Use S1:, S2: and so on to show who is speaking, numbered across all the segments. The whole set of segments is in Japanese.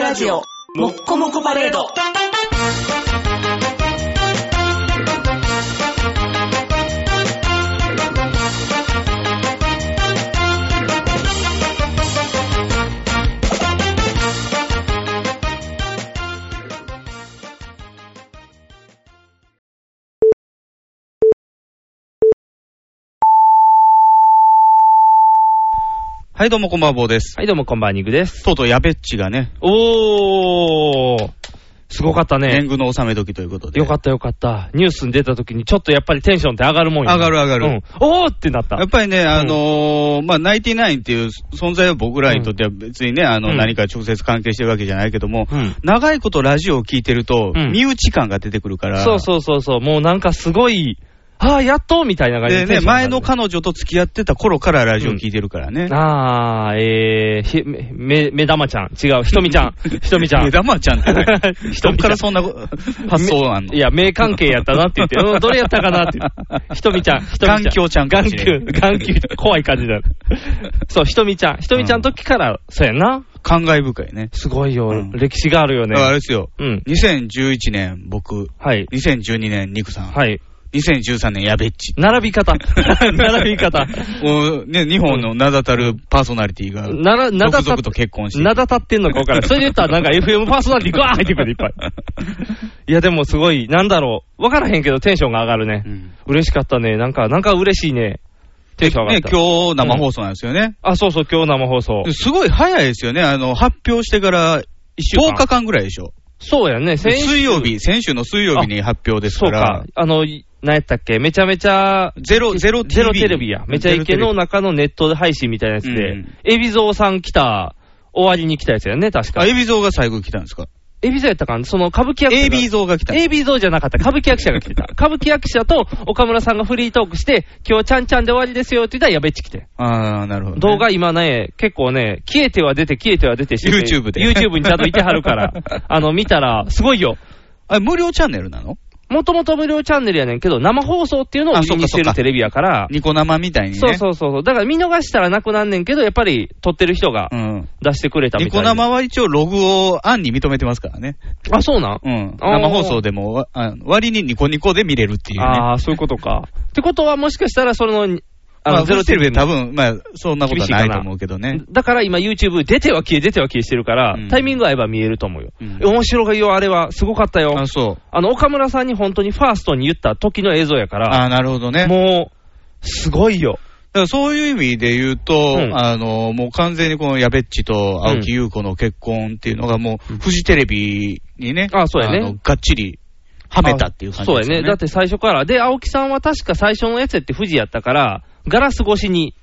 S1: ラジオ、もっこもこパレード。
S2: はい、どうもこんばんは、坊です。
S3: はい、どうもこんばんは、ニグです。
S2: とうとう、やべっちがね、
S3: おー、すごかった
S2: 年
S3: ね。
S2: 貢の納め時ということで。
S3: よかったよかった。ニュースに出た時にちょっとやっぱりテンションって上がるもんや。
S2: 上がる上がる
S3: うん。おーってなった。
S2: やっぱりね、あのーまあ、ナインティナインっていう存在は僕らにとっては別にね、あの、
S3: うん
S2: 何か直接関係してるわけじゃないけども、
S3: うん
S2: 長いことラジオを聞いてると、
S3: うん
S2: 身内感が出てくるから、
S3: そうそうそうそう。もうなんかすごい、あー、やっとみたいな感じ
S2: でね、前の
S3: か
S2: 彼女と付き合ってた頃からラジオ聞いてるからね。
S3: あー、えー、ひめ、め、目玉ちゃん。違う、ひとみちゃ ん。ひとみちゃん。。
S2: 目玉ちゃんってね
S3: ひと
S2: どっ
S3: みちゃん
S2: からそんなこ発想あんの
S3: いや、名関係やったなって言って、うん、どれやったかなって。ひとみちゃん、ひとみ
S2: 眼鏡ちゃんかも
S3: 眼
S2: しれん
S3: 球、眼球、怖い感じ になる。そう、ひとみちゃん。ひとみちゃんの時から、そうやな。
S2: 感慨深いね。
S3: すごいよ、
S2: うん
S3: 歴史があるよ
S2: だからあれ
S3: ね。
S2: ですよ、
S3: うん。
S2: 2011年僕、
S3: はい。
S2: 2012年ニクさん、
S3: はい。
S2: 2013年やべっち。
S3: 並び 方。並び方。
S2: もうね、日本の名だたるパーソナリティが、
S3: なら、なだ
S2: 続
S3: た
S2: 々、と結婚し
S3: な
S2: て。
S3: だたってんのか分からん。それで言ったらなんか FM パーソナリティグワー入ってくる、いっぱい。いや、でもすごい、なんだろう。分からへんけどテンションが上がるね
S2: う。ん
S3: 嬉しかったね。なんか、なんか嬉しいね。テンション上が
S2: ね
S3: っ、た。
S2: 今日生放送なんですよね。
S3: あ、そうそう、今日生放送。
S2: すごい早いですよね。あの、発表してから
S3: 週間
S2: 10日間ぐらいでしょ。
S3: そうやね、先週
S2: 水曜日、先週の水曜日に発表です
S3: そう
S2: から
S3: か。、あの、いなんやったっけ、めちゃめちゃ、
S2: ゼロ、ゼロ TV。
S3: ゼロテレビや。めちゃイケ
S2: ゼロ
S3: の
S2: テレビ
S3: 中のネット配信みたいなやつで
S2: うん、
S3: 海老蔵さん来た、終わりに来たやつやね、確か
S2: あ、。エビゾウが最後来たんですか
S3: 海老蔵やったかなその歌舞伎役者が。
S2: エビゾウが来た。
S3: エビゾウじゃなかった。歌舞伎役者が来てた。歌舞伎役者と岡村さんがフリートークして、今日ちゃんちゃんで終わりですよって言ったらやべっち来て。
S2: あー、なるほどね。
S3: 動画今ね、結構ね、消えては出て、消えては出てしてて
S2: YouTube で
S3: YouTube にちゃんといては るから、あの、見たら、すごいよ。
S2: あ、無料チャンネルなの
S3: もともと無料チャンネルやねんけど、生放送っていうのを売りにして
S2: あそうかそうか
S3: るテレビやから、
S2: ニコ生みたいにね。
S3: そうそうそうそう、だから見逃したらなくなんねんけど、やっぱり撮ってる人が
S2: うん。
S3: 出してくれたみ
S2: ニ
S3: たい
S2: コ
S3: な。
S2: 生は一応ログを案に認めてますからね。
S3: あ、そうなん、
S2: うん。
S3: あー
S2: 生放送でもわあの割にニコニコで見れるっていうね。
S3: ああ、そういうことか。ってことは、もしかしたら、その、あ
S2: まあ、
S3: の、
S2: ゼ
S3: ゼ
S2: ロ
S3: ロ
S2: テ
S3: テ
S2: レ
S3: レ
S2: ビ
S3: ビ
S2: で多
S3: の。
S2: 分、まあ、そんなことはないと思うけどね。
S3: だから今 YouTube 出ては消え、出ては消えしてるから、
S2: うん
S3: タイミング合えば見えると思うよ。
S2: うん
S3: 面白がいよ、あれは。すごかったよ。
S2: あ、そう。
S3: あの、岡村さんに本当にファーストに言った時の映像やから、
S2: あなるほどね。だか
S3: もう、すごいよ。
S2: らそういう意味で言うと、
S3: うん
S2: あの、もう完全にこのやべっちと青木優子の結婚っていうのがもう、フジテレビにね、
S3: あそうやね
S2: のがっちりはめたっていう感じ
S3: あ
S2: で
S3: そ
S2: す
S3: う
S2: よね。
S3: やね。だって最初から。で、青木さんは確か最初のやつやって富士やったから、ガラス越しに、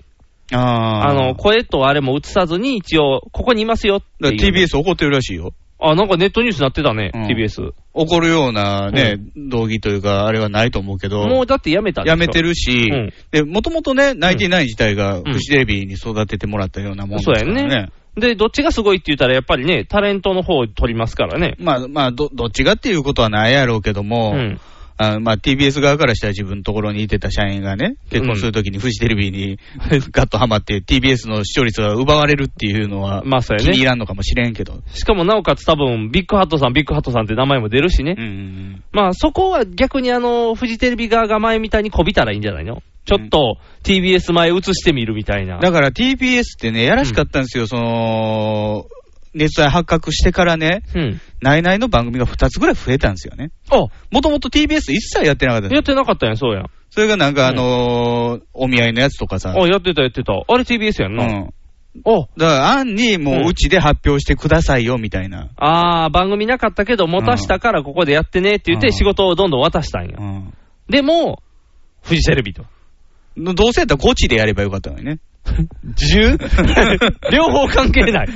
S2: あ
S3: あ
S2: ー
S3: の、声とあれも映さずに、一応、ここにいますよって
S2: だ
S3: いう。
S2: から TBS 怒ってるらしいよ。
S3: あ、なんかネットニュースなってたね、
S2: うん
S3: TBS。
S2: 怒るようなね、道義というか、あれはないと思うけど。
S3: もうだってやめたんでし
S2: や
S3: ょ
S2: めてるし
S3: うん、
S2: で、もともとね、ナインティナイン自体がフジテレビに育ててもらったようなもんですから
S3: そうや
S2: ね
S3: ね。で、どっちがすごいって言ったら、やっぱりね、タレントの方を取りますからね。
S2: まあ、まあど、どっちがっていうことはないやろうけど
S3: う
S2: も、
S3: ん。
S2: あのまあ、TBS 側からしたら自分のところにいてた社員がね、結婚するときにフジテレビに ガッとハマって、TBS の視聴率が奪われるっていうのは、
S3: まあそうや
S2: 気
S3: ね
S2: に入らんのかもしれんけど。
S3: しかもなおかつ多分、ビッグハットさん、ビッグハットさんって名前も出るしね。
S2: うん
S3: まあそこは逆にあの、フジテレビ側が前みたいにこびたらいいんじゃないのちょっと TBS 前映してみるみたいな。
S2: だから TBS ってね、やらしかったんですよ、その、熱愛発覚してからね、
S3: うん。
S2: ナイナイの番組が2つぐらい増えたんですよね。
S3: あ、
S2: もともと TBS 一切やってなかったんです
S3: や
S2: よ。
S3: ってなかったやん、そうやん。
S2: それがなんかあのーお見合いのやつとかさ、
S3: あ、やってた、やってた。あれ TBS やん
S2: う
S3: な。
S2: ん。
S3: お
S2: だから、案にもううちで発表してくださいよ、みたいな。
S3: あー、番組なかったけど、持たしたからここでやってねって言っ
S2: う
S3: て、
S2: ん
S3: 仕事をどんどん渡したんや
S2: う。ん。
S3: でも、フジテレビと。
S2: のどうせやったらゴチでやればよかったの にね。
S3: 10? 両方関係 ない。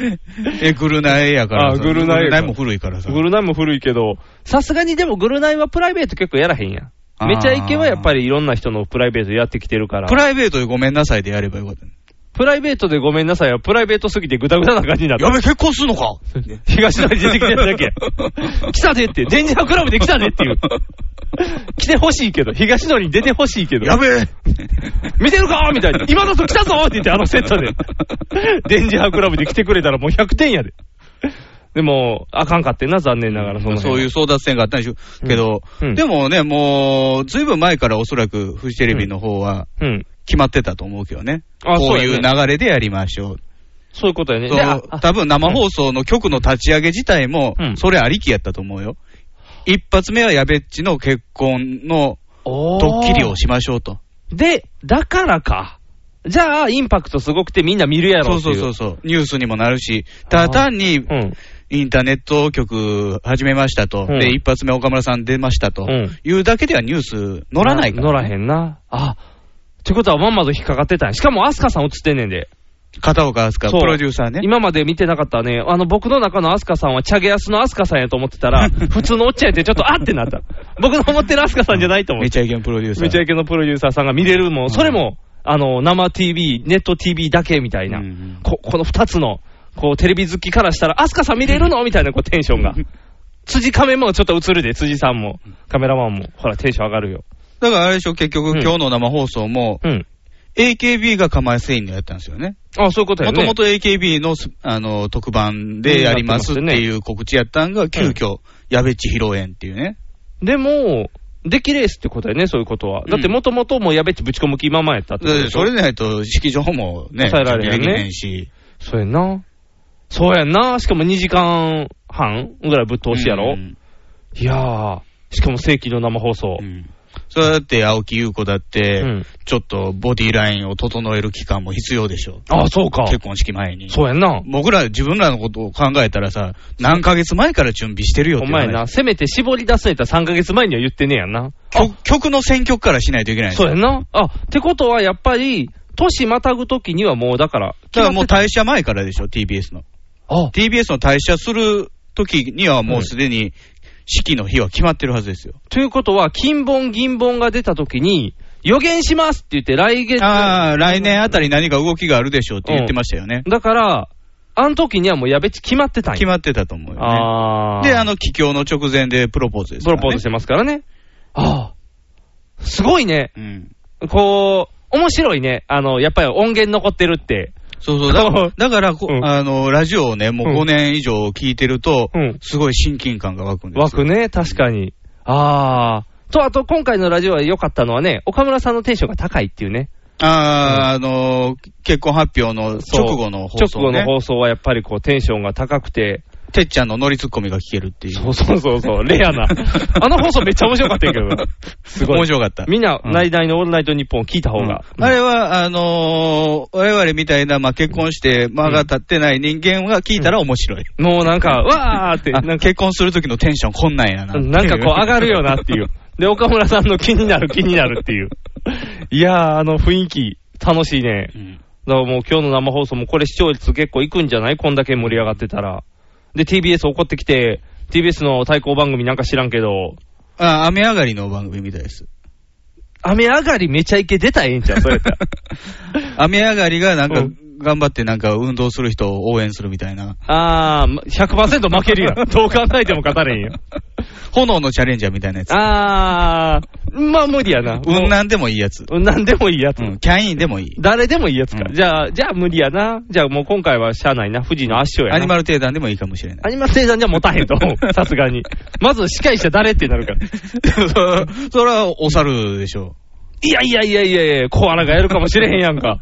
S2: え、グルナイやからさ。
S3: あグルナイやから
S2: も古いからさ。
S3: グルナイも古いけど、さすがにでもグルナイはプライベート結構やらへんやん。
S2: あー
S3: めちゃイケはやっぱりいろんな人のプライベートやってきてるから。
S2: プライベートでごめんなさいでやればよかったのに。
S3: プライベートでごめんなさいは、プライベートすぎてぐだぐだな感じになっ
S2: や
S3: た。
S2: べ、結婚すんのか
S3: 東野に出てきてるだけ。 来たでって、デンジャークラブで来たでっていう。来てほしいけど、東野に出てほしいけ ど。
S2: やべえ
S3: 見てるかみたいな。今だと来たぞって言って、あのセットで。デンジャークラブで来てくれたらもう100点やで。でも、あかんかってんな、残念ながら、その辺
S2: そういう争奪戦があったんでしょうけど、
S3: うんうん
S2: でもね、もう、ずいぶん前からおそらくフジテレビの方は
S3: うん。
S2: 決まってたと思うけどね。
S3: あ
S2: こうい
S3: そううや
S2: 流れでやりましょう。
S3: そういうことやね。
S2: そ
S3: であ
S2: の
S3: あ
S2: 多分生放送の局の立ち上げ自体も
S3: う、ん
S2: それありきやったと思うよ。一発目はやべっちの結婚の
S3: おー
S2: ドッキリをしましょうと。
S3: で、だからか。じゃあ、インパクトすごくてみんな見るや
S2: そ
S3: ろ
S2: う
S3: ってい。
S2: そううそうそう。ニュースにもなるし、ただ単に
S3: うん。
S2: インターネット局始めましたと、
S3: うん
S2: で、一発目岡村さん出ましたと、
S3: うん
S2: いうだけではニュース乗らないから、
S3: 乗らへんな。あ、ってことはまんまと引っかかってたんやしかも、アスカさん映ってんねんで。
S2: 片岡飛鳥、
S3: そう
S2: プロデューサーね。
S3: 今まで見てなかったね。あの、僕の中のアスカさんは、チャゲアスのアスカさんやと思ってた ら、普通のおっちゃんやって、ちょっとあってなった。僕の思ってるアスカさんじゃないと思う
S2: め。ちゃイケのプロデューサー。
S3: めちゃイケのプロデューサーさんが見れるもん。それも、あの、生 TV、ネット TV だけみたいな。
S2: うんうん
S3: ここの二つの、こう、テレビ好きからしたら、アスカさん見れるのみたいな、こう、テンションが。辻カメもちょっと映るで、辻さんも。カメラマンも。ほら、テンション上がるよ。
S2: だからあれでしょ、結局、
S3: うん
S2: 今日の生放送も、
S3: うん。
S2: AKB が構えせいのやったんですよね。
S3: あ、そういうことや
S2: も
S3: ね。
S2: ともと AKB のすあの特番でやりますっていう告知やったんが、急遽、やべっち披露宴っていうね。
S3: でも、出来レースってことやね、そういうことは。だって、
S2: うん
S3: もともともうやべっちぶち込む気ままやったって
S2: だ
S3: こ
S2: って
S3: とでし
S2: そ
S3: ょ
S2: れでないと、式場もね、
S3: 抑えられへんね
S2: 準備できへんし。
S3: そうやんな。そうやんな。しかも2時間半ぐらいぶっ通しやろ。
S2: うん
S3: いやー。しかも正規の生放送。
S2: うんそれだって、青木優子だって、
S3: うん
S2: ちょっとボディラインを整える期間も必要でしょ。
S3: あ、そうか。
S2: 結婚式前に。
S3: そうやんな。
S2: 僕ら、自分らのことを考えたらさ、何ヶ月前から準備してるよっ
S3: お
S2: て
S3: 前
S2: 話
S3: な、せめて絞り出すんやったら3ヶ月前には言ってねえやんな。
S2: 曲曲の選曲からしないといけないんです
S3: そう
S2: よ
S3: やんな。あ、ってことはやっぱり、年またぐときにはもうだから、
S2: だからもう退社前からでしょ、TBS の。
S3: あ、
S2: TBS の退社する時にはもうすでに式の日は決まってるはずですよ。
S3: ということは、金本、銀本が出たときに、予言しますって言って、来月、
S2: ああ、来年あたり何か動きがあるでしょうって言ってましたよね。
S3: だから、あの時にはもうやべっち決まってたんや。
S2: 決まってたと思うよ
S3: あ
S2: ね。
S3: ー
S2: で、あの、帰郷の直前でプロポーズです
S3: プ
S2: か
S3: ロ
S2: らね。
S3: ポーズしてますからね。ああ。すごいね。
S2: うん。
S3: こう、面白いね。あの、やっぱり音源残ってるって。
S2: そうそう。だから、だからこ
S3: うん
S2: あの、ラジオをね、もう
S3: うん
S2: 5年以上聞いてると、
S3: うん
S2: すごい親近感が湧くんですよ。
S3: 湧くね、確かに。ああ。と、あと、今回のラジオは良かったのはね、岡村さんのテンションが高いっていうね。
S2: ああ、あの、結婚発表の
S3: そう
S2: 直後の放
S3: 直後
S2: 送
S3: の
S2: ね。
S3: 放送はやっぱりこう、テンションが高くて。
S2: てっちゃんの乗りツッコミが聞けるっていう。
S3: そうそうそうそう、レ アな。あの放送めっちゃ面白かったんやけど。すごい。
S2: 面白かった。
S3: みんな、
S2: うん
S3: 内大のオールナイトニッポンを聞いた方が。
S2: うんあれは、あのー我々みたいな、まあ、結婚して間が立ってない人間が聞いたら面白い。
S3: もうなんか、わーって、
S2: あ
S3: なんか
S2: 結婚する時のテンションこんなんやな。
S3: なんかこう上がるよなっていう。で、岡村さんの気になる気になるっていう。いやー、あの雰囲気、楽しいね。
S2: うん。
S3: だからもう今日の生放送もこれ視聴率結構いくんじゃないこんだけ盛り上がってたら。で、TBS 怒ってきて、TBS の対抗番組なんか知らんけど、
S2: あ、雨上がりの番組みたいです。
S3: 雨上がりめちゃイケ出たらええんちゃうそれ やったら
S2: 雨上がりがなんか、
S3: うん
S2: 頑張ってなんか運動する人を応援するみたいな。
S3: あー、100%負ける やん。どう考えても勝たれんやん。
S2: 炎のチャレンジャーみたいなやつ。
S3: あー、まあ無理やな。
S2: うんなんでもいいやつ。
S3: うんなんでもいいやつ。
S2: うん。キャインでもいい。
S3: 誰でもいいやつか。
S2: うん
S3: じゃあ、じゃあ無理やな。じゃあもう今回はしゃあないな。富士の圧勝やな。
S2: アニマル定団でもいいかもしれない。
S3: アニマル生産じゃ持たへんと思う。さすがに。まず司会者誰ってなるから。
S2: それはお猿でしょ
S3: いやいやいやいやいや、コアラがやるかもしれへんやんか。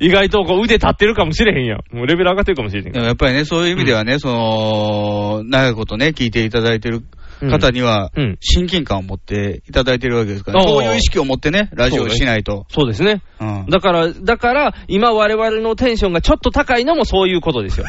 S3: 意外とこう腕立ってるかもしれへんやん。もうレベル上がってるかもしれへん
S2: で
S3: か
S2: もやっぱりね、そういう意味ではね、その、長いことね、聞いていただいてる
S3: ら。
S2: 方には
S3: うんうん、
S2: 親近感を持っていただいてるわけですから、
S3: おー
S2: そういう意識を持ってね、ラジオをしないと。
S3: そうですね。
S2: うん
S3: だから、だから、今我々のテンションがちょっと高いのもそういうことで すよ。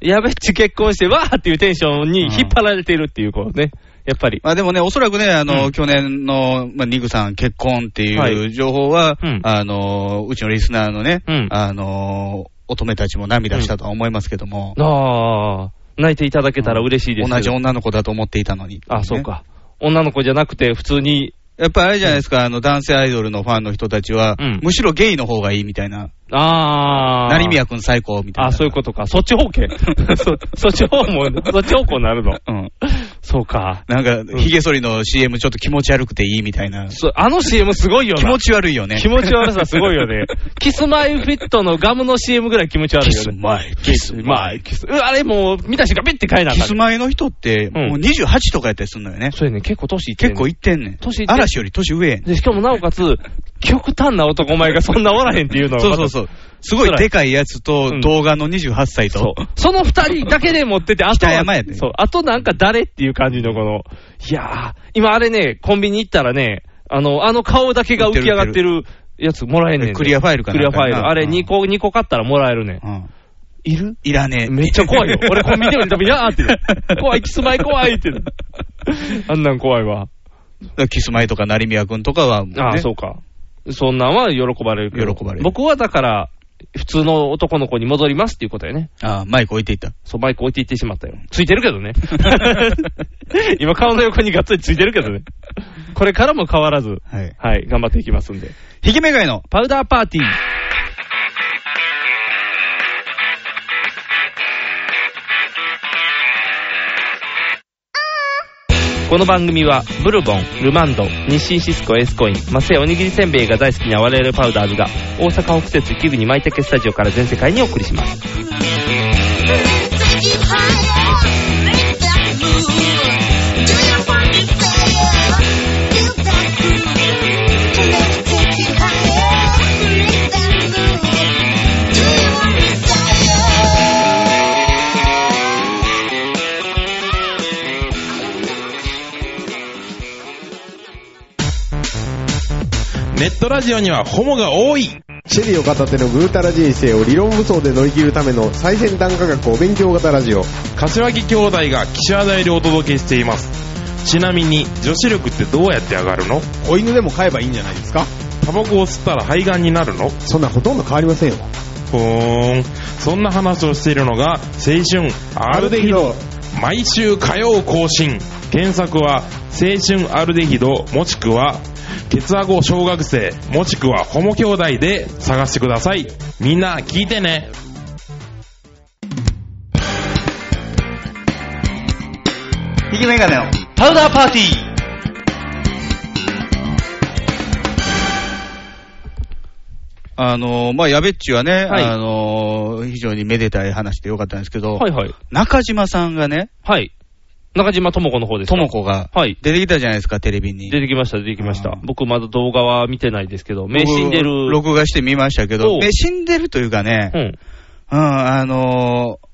S3: やべっち結婚して、わーっていうテンションに引っ張られてるっていうことね。やっぱ り。
S2: まあでもね、おそらくね、あの、
S3: うん
S2: 去年の、まあ、ニグさん結婚って
S3: はいいう
S2: 情報は、
S3: うん
S2: あの、うちのリスナーのね、
S3: うん
S2: あの、乙女たちも涙したとは思いますけども、
S3: あー、泣いていただけたら嬉しいです。
S2: 同じ女の子だと思っていたのに、
S3: あ、そう。か。女の子じゃなくて、普通に、
S2: やっぱりあれじゃないですか、あの、男性アイドルのファンの人たちは、
S3: うん
S2: むしろゲイの方がいいみたいな、
S3: あー。
S2: 成宮君最高みたいな。
S3: あ、そういうことか。そっち方形そそっち方も、そっち方向になるの。
S2: うん。
S3: そうか。
S2: なんか、ヒゲ剃りの CM ちょっと気持ち悪くていいみたいな。
S3: そうあの CM すごいよな。
S2: 気持ち悪いよね。
S3: 気持ち悪さすごい よね。キスマイフィットのガムの CM ぐらい気持ち悪
S2: キ
S3: いよ
S2: ス
S3: ね。
S2: マイ、キスマイ。
S3: キス。うわあれもう見た瞬間ピッて変えなあ
S2: キ
S3: かん
S2: スマイの人って、
S3: うん
S2: もう28とかやったりするのよね。
S3: そうやね、結構年いってん
S2: 結
S3: ね
S2: 構いってんねん
S3: 年いっ。て
S2: 嵐より年上やねん。
S3: で、しかもなおかつ、極端な男前がそんなおらへんっていうのが
S2: そうそうそう。すごいでかいやつ
S3: う
S2: と
S3: ん
S2: 動画の28歳と。
S3: そうその二人だけで持ってて、あと
S2: 北
S3: は、
S2: 山やで
S3: そう、あとなんか誰っていう感じのこの、いやー、今あれね、コンビニ行ったらね、あの、あの顔だけが浮き上がってるやつもらえんねんで。
S2: クリアファイルかな
S3: クリアファイル。あれ
S2: うん
S3: 2個、二個買ったらもらえるねん。
S2: うん
S3: いる
S2: いらねえ。
S3: めっちゃ怖いよ。俺コンビニでも多分、いや ーって。怖い、キスマイ怖いって。あんなん怖いわ。
S2: キスマイとか成宮くんとかはもうね、
S3: ああ、そうか。そんなんは喜ばれるけど
S2: 喜ばれる
S3: 僕はだから、普通の男の子に戻りますっていうことやね。
S2: ああマイク置いていった。
S3: そう、マイク置いていってしまったよ。ついてるけどね。 今顔の横にがっつりついてるけどね。これからも変わらず、
S2: はい。
S3: はい、頑張っていきますんで。
S2: ひげめがいの、
S3: パウダーパーティー。この番組は、ブルボン、ルマンド、日清シスコエースコイン、マセイおにぎりせんべいが大好きな我々パウダーズが、大阪北節キュビに舞茸スタジオから全世界にお送りします。
S4: ネットラジオにはホモが多い
S5: シェリーを片手のぐうたら人生を理論武装で乗り切るための最先端科学お勉強型ラジオ。
S4: 柏木兄弟が岸和田よりお届けしていますちなみに女子力ってどうやって上がるの
S5: 子犬でも飼えばいいんじゃないですか
S4: タバコを吸ったら肺がんになるの
S5: そんなほとんど変わりませんよ。
S4: ふーんそんな話をしているのが青春アルデヒド毎週火曜更新検索は青春アルデヒドもしくはケツアゴ小学生もしくはホモ兄弟で探してくださいみんな聞いてね
S2: ひげめがいの、
S3: パウダーパーティー
S2: あのー、まあ、やべっちはね、
S3: はい
S2: あのー、非常にめでたい話でよかったんですけど、
S3: はいはい。
S2: 中島さんがね、
S3: はい。中島智子の方ですか
S2: ともこが
S3: はい。
S2: 出てきたじゃないですか、テレビに。
S3: 出てきました、出てきました
S2: あー。
S3: 僕まだ動画は見てないですけど、名
S2: 僕
S3: 死んでる。
S2: 録画して見ましたけ
S3: お
S2: ど、
S3: う
S2: 目死んでるというかね、
S3: うん。
S2: うん、あのー、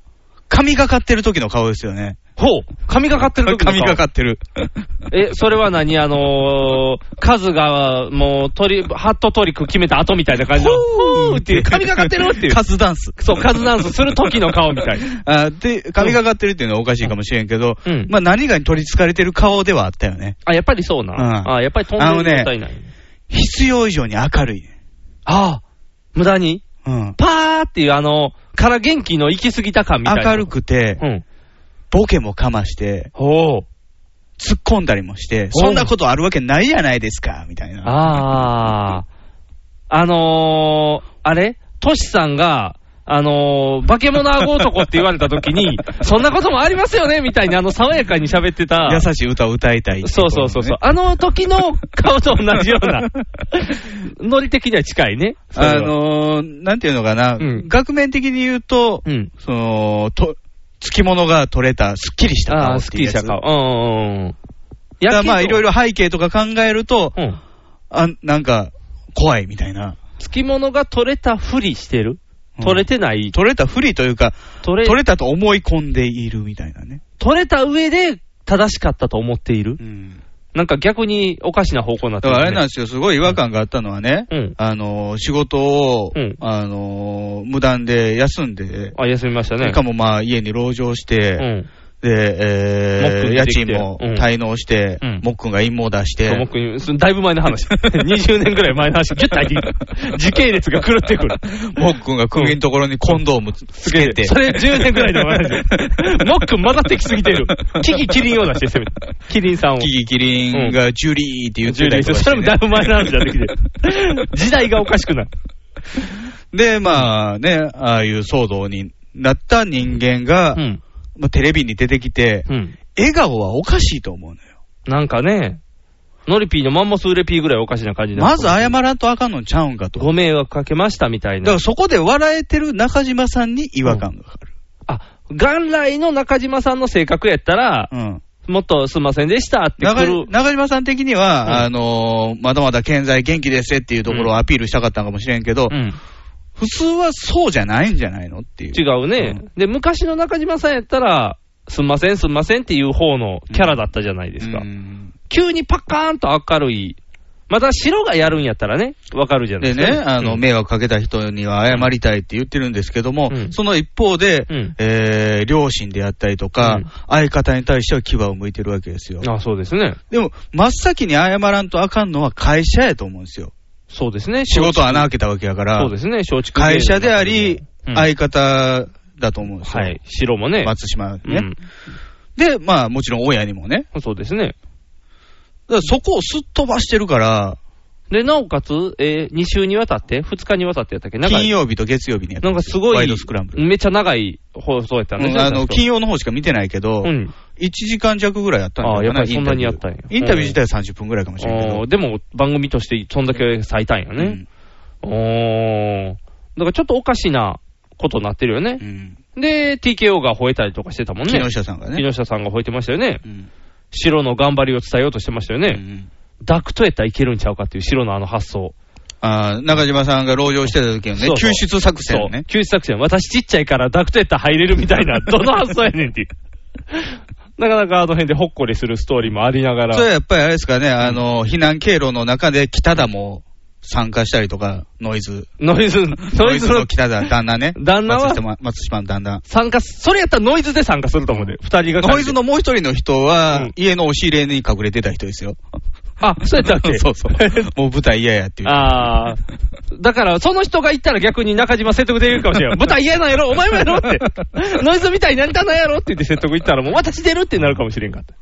S2: 髪がかってる時の顔ですよね。
S3: ほう髪がかってる時
S2: 髪がか
S3: っ
S2: って る。
S3: え、それは何あのー、カズが、もう、トリ、ハットトリック決めた後みたいな感じの、ほうっていう、髪がかってるっていう。
S2: カズダンス。
S3: そう、カズダンスする時の顔みたい。
S2: あで、髪がかってるっていうのはおかしいかもしれんけど、
S3: うん
S2: まあ何かに取り憑かれてる顔ではあったよね。
S3: あ、やっぱりそうな。
S2: うん
S3: あ、やっぱり飛んでる状態ない。
S2: 必要以上に明るい。
S3: ああ、無駄に
S2: うん。
S3: パーっていう、あの、から元気の行き過ぎた感みたいな。
S2: 明るくて、
S3: うん。
S2: ボケもかまして、
S3: ほう。
S2: 突っ込んだりもして、
S3: お
S2: そんなことあるわけないじゃないですか、みたいな。
S3: ああ。あのー、あれトシさんが、あのー、化け物あご男って言われたとき に、そんなこともありますよねみたいに、あの、爽やかに喋ってた。
S2: 優しい歌を歌いたいってい
S3: そうそうそうそう。あの時の顔と同じよう な。ノリ的には近いね。それは
S2: あ、のー、なんていうのかな、
S3: うん
S2: 額面的に言うと、
S3: うん。
S2: その、と、つきものが取れた、すっきりした
S3: あ
S2: 顔
S3: あ、
S2: っ
S3: スッ
S2: て
S3: キ
S2: いう
S3: リ
S2: や
S3: し
S2: つ
S3: た顔。うんうんうん。
S2: だからまあ、
S3: やけ
S2: い
S3: ど
S2: ろい。ろ背景とか考えると、
S3: うん。
S2: あ、なんか、怖いみたいな。
S3: 付き物が取れたふりしてる
S2: うん
S3: 取れてない、
S2: 取れた不利というか、
S3: 取れ、
S2: 取れたと思い込んでいるみたいなね。
S3: 取れた上で正しかったと思っている
S2: うん。
S3: なんか逆におかしな方向になって
S2: だからあれなん
S3: ん
S2: ですよ、すごい違和感があったのはね、
S3: うん
S2: あのー、仕事を、
S3: うん
S2: あのー、無断で休んで、
S3: あ、休みましたね。
S2: しかもまあ、家に籠城し
S3: う
S2: て、
S3: ん。もっく
S2: で、えー、
S3: ん出
S2: 家
S3: てき
S2: 賃
S3: て
S2: も
S3: うん
S2: 滞納して
S3: うん、
S2: もっくんが陰謀出して、
S3: 僕にそのだいぶ前の 話。20年ぐらい前の話。ギュッと入ってきた時系列が狂ってくる。
S2: もっくんが首のところにコンドームつつけて、
S3: それ10年ぐらいの話。もっくん混ざってきすぎてる。キキキリンを出して、せめて。キリンさんを。
S2: キキキリンがジュリーって言ってたりとかし
S3: そ
S2: て
S3: れ
S2: ね、
S3: もだいぶ前の話だってきてる。時代がおかしくなる。
S2: で、まあね、ああいう騒動になった人間が、
S3: うん。
S2: まあ、テレビに出てきて、
S3: うん。
S2: 笑顔はおかしいと思うのよ。
S3: なんかね、ノリピーのマンモスウレピーぐらいおかしな感じな
S2: まず謝らんとあかんのちゃうんかと。
S3: ご迷惑かけましたみたい
S2: だか
S3: な
S2: ら。そこで笑えてる中島さんに違和感がかかる。
S3: あ、元来の中島さんの性格やったら、
S2: うん。
S3: もっとすんませんでしたって
S2: 中
S3: 来
S2: 島
S3: る。
S2: 中島さん的には、
S3: うん
S2: あのーまだまだ健在元気ですっていうところをアピールしたかったのかもしれんけど、
S3: うん
S2: 普通はそうじゃないんじゃないのっていう。
S3: 違うね、で、昔の中島さんやったら、すんません、すんませんっていう方のキャラだったじゃないですか。
S2: うん
S3: 急にパカーンと明るい。また白がやるんやったらね、わかるじゃない
S2: で
S3: ですか。
S2: ね、あの、
S3: うん
S2: 迷惑かけた人には謝りたいって言ってるんですけども、
S3: うん
S2: その一方で、
S3: うん
S2: えー両親であったりとか、
S3: うん
S2: 相方に対しては牙を向いてるわけですよ。
S3: あ、そうですね。
S2: でも、真っ先に謝らんとあかんのは会社やと思うんですよ。
S3: そうですね。
S2: 仕事穴開けたわけやから、
S3: そうですね、松竹芸能
S2: 会社であり、
S3: うん
S2: 相方だと思うんですよ。
S3: はい、白もね。
S2: 松島ね、
S3: うん
S2: で、まあ、もちろん親にもね。
S3: そうですね。
S2: だからそこをすっ飛ばしてるから、
S3: で、なおかつ、えー、2週にわたって、2日にわたってやったっけ長
S2: 金
S3: い。
S2: 曜日と月曜日にやって
S3: なんかすごい、
S2: ワイドスクランブル。
S3: めっちゃ長い放送やったん
S2: う
S3: です
S2: ん
S3: よ。
S2: あの
S3: 確か
S2: 金曜の方しか見てないけど、
S3: うん。
S2: 1時間弱ぐらいやったんだ
S3: ああやっぱりそんなにやったんや
S2: インタビュー自体は30分ぐらいかもしれんけ
S3: あ
S2: ど
S3: ーでも、番組として、そんだけ最短や
S2: うん
S3: ね。おー。だからちょっとおかしなことになってるよね
S2: う。ん
S3: で、TKO が吠えたりとかしてたもんね。
S2: 木下さんがね。
S3: 木下さんが吠えてましたよね。
S2: うん
S3: 白の頑張りを伝えようとしてましたよね。
S2: うん
S3: ダクトやったらいけるんちゃうかっていう白のあの発想。
S2: あー中島さんが籠城してた時のね
S3: そう、そ
S2: 救
S3: う
S2: 出作戦
S3: そう
S2: ね。
S3: 救出作戦。私ちっちゃいからダクトやったら入れるみた いな、どの発想やねんっていう。なかなかあの辺でほっこりするストーリーもありながら。
S2: それはやっぱりあれですかね、あの、避難経路の中で北田も参加したりとか、ノイズ。
S3: ノイズ、ノイズの
S2: の北田、旦那ね。
S3: 旦那は
S2: 松島松島の旦那。
S3: 参加す、それやったらノイズで参加すると思うで、二人が。
S2: ノイズ。のもう一人の人は、
S3: うん
S2: 家の押し入れに隠れてた人ですよ。
S3: あ、そうやったっけ
S2: そうそう。もう舞台嫌やっていう。
S3: ああ。だから、その人が言ったら逆に中島説得できるかもしれない。舞台嫌なんやろお前もやろ って。ノイズみたいになりたないやろって言って説得言ったら、もう私出るってなるかもしれんかった。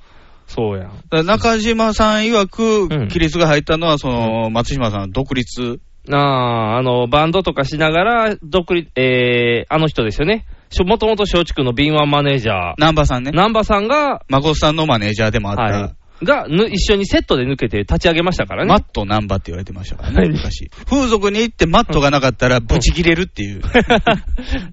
S3: そう
S2: だ
S3: やん。
S2: から中島さん曰く、
S3: うん
S2: 規律が入ったのは、その、松島さんの独立。
S3: ああ、あの、バンドとかしながら、独立、えー、あの人ですよね。しょもともと松竹の敏腕マネージャー、
S2: 南波さんね。
S3: 南波さんが、
S2: 孫さんのマネージャーでもあった、
S3: はい、がぬ一緒にセットで抜けて立ち上げましたから
S2: マ
S3: ね。
S2: ット南波って言われてましたから
S3: はい
S2: ね、昔。風俗に行ってマットがなかったら、ブチ切れるっていう。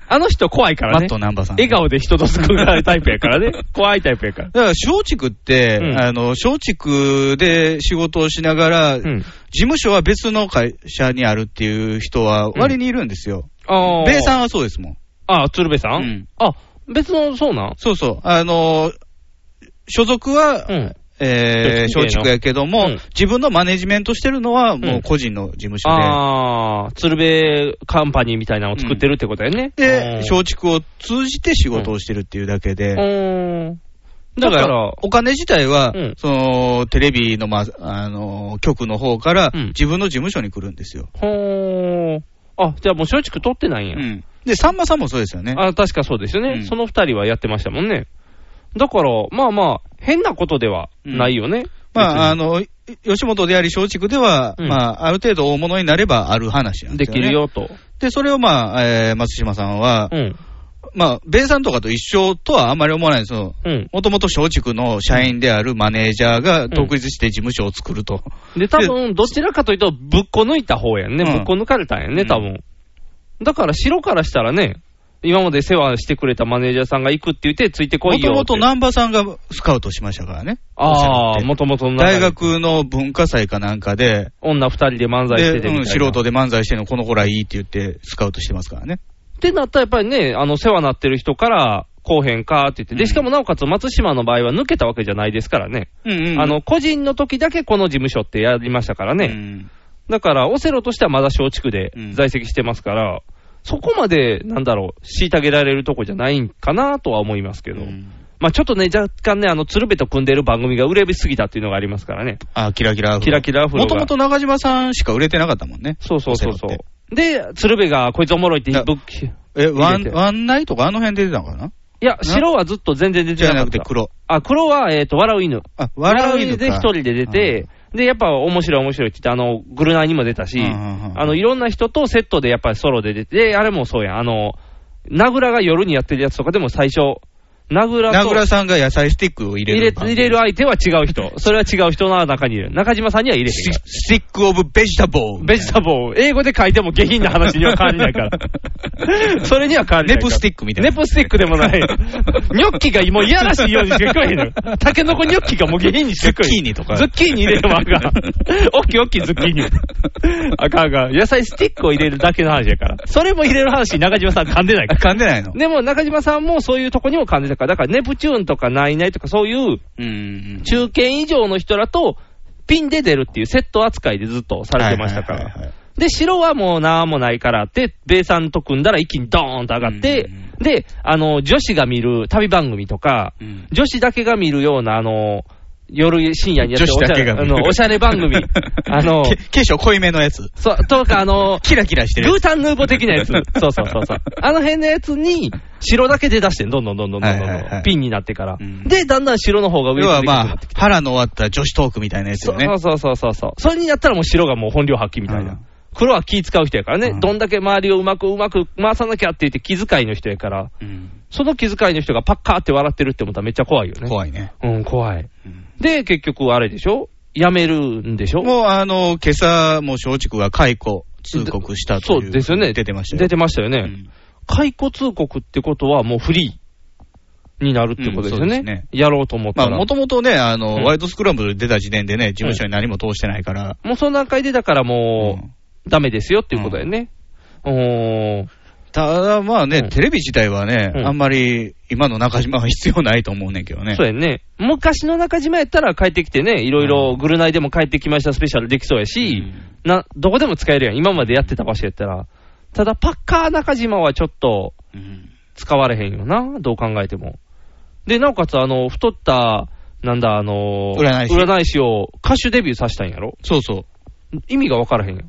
S3: あの人怖いから
S2: マ
S3: ね
S2: ット。南波さん。
S3: 笑顔で人とすくうタイプやか らね。怖いタイプやから。
S2: だから、松竹って、
S3: うん
S2: あの、松竹で仕事をしながら、
S3: うん
S2: 事務所は別の会社にあるっていう人は割にいるんですよ。
S3: あー
S2: 米さんはそうですもん。
S3: あ、鶴瓶さん、
S2: うん
S3: あ、別の、そうなん
S2: そうそう。あの、所属は、
S3: うん。
S2: えー、
S3: 松
S2: 松
S3: 竹芸能
S2: 竹やけども、
S3: うん
S2: 自分のマネジメントしてるのはもう個人の事務所で。
S3: ああ、鶴瓶カンパニーみたいなのを作ってるってことやね。
S2: で、
S3: 正
S2: 松竹を通じて仕事をしてるっていうだけで、
S3: 直。うん。
S2: だ
S3: だ
S2: か
S3: からら、、
S2: お金自体は、
S3: うん
S2: そのテレビの,、まあの局の方から、
S3: うん
S2: 自分の事務所に来るんですよ。
S3: ほー。あ、じゃあもう松竹取ってないん
S2: う
S3: や。
S2: ん、で、さんまさんもそうですよね。
S3: あ、確かそうですよね。
S2: うん
S3: その二人はやってましたもんね。だから、まあまあ、変なことではないよね。
S2: まあ、あ
S3: 別
S2: の吉本であり、松竹では、
S3: うん
S2: まあ、ある程度大物になればある話な
S3: に
S2: んで
S3: です
S2: よ、
S3: き
S2: ね、
S3: るよと。
S2: で、それを、まあえー松島さんは、
S3: うん。
S2: まあ、米さんとかと一緒とはあんまり思わないんですよ。
S3: うん。
S2: もともと松竹の社員であるマネージャーが独立して事務所を作ると。
S3: で、多分どちらかというと、ぶっこ抜いた方やんね、
S2: うん
S3: ぶっこ抜かれたんやんね、
S2: うん
S3: 多分だから、白からしたらね、今まで世話してくれたマネージャーさんが行くって言って、ついてこ
S2: も
S3: い
S2: と
S3: よ
S2: も
S3: っ
S2: と
S3: て。
S2: 南波さんがスカウトしましたからね。
S3: あ
S2: お
S3: あ、
S2: っしゃって
S3: もともとの中で
S2: 大学の文化祭かなんかで、
S3: 女二人で漫才し
S2: で
S3: ててみたいな。
S2: うん素人で漫才してるの、この子らいいって言って、スカウトしてますからね。
S3: ってなったら、やっぱりね、あの世話なってる人から、こうへんかって言って、
S2: う
S3: で、
S2: ん
S3: しかもなおかつ松島の場合は抜けたわけじゃないですからね、
S2: うん
S3: あ、の個人の時だけこの事務所ってやりましたから
S2: う
S3: ね、
S2: ん
S3: だからオセロとしてはまだ松竹で
S2: うん
S3: 在籍してますから、そこまで、なんだろう、虐げられるとこじゃないんかなとは思いますけど、まあちょっとね、若干ね、あの鶴瓶と組んでる番組が売れすぎたっていうのがありますからね、
S2: あ、キラキラアフロ。
S3: キラキラアフロ
S2: も
S3: が
S2: ともと中島さんしか売れてなかったもんね。
S3: そうそうそうそ
S2: オセロっ
S3: う。で、鶴瓶がこいつおもろいって
S2: だ
S3: ぶっき、い
S2: え、ワ
S3: 入
S2: ン
S3: れて
S2: ワンナイトかあの辺で出てたのかな
S3: や、白はずっと全然出て
S2: じゃ
S3: なか
S2: な
S3: っ
S2: くて
S3: た。
S2: 黒。
S3: あ、黒は、えっ、と、笑う犬。
S2: あ、笑う犬か
S3: で一人で出て、で、やっぱ面白い面白いって言って、あの、グルナイにも出たし、
S2: うんうんうん
S3: あの、いろんな人とセットでやっぱりソロで出て、であれもそうやん、あの、名倉が夜にやってるやつとかでも最初、名倉
S2: 名
S3: と
S2: 倉さんが野菜スティックを入
S3: 入
S2: れ
S3: れ
S2: る
S3: 入れる相手は違う人。それは違う人の中にいる。中島さんには入れ
S2: ス
S3: へんか
S2: スティックオブベジタボー
S3: ら。ベジタボー、英語で書いても下品な話には変わりない から。それには変わりないから。
S2: ネプスティックみたいな
S3: ネプスティックでもない。ニョッキがもういやらしいようにしか食えへんの。タケノコニョッキがもう下品にしか食えへん。
S2: ズッキーニとか
S3: ズッキーニ入れてもあかん。おっきいおっきいズッキーニ。あかんあかん。野菜スティックを入れるだけの話やから。それも入れる話に中島さん噛んでないから。
S2: 噛んでないの
S3: でも中島さんもそういうとこにも感じたから、だからネプチューンとかナイナイとかそういう
S2: うん。
S3: 中堅以上の人らとピンで出るっていうセット扱いでずっとされてましたか
S2: はいはいはい
S3: ら
S2: は。
S3: で、白はもうなんもないからって、米さんと組んだら一気にドーンと上がって
S2: うんうん、
S3: で、あの、女子が見る旅番組とか、
S2: うん
S3: 女子だけが見るような、あの、夜深夜にやってる
S2: 女子だけが。
S3: おしゃれあのおしゃれ番組 あの、
S2: け化粧濃いめのやつ。
S3: そう、とか あの、
S2: キラキラしてる
S3: グ
S2: や
S3: ー
S2: つ。
S3: タンヌーボ的なやつ。そうそうそうそう。あの辺のやつに、白だけで出してん、どんどんどんどんどんどんどん、
S2: はいはいはい
S3: ピンになってから、
S2: うん
S3: で、だんだん白の方が
S2: 要
S3: 上に
S2: は
S3: 出てくるよ
S2: ま
S3: うにな
S2: あ
S3: ってき、て
S2: 腹の割った女子トークみたいなやつよね。
S3: そうそうそうそうそう。それになったらもう白がもう本領発揮みたいな。
S2: うん
S3: 黒は気使う人やからね、
S2: うん
S3: どんだけ周りをうまくうまく回さなきゃって言って気遣いの人やから、
S2: うん
S3: その気遣いの人がパッカーって笑ってるって思ったらめっちゃ怖いよね。
S2: 怖いね。
S3: うん、怖い。
S2: うん
S3: で、結局あれでしょ辞めるんでしょ
S2: もうあの、今朝、もう松竹が解雇通告したと
S3: そ
S2: いう。
S3: うですよね。
S2: 出てましたよ。
S3: 出てましたよね。
S2: うん
S3: 解雇通告ってことはもうフリーになるってことですよ
S2: うんそうで
S3: ね。
S2: すね
S3: やろうと思った
S2: まあ、
S3: ら。
S2: もともとね、あの、
S3: うん
S2: ワイドスクランブル出た時点でね、事務所に何も通してないから。
S3: もうその段階でだからも
S2: うん
S3: う、ダメですよっていうことだよね。うーん。
S2: ただまあね、
S3: うん
S2: テレビ自体はね、
S3: うん
S2: あんまり今の中島は必要ないと思うねんけどね。
S3: そうやね。昔の中島やったら帰ってきてね、いろいろグルナイでも帰ってきましたスペシャルできそうやし、な、どこでも使えるやん。今までやってた場所やったら。ただ、パッカー中島はちょっと
S2: うん
S3: 使われへんよな。どう考えても。で、なおかつ、あの、太った、なんだ、あの、
S2: 占い師
S3: を歌手デビューさせたんやろ
S2: そうそう。
S3: 意味がわからへんよ。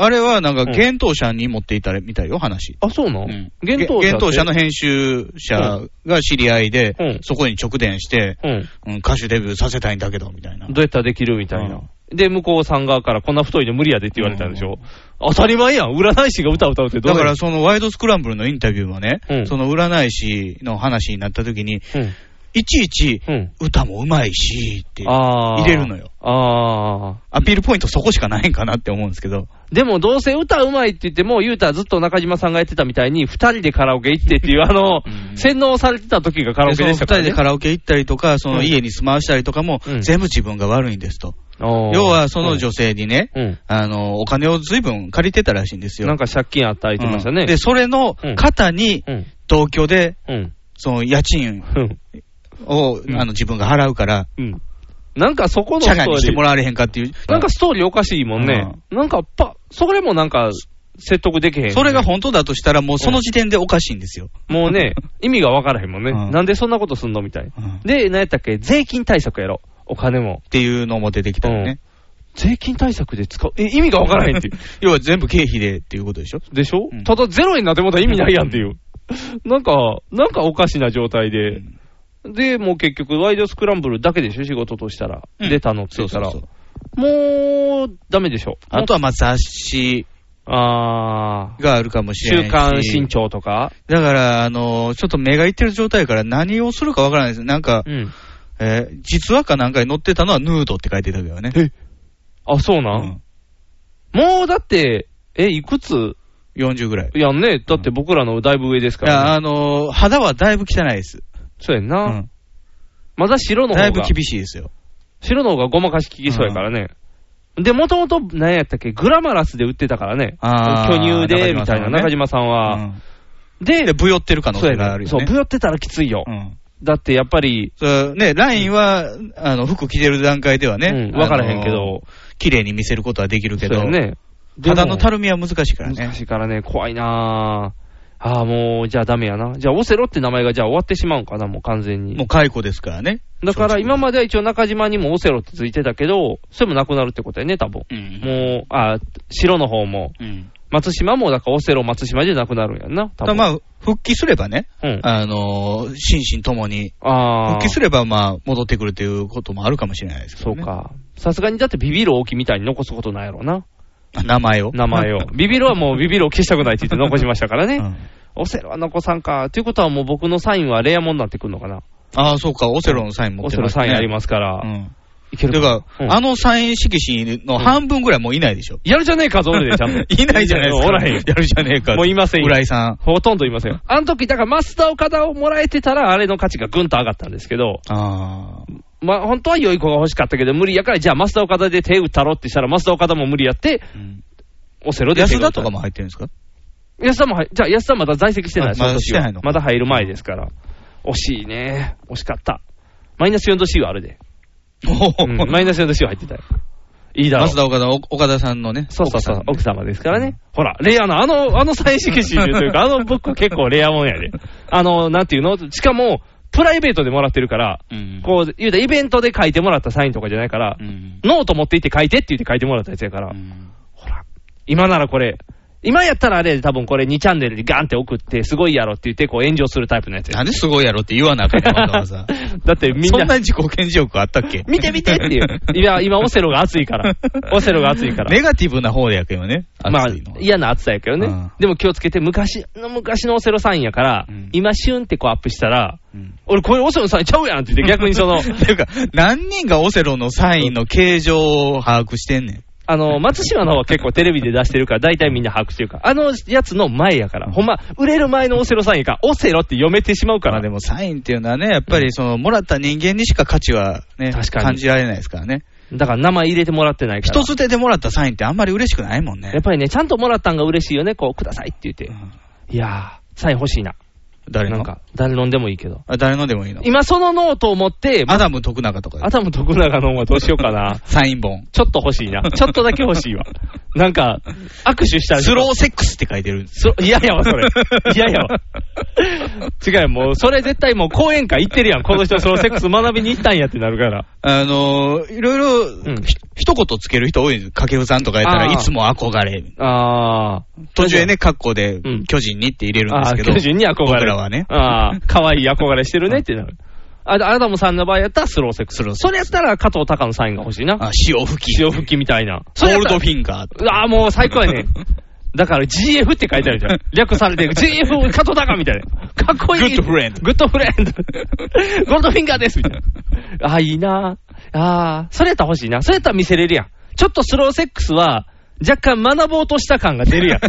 S2: あれはなんか、
S3: うん
S2: 幻冬舎に持っていたみたいよ、話。
S3: あ、そうな
S2: うんん
S3: 幻冬
S2: 幻冬
S3: 舎
S2: 舎
S3: って
S2: の編集者が知り合いで、
S3: うん
S2: そこに直伝して、
S3: うん。
S2: うん歌手デビューさせたいんだけど、みたいな。
S3: どうやったらできるみたいな。で、向こうさん側からこんな太いの無理やでって言われたんでしょ、当たり前やん。占い師が歌歌うってど
S2: だ
S3: う
S2: か
S3: やね
S2: ら
S3: ん
S2: そのワイドスクランブルのインタビューはね、
S3: うん
S2: その占い師の話になった時に、いちいち
S3: うん。うん。
S2: 歌もうまいし、って
S3: あー
S2: 入れるのよ。
S3: ああ。
S2: アピールポイントそこしかないんかなって思うんですけど。
S3: でも、どうせ歌うまいって言っても、言うたらずっと中島さんがやってたみたいに、二人でカラオケ行ってっていう、あの
S2: う、ん
S3: 洗脳されてた時がカラオケでしたから、
S2: その二人
S3: ね。
S2: でカラオケ行ったりとか、その家に住まわしたりとかも、
S3: うん
S2: 全部自分が悪いんですと。
S3: おー
S2: 要は、その女性にね、
S3: うん。
S2: あの、お金を随分借りてたらしいんですよ。
S3: なんか借金あったり言ってましたね。
S2: うんで、それの肩に、
S3: うん。
S2: 同居で、
S3: うん。
S2: その家賃
S3: うん。
S2: を、
S3: ん
S2: あの自分が払うから、
S3: うん。なんかそこの
S2: チ
S3: ス
S2: ャ
S3: ト
S2: ラ
S3: ー
S2: にして
S3: リ
S2: も
S3: ー、
S2: らわれへんかっていう。
S3: なんかストーリーおかしいもんね。なんか、パ、それもなんか、説得できへん、
S2: それが本当だとしたら、もうその時点でおかしいんですよ。
S3: もう ね、意味がわからへんもんね。
S2: うん
S3: なんでそんなことすんのみたい。
S2: うんっ
S3: で、なんやったっけ税金対策やろ。お金も。
S2: ていうのも出てきたよね。
S3: 税金対策で使う。え、意味がわからへんっていう。
S2: 要は全部経費でっていうことでしょ。
S3: でしょ、
S2: うん
S3: ただゼロになってもたら意味ないやんっていう。なんか、なんかおかしな状態で。で、もう結局、ワイドスクランブルだけでしょ仕事としたら。
S2: うん
S3: 出たのって
S2: そ
S3: 言
S2: う
S3: った
S2: そう
S3: ら。
S2: そう。
S3: もう、ダメでしょ
S2: あとはまあ雑誌
S3: あー。
S2: があるかもしれない
S3: 週
S2: し。
S3: 刊新潮とか。
S2: だから、あの、ちょっと目がいってる状態やから何をするかわからないです。なんか
S3: う、ん。
S2: えー実話かなんかに載ってたのはヌードって書いてたけどね。
S3: あ、そう
S2: う
S3: なん、
S2: ん、
S3: もうだって、え、いくつ
S2: 40ぐらい。
S3: やんね。だって僕らのだいぶ上ですか
S2: い
S3: ら、ね
S2: や、あの、肌はだいぶ汚いです。
S3: そうやん
S2: う
S3: な。
S2: ん。
S3: まだ白の
S2: だい
S3: 方
S2: ぶ
S3: が、
S2: 厳しいですよ。
S3: 白の方がごまかしききそうやからね。で、もともと何やったっけ、グラマラスで売ってたからね。
S2: あー
S3: 巨乳で、み
S2: 中島
S3: た
S2: さん
S3: い
S2: は
S3: な、
S2: ね
S3: 中島さん
S2: う
S3: は。
S2: ん。
S3: で
S2: で、ぶよってる可能
S3: そう
S2: 性
S3: や
S2: がある
S3: ね。
S2: よ
S3: そう、
S2: ね。
S3: ぶよってたらきついよ。
S2: うん。
S3: だってやっぱり、
S2: そうね、ラインは、あの、服着てる段階ではね
S3: う、ん、わからへんけ
S2: あの
S3: ど、、
S2: 綺麗に見せることはできるけ
S3: そうや
S2: ど、
S3: ね。でも
S2: 肌のたるみは難しいからね
S3: 難。しいからね、怖いなぁ。ああ、もう、じゃあダメやな。じゃあ、オセロって名前がじゃあ終わってしまうんかな、もう完全に
S2: も。う解雇ですからね。
S3: だから今までは一応中島にもオセロってついてたけど、それもなくなるってことやね、多分。
S2: うん。
S3: もう、あ、白の方も、
S2: うん。
S3: 松島も、だからオセロ松島じゃなくなるんやんな、多
S2: ただ
S3: 分。
S2: まあ、復帰すればね、
S3: うん。
S2: あのー心身ともに、
S3: ああ
S2: 復帰すれば、まあ、戻ってくるということもあるかもしれないですけ
S3: そ
S2: ど、
S3: う
S2: ね。
S3: か。さすがにだってビビる大きみたいに残すことないやろな。
S2: 名前を。
S3: 名前を。ビビるはもうビビるを消したくないって言って残しましたから
S2: う
S3: ね。
S2: ん
S3: オセロは残さんか。ということはもう僕のサインはレアもんになってくるのかな。
S2: ああ、そうか、オセロのサイン持
S3: オ
S2: って
S3: セ
S2: ま
S3: ロ
S2: すね。
S3: サインありますすから。
S2: うん。
S3: いけ
S2: て
S3: る
S2: か
S3: か。、うん
S2: あのサイン色紙の半分ぐらいもういないでしょ。。
S3: やるじゃねえかぞ、俺でちゃんと
S2: いないじゃないですか。
S3: おらへん
S2: やるじゃねえか。
S3: もういませんよ
S2: 浦井さん。
S3: ほとんどいません。あの時、だからマスター岡田をもらえてたら、あれの価値がぐんと上がったんですけど、
S2: ああ。
S3: まあ、本当は良い子が欲しかったけど、無理やから、じゃあマスター岡田で手打ったろってしたら、マスター岡田も無理やって、
S2: うん
S3: オセロで手
S2: 安
S3: 打
S2: 田
S3: った
S2: とかも入ってるんですか
S3: 安田も入、じゃあ安田まだ在籍してない
S2: あ
S3: そ
S2: ま
S3: の時は
S2: だしてないの
S3: まだ入る前ですから。惜しいね。惜しかった。マイナス4度 C はあるで。
S2: おお、
S3: うんマイナス4度 C は入ってたよ。いいだろ
S2: 増。田岡田、お岡田さんのね。
S3: そうそうそう、
S2: 奥
S3: 奥
S2: さん
S3: 様ですからね。ほら、レアな、あの、あの最色紙 というか、あのブック結構レアもんやで。あの、なんていうのしかも、プライベートでもらってるから、
S2: うん
S3: こう、言うたらイベントで書いてもらったサインとかじゃないから、
S2: うん。
S3: ノート持って行って書いてって言って書いてもらったやつやから、
S2: うん
S3: ほら、今ならこれ、今やったらあれ、多分これ2チャンネルにガンって送って、すごいやろって言って、こう炎上するタイプのやつ や
S2: なんですごいやろって言わなあかんのわざわざ。
S3: だって みん
S2: そん
S3: な
S2: な、自己顕示欲あったっけ
S3: 見て見てって いう。 いや、今オセロが熱いから。オセロが熱いから。
S2: ネガティブな方でやけどね。
S3: まあ
S2: 熱いのは、
S3: 嫌な暑さやけどね、
S2: うん
S3: でも気をつけて、昔の昔のオセロさんやから、
S2: うん
S3: 今、シュンってこうアップしたら、
S2: うん
S3: 俺、これオセロさんちゃうやんって言って、逆に その
S2: っていうか、何人がオセロのサインの形状を把握してんねん。
S3: あの松島の方は結構テレビで出してるから、大体みんな把握してるから、あのやつの前やから、ほんま、売れる前のオセロさんやから、オセロって読めてしまうか
S2: ま
S3: ら、
S2: あでもサインっていうのはね、やっぱりその、もらった人間にしか価値はね、
S3: 確かに
S2: 感じられないですからね。
S3: だから名前入れてもらってないから、
S2: 一つ手でもらったサインってあんまり嬉しくないもんね
S3: やっ。ぱりね、ちゃんともらったんが嬉しいよね、こう、くださいって言って、
S2: うん
S3: いやー、サイン欲しいな、
S2: 誰
S3: なん
S2: の
S3: か、誰論でもいいけど、
S2: あ誰のでもいいの
S3: 今、そのノートを持って、
S2: アダム徳永とか
S3: アダム徳永の方はどうしようかな。
S2: サイン本。
S3: ちょっと欲しいな。ちょっとだけ欲しいわ。なんか、握手したりと
S2: ス
S3: か
S2: ローセックスって書いてるんです。
S3: スロー。嫌やわ、それ。嫌やわ。違うよ、もう、それ絶対もう講演会行ってるやん。この人、そのセックス学びに行ったんやってなるから。
S2: あのーいろいろ、
S3: ん
S2: ひ一言つける人多いんです。掛布さんとかやった
S3: あ
S2: ら、
S3: ー
S2: いつも憧れ。
S3: あー。
S2: 途中でね、カッコで
S3: うん、
S2: 巨人にって入れるんで
S3: あ
S2: す
S3: ー
S2: けど。
S3: 巨人に憧れ。
S2: 僕らはね。
S3: ああ、可愛い憧れしてるねってなる。あ、アダムさんの場合やったらスローセックス。それやったら加藤隆のサインが欲しいな。
S2: あ、潮吹き。
S3: 潮吹きみたいな。
S2: ゴールドフ
S3: ィ
S2: ィンガー。
S3: ああ、もう最高やね。だから GF って書いてあるじゃん。略されてる。GF 加藤隆みたいな。かっこいい。
S2: Good friend
S3: グッドフレンド。ゴールドフィンガーですみたいな。ああ、いいなああ、それやったら欲しいな。それやったら見せれるやん。ちょっとスローセックスは、若干学ぼうとした感が出るやん。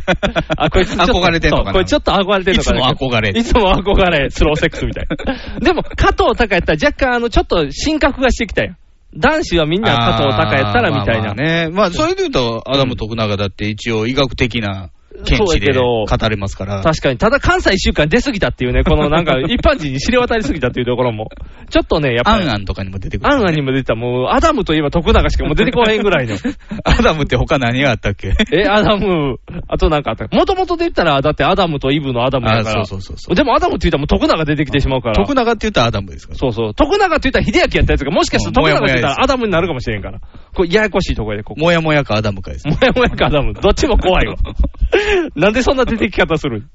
S3: あ、こいつちょっと
S2: 憧れてんのかな
S3: そうこれちょっと憧れてんのかない
S2: つも憧れ
S3: いつも憧れ、スローセックスみたいな。でも、加藤隆やったら若干、あの、ちょっと神格がしてきたやん。男子はみんな加藤隆やったらみたいな。
S2: あーまあまあね。まあ、それで言うと、アダム徳永だって一応医学的な見
S3: そう
S2: 地
S3: やけ
S2: で
S3: ど
S2: 語れますから。
S3: 確かに、ただ関西一週間出すぎたっていうね、このな んか、一般人に知れ渡りすぎたっていうところも、ちょっとね、やっぱ
S2: ア
S3: り、
S2: ンアンとかにも出てくる。
S3: アンアンにも出てた、もう、アダムといえば徳永しかもう出てこへんぐらい の。
S2: アダムって他何があったっ け
S3: え、アダム、あとなんかあった。もともとで言ったら、だってアダムとイブのアダムだから。
S2: あそうそうそうそう
S3: でもアダムって言ったらもう徳永出てきてしまうから。
S2: 徳永って言ったらアダムですから。
S3: そうそう。徳永って言ったら秀明やったやつが、もしかしたら徳永って言ったらアダムになるかもしれんから。これ、ややこしいところで、ここ。
S2: もやもやかアダムかです。
S3: もやもやかアダム、どっちも怖い わ。なんでそんな出てき方する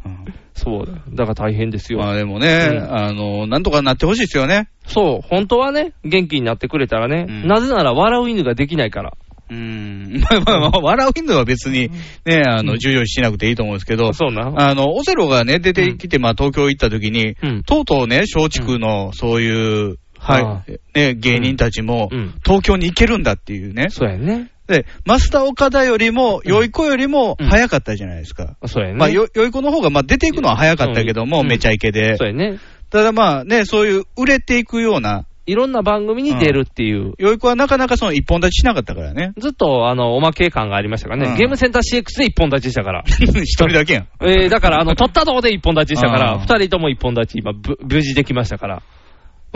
S3: そうだよ。だから大変ですよ。
S2: まあでもね、
S3: うん
S2: あの、なんとかなってほしいですよね。
S3: そう、本当はね、元気になってくれたらね、
S2: うん
S3: なぜなら笑う犬ができないから。
S2: うん。まあまあまあ、笑うのは別にね、あの、重要視しなくていいと思うんですけど、
S3: そうな。
S2: あの、オセロがね、出てきて、まあ東京行った時に、
S3: うん
S2: とうとうね、松竹のそういう、
S3: あ
S2: はい、ね、芸人たちも、
S3: うん
S2: 東京に行けるんだっていうね。
S3: そうやね。
S2: で、マスター岡田よりも、
S3: うん
S2: 良い子よりも
S3: うん
S2: 早かったじゃないですか。
S3: そうやね。
S2: まあ、よ、良い子の方が、まあ、出ていくのは早かったけども、
S3: うん
S2: めちゃイケで。
S3: そうやね。
S2: ただまあね、そういう売れていくような、
S3: いろんな番組に出るっていう。
S2: 良い子はなかなかその一本立ちしなかったからね。
S3: ずっと、あの、おまけ感がありましたからね。
S2: うん
S3: ゲームセンター CX で一本立ちし たから。
S2: 一人だけやん。
S3: えー、だから、あの、取ったとこで一本立ちしたか
S2: あ
S3: ら、
S2: ー
S3: 二人とも一本立ち、今、ぶ無事できましたから。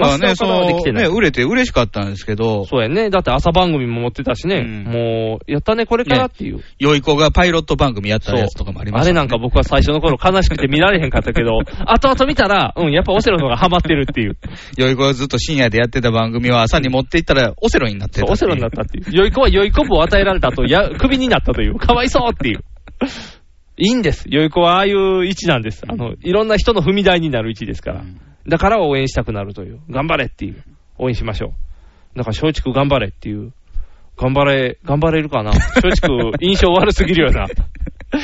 S2: まあ
S3: マ
S2: ね、
S3: スタ
S2: そ
S3: ー岡田はでき
S2: の、
S3: てな
S2: ね、
S3: い
S2: 売れて嬉しかったんですけど、
S3: そうやね。だって朝番組も持ってたしね。
S2: うん
S3: もう、やったね、これからっていう。
S2: 良い子がパイロット番組やった
S3: そう
S2: やつとかもありま
S3: あ
S2: した
S3: れ
S2: ね
S3: なんか僕は最初の頃悲しくて見られへんかった けど、後々見たら、うん、やっぱオセロの方がハマってるっていう。
S2: 良い子がずっと深夜でやってた番組は朝に持っていったらオセロになってた
S3: そうオセロになったっていう。良い子は良い子部を与えられた後、 や、クビになったという。かわいそうっていう。いいんです。良い子はああいう位置なんです。あの、いろんな人の踏み台になる位置ですから。だから応援したくなるという。頑張れっていう。応援しましょう。だから、松竹頑張れっていう。頑張れ、頑張れるかな。正直、印象悪すぎるよな。
S2: だか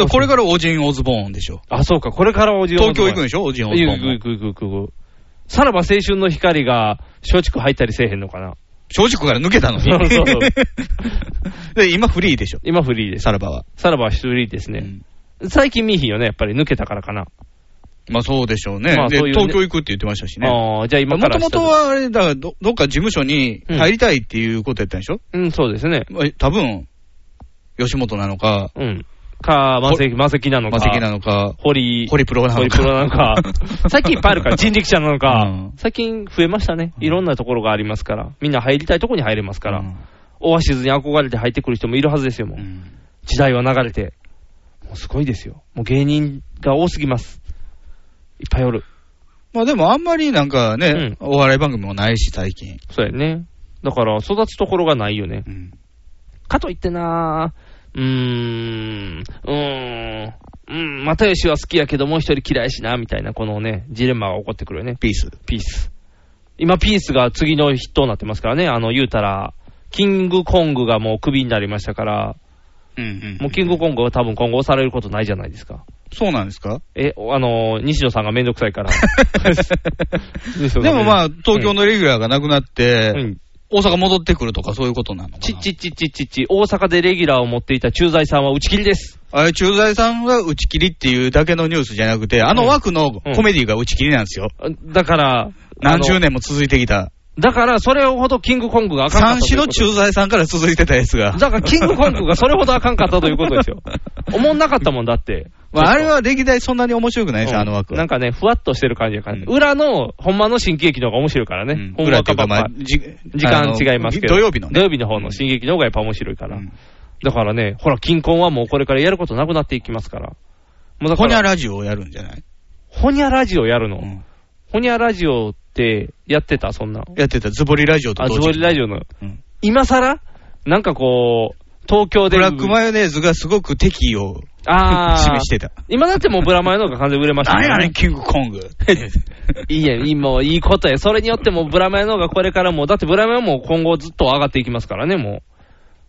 S2: らこれからオジン・オズボーンでしょ。
S3: あ、そうか、これからおじ
S2: 東京行くんで
S3: し
S2: しょ、オジン・
S3: ょ
S2: オズボー
S3: 行
S2: ン
S3: く
S2: も。
S3: 行く行く行く。さらば青春の光が、松竹入ったりせえへんのかな。
S2: 正直から抜けたのに
S3: そうそ うそう。
S2: で、今フリーでしょ、
S3: 今フリーです。
S2: さらばは。
S3: さらばは一人です
S2: う
S3: ね。
S2: ん
S3: 最近見ひんよね、やっぱり抜けたからかな。
S2: まあそうでしょうね。
S3: まあ
S2: で、
S3: そういうね
S2: 東京行くって言ってましたしね。
S3: ああ、じゃあ今
S2: も
S3: か
S2: と
S3: ら
S2: もとは、あれだからど、どっか事務所に入りたいっていうことやったんでしょ、
S3: うん、そうですね。
S2: まあ多分、吉本なのか、
S3: うん。か、満席、満席なのか。
S2: マセキなのか、
S3: 堀、
S2: ホリプロなのか。
S3: ホリプロなのか。 最近いっぱいあるから、人力車なの
S2: う
S3: か
S2: ん。
S3: 最近増えましたね。いろんなところがありますから。みんな入りたいとこに入れますから。オアシズに憧れて入ってくる人もいるはずですよ、も
S2: う
S3: う。
S2: ん
S3: 時代は流れて。もうすごいですよ。もう芸人が多すぎます。いっぱいおる。
S2: まあでもあんまりなんかね、お笑い番組もないし、最近。
S3: そうやね。だから、育つところがないよね。
S2: うん
S3: かといってなぁ、うーん、うーん、うん、又吉は好きやけど、もう一人嫌いやしな、みたいな、このね、ジレンマが起こってくるよね。
S2: ピース。
S3: ピース。今、ピースが次の筆頭になってますからね、あの、言うたら、キングコングがもうクビになりましたから、
S2: うんうん
S3: もうキングコングは多分今後押されることないじゃないですか。
S2: そうなんですか
S3: え、あの、西野さんがめんどくさ いから。
S2: でもまあ、東京
S3: の、
S2: のレギュラーがなくなっ
S3: う
S2: て、
S3: ん
S2: 大阪戻ってくるとかそういうことなのかな
S3: ちっちっちっちっちっち、大阪でレギュラーを持っていた駐在さんは打ち切りです。
S2: あれ、駐在さんが打ち切りっていうだけのニュースじゃなくて、あの枠のコメディが打ち切りなんですよ。
S3: だから、
S2: 何
S3: あの
S2: 十年も続いてきた。
S3: だから、それほどキングコングがあかんかっ
S2: 三
S3: たとい
S2: 種
S3: う
S2: の
S3: こ
S2: 駐
S3: と。
S2: 在さんから続いてたやつが。
S3: だから、キングコングがそれほどあかんかったということで すよ。思んなかったもんだって。
S2: まあ、あれは歴代そんなに面白くないですよ、
S3: うん
S2: あの枠は。
S3: なんかね、ふわっとしてる感じやから、ね
S2: うん
S3: 裏の、ほんまの新喜劇の方が面白いからね。
S2: うん
S3: ほん
S2: 裏
S3: ま
S2: って
S3: か
S2: いうか、
S3: ば
S2: まあ
S3: か、。
S2: じ
S3: 時間違いますけど。
S2: あの土曜日のね。
S3: 土曜日の方の新劇の方がやっぱ面白いから。
S2: うん
S3: だからね、ほら、金婚はもうこれからやることなくなっていきますから。もうだか
S2: ホニャ
S3: ら、
S2: ラジオをやるんじゃない、
S3: ほにゃラジオやるの。
S2: うん
S3: ほにゃラジオってやってた、そんなん。
S2: やってたズボリラジオと
S3: あ、
S2: 同
S3: ズ
S2: 時
S3: ボリラジオの。
S2: うん
S3: 今更なんかこう、東京で。
S2: ブラックマヨネーズがすごく敵意を
S3: ああ。
S2: 示 してた。
S3: 今だってもうブラマヨの方が完全に売れました
S2: なん
S3: ね
S2: やねん、キングコン グ。
S3: いいや、今いいことや。それによってもうブラマヨの方がこれからもう、だってブラマヨも今後ずっと上がっていきますからね、もう。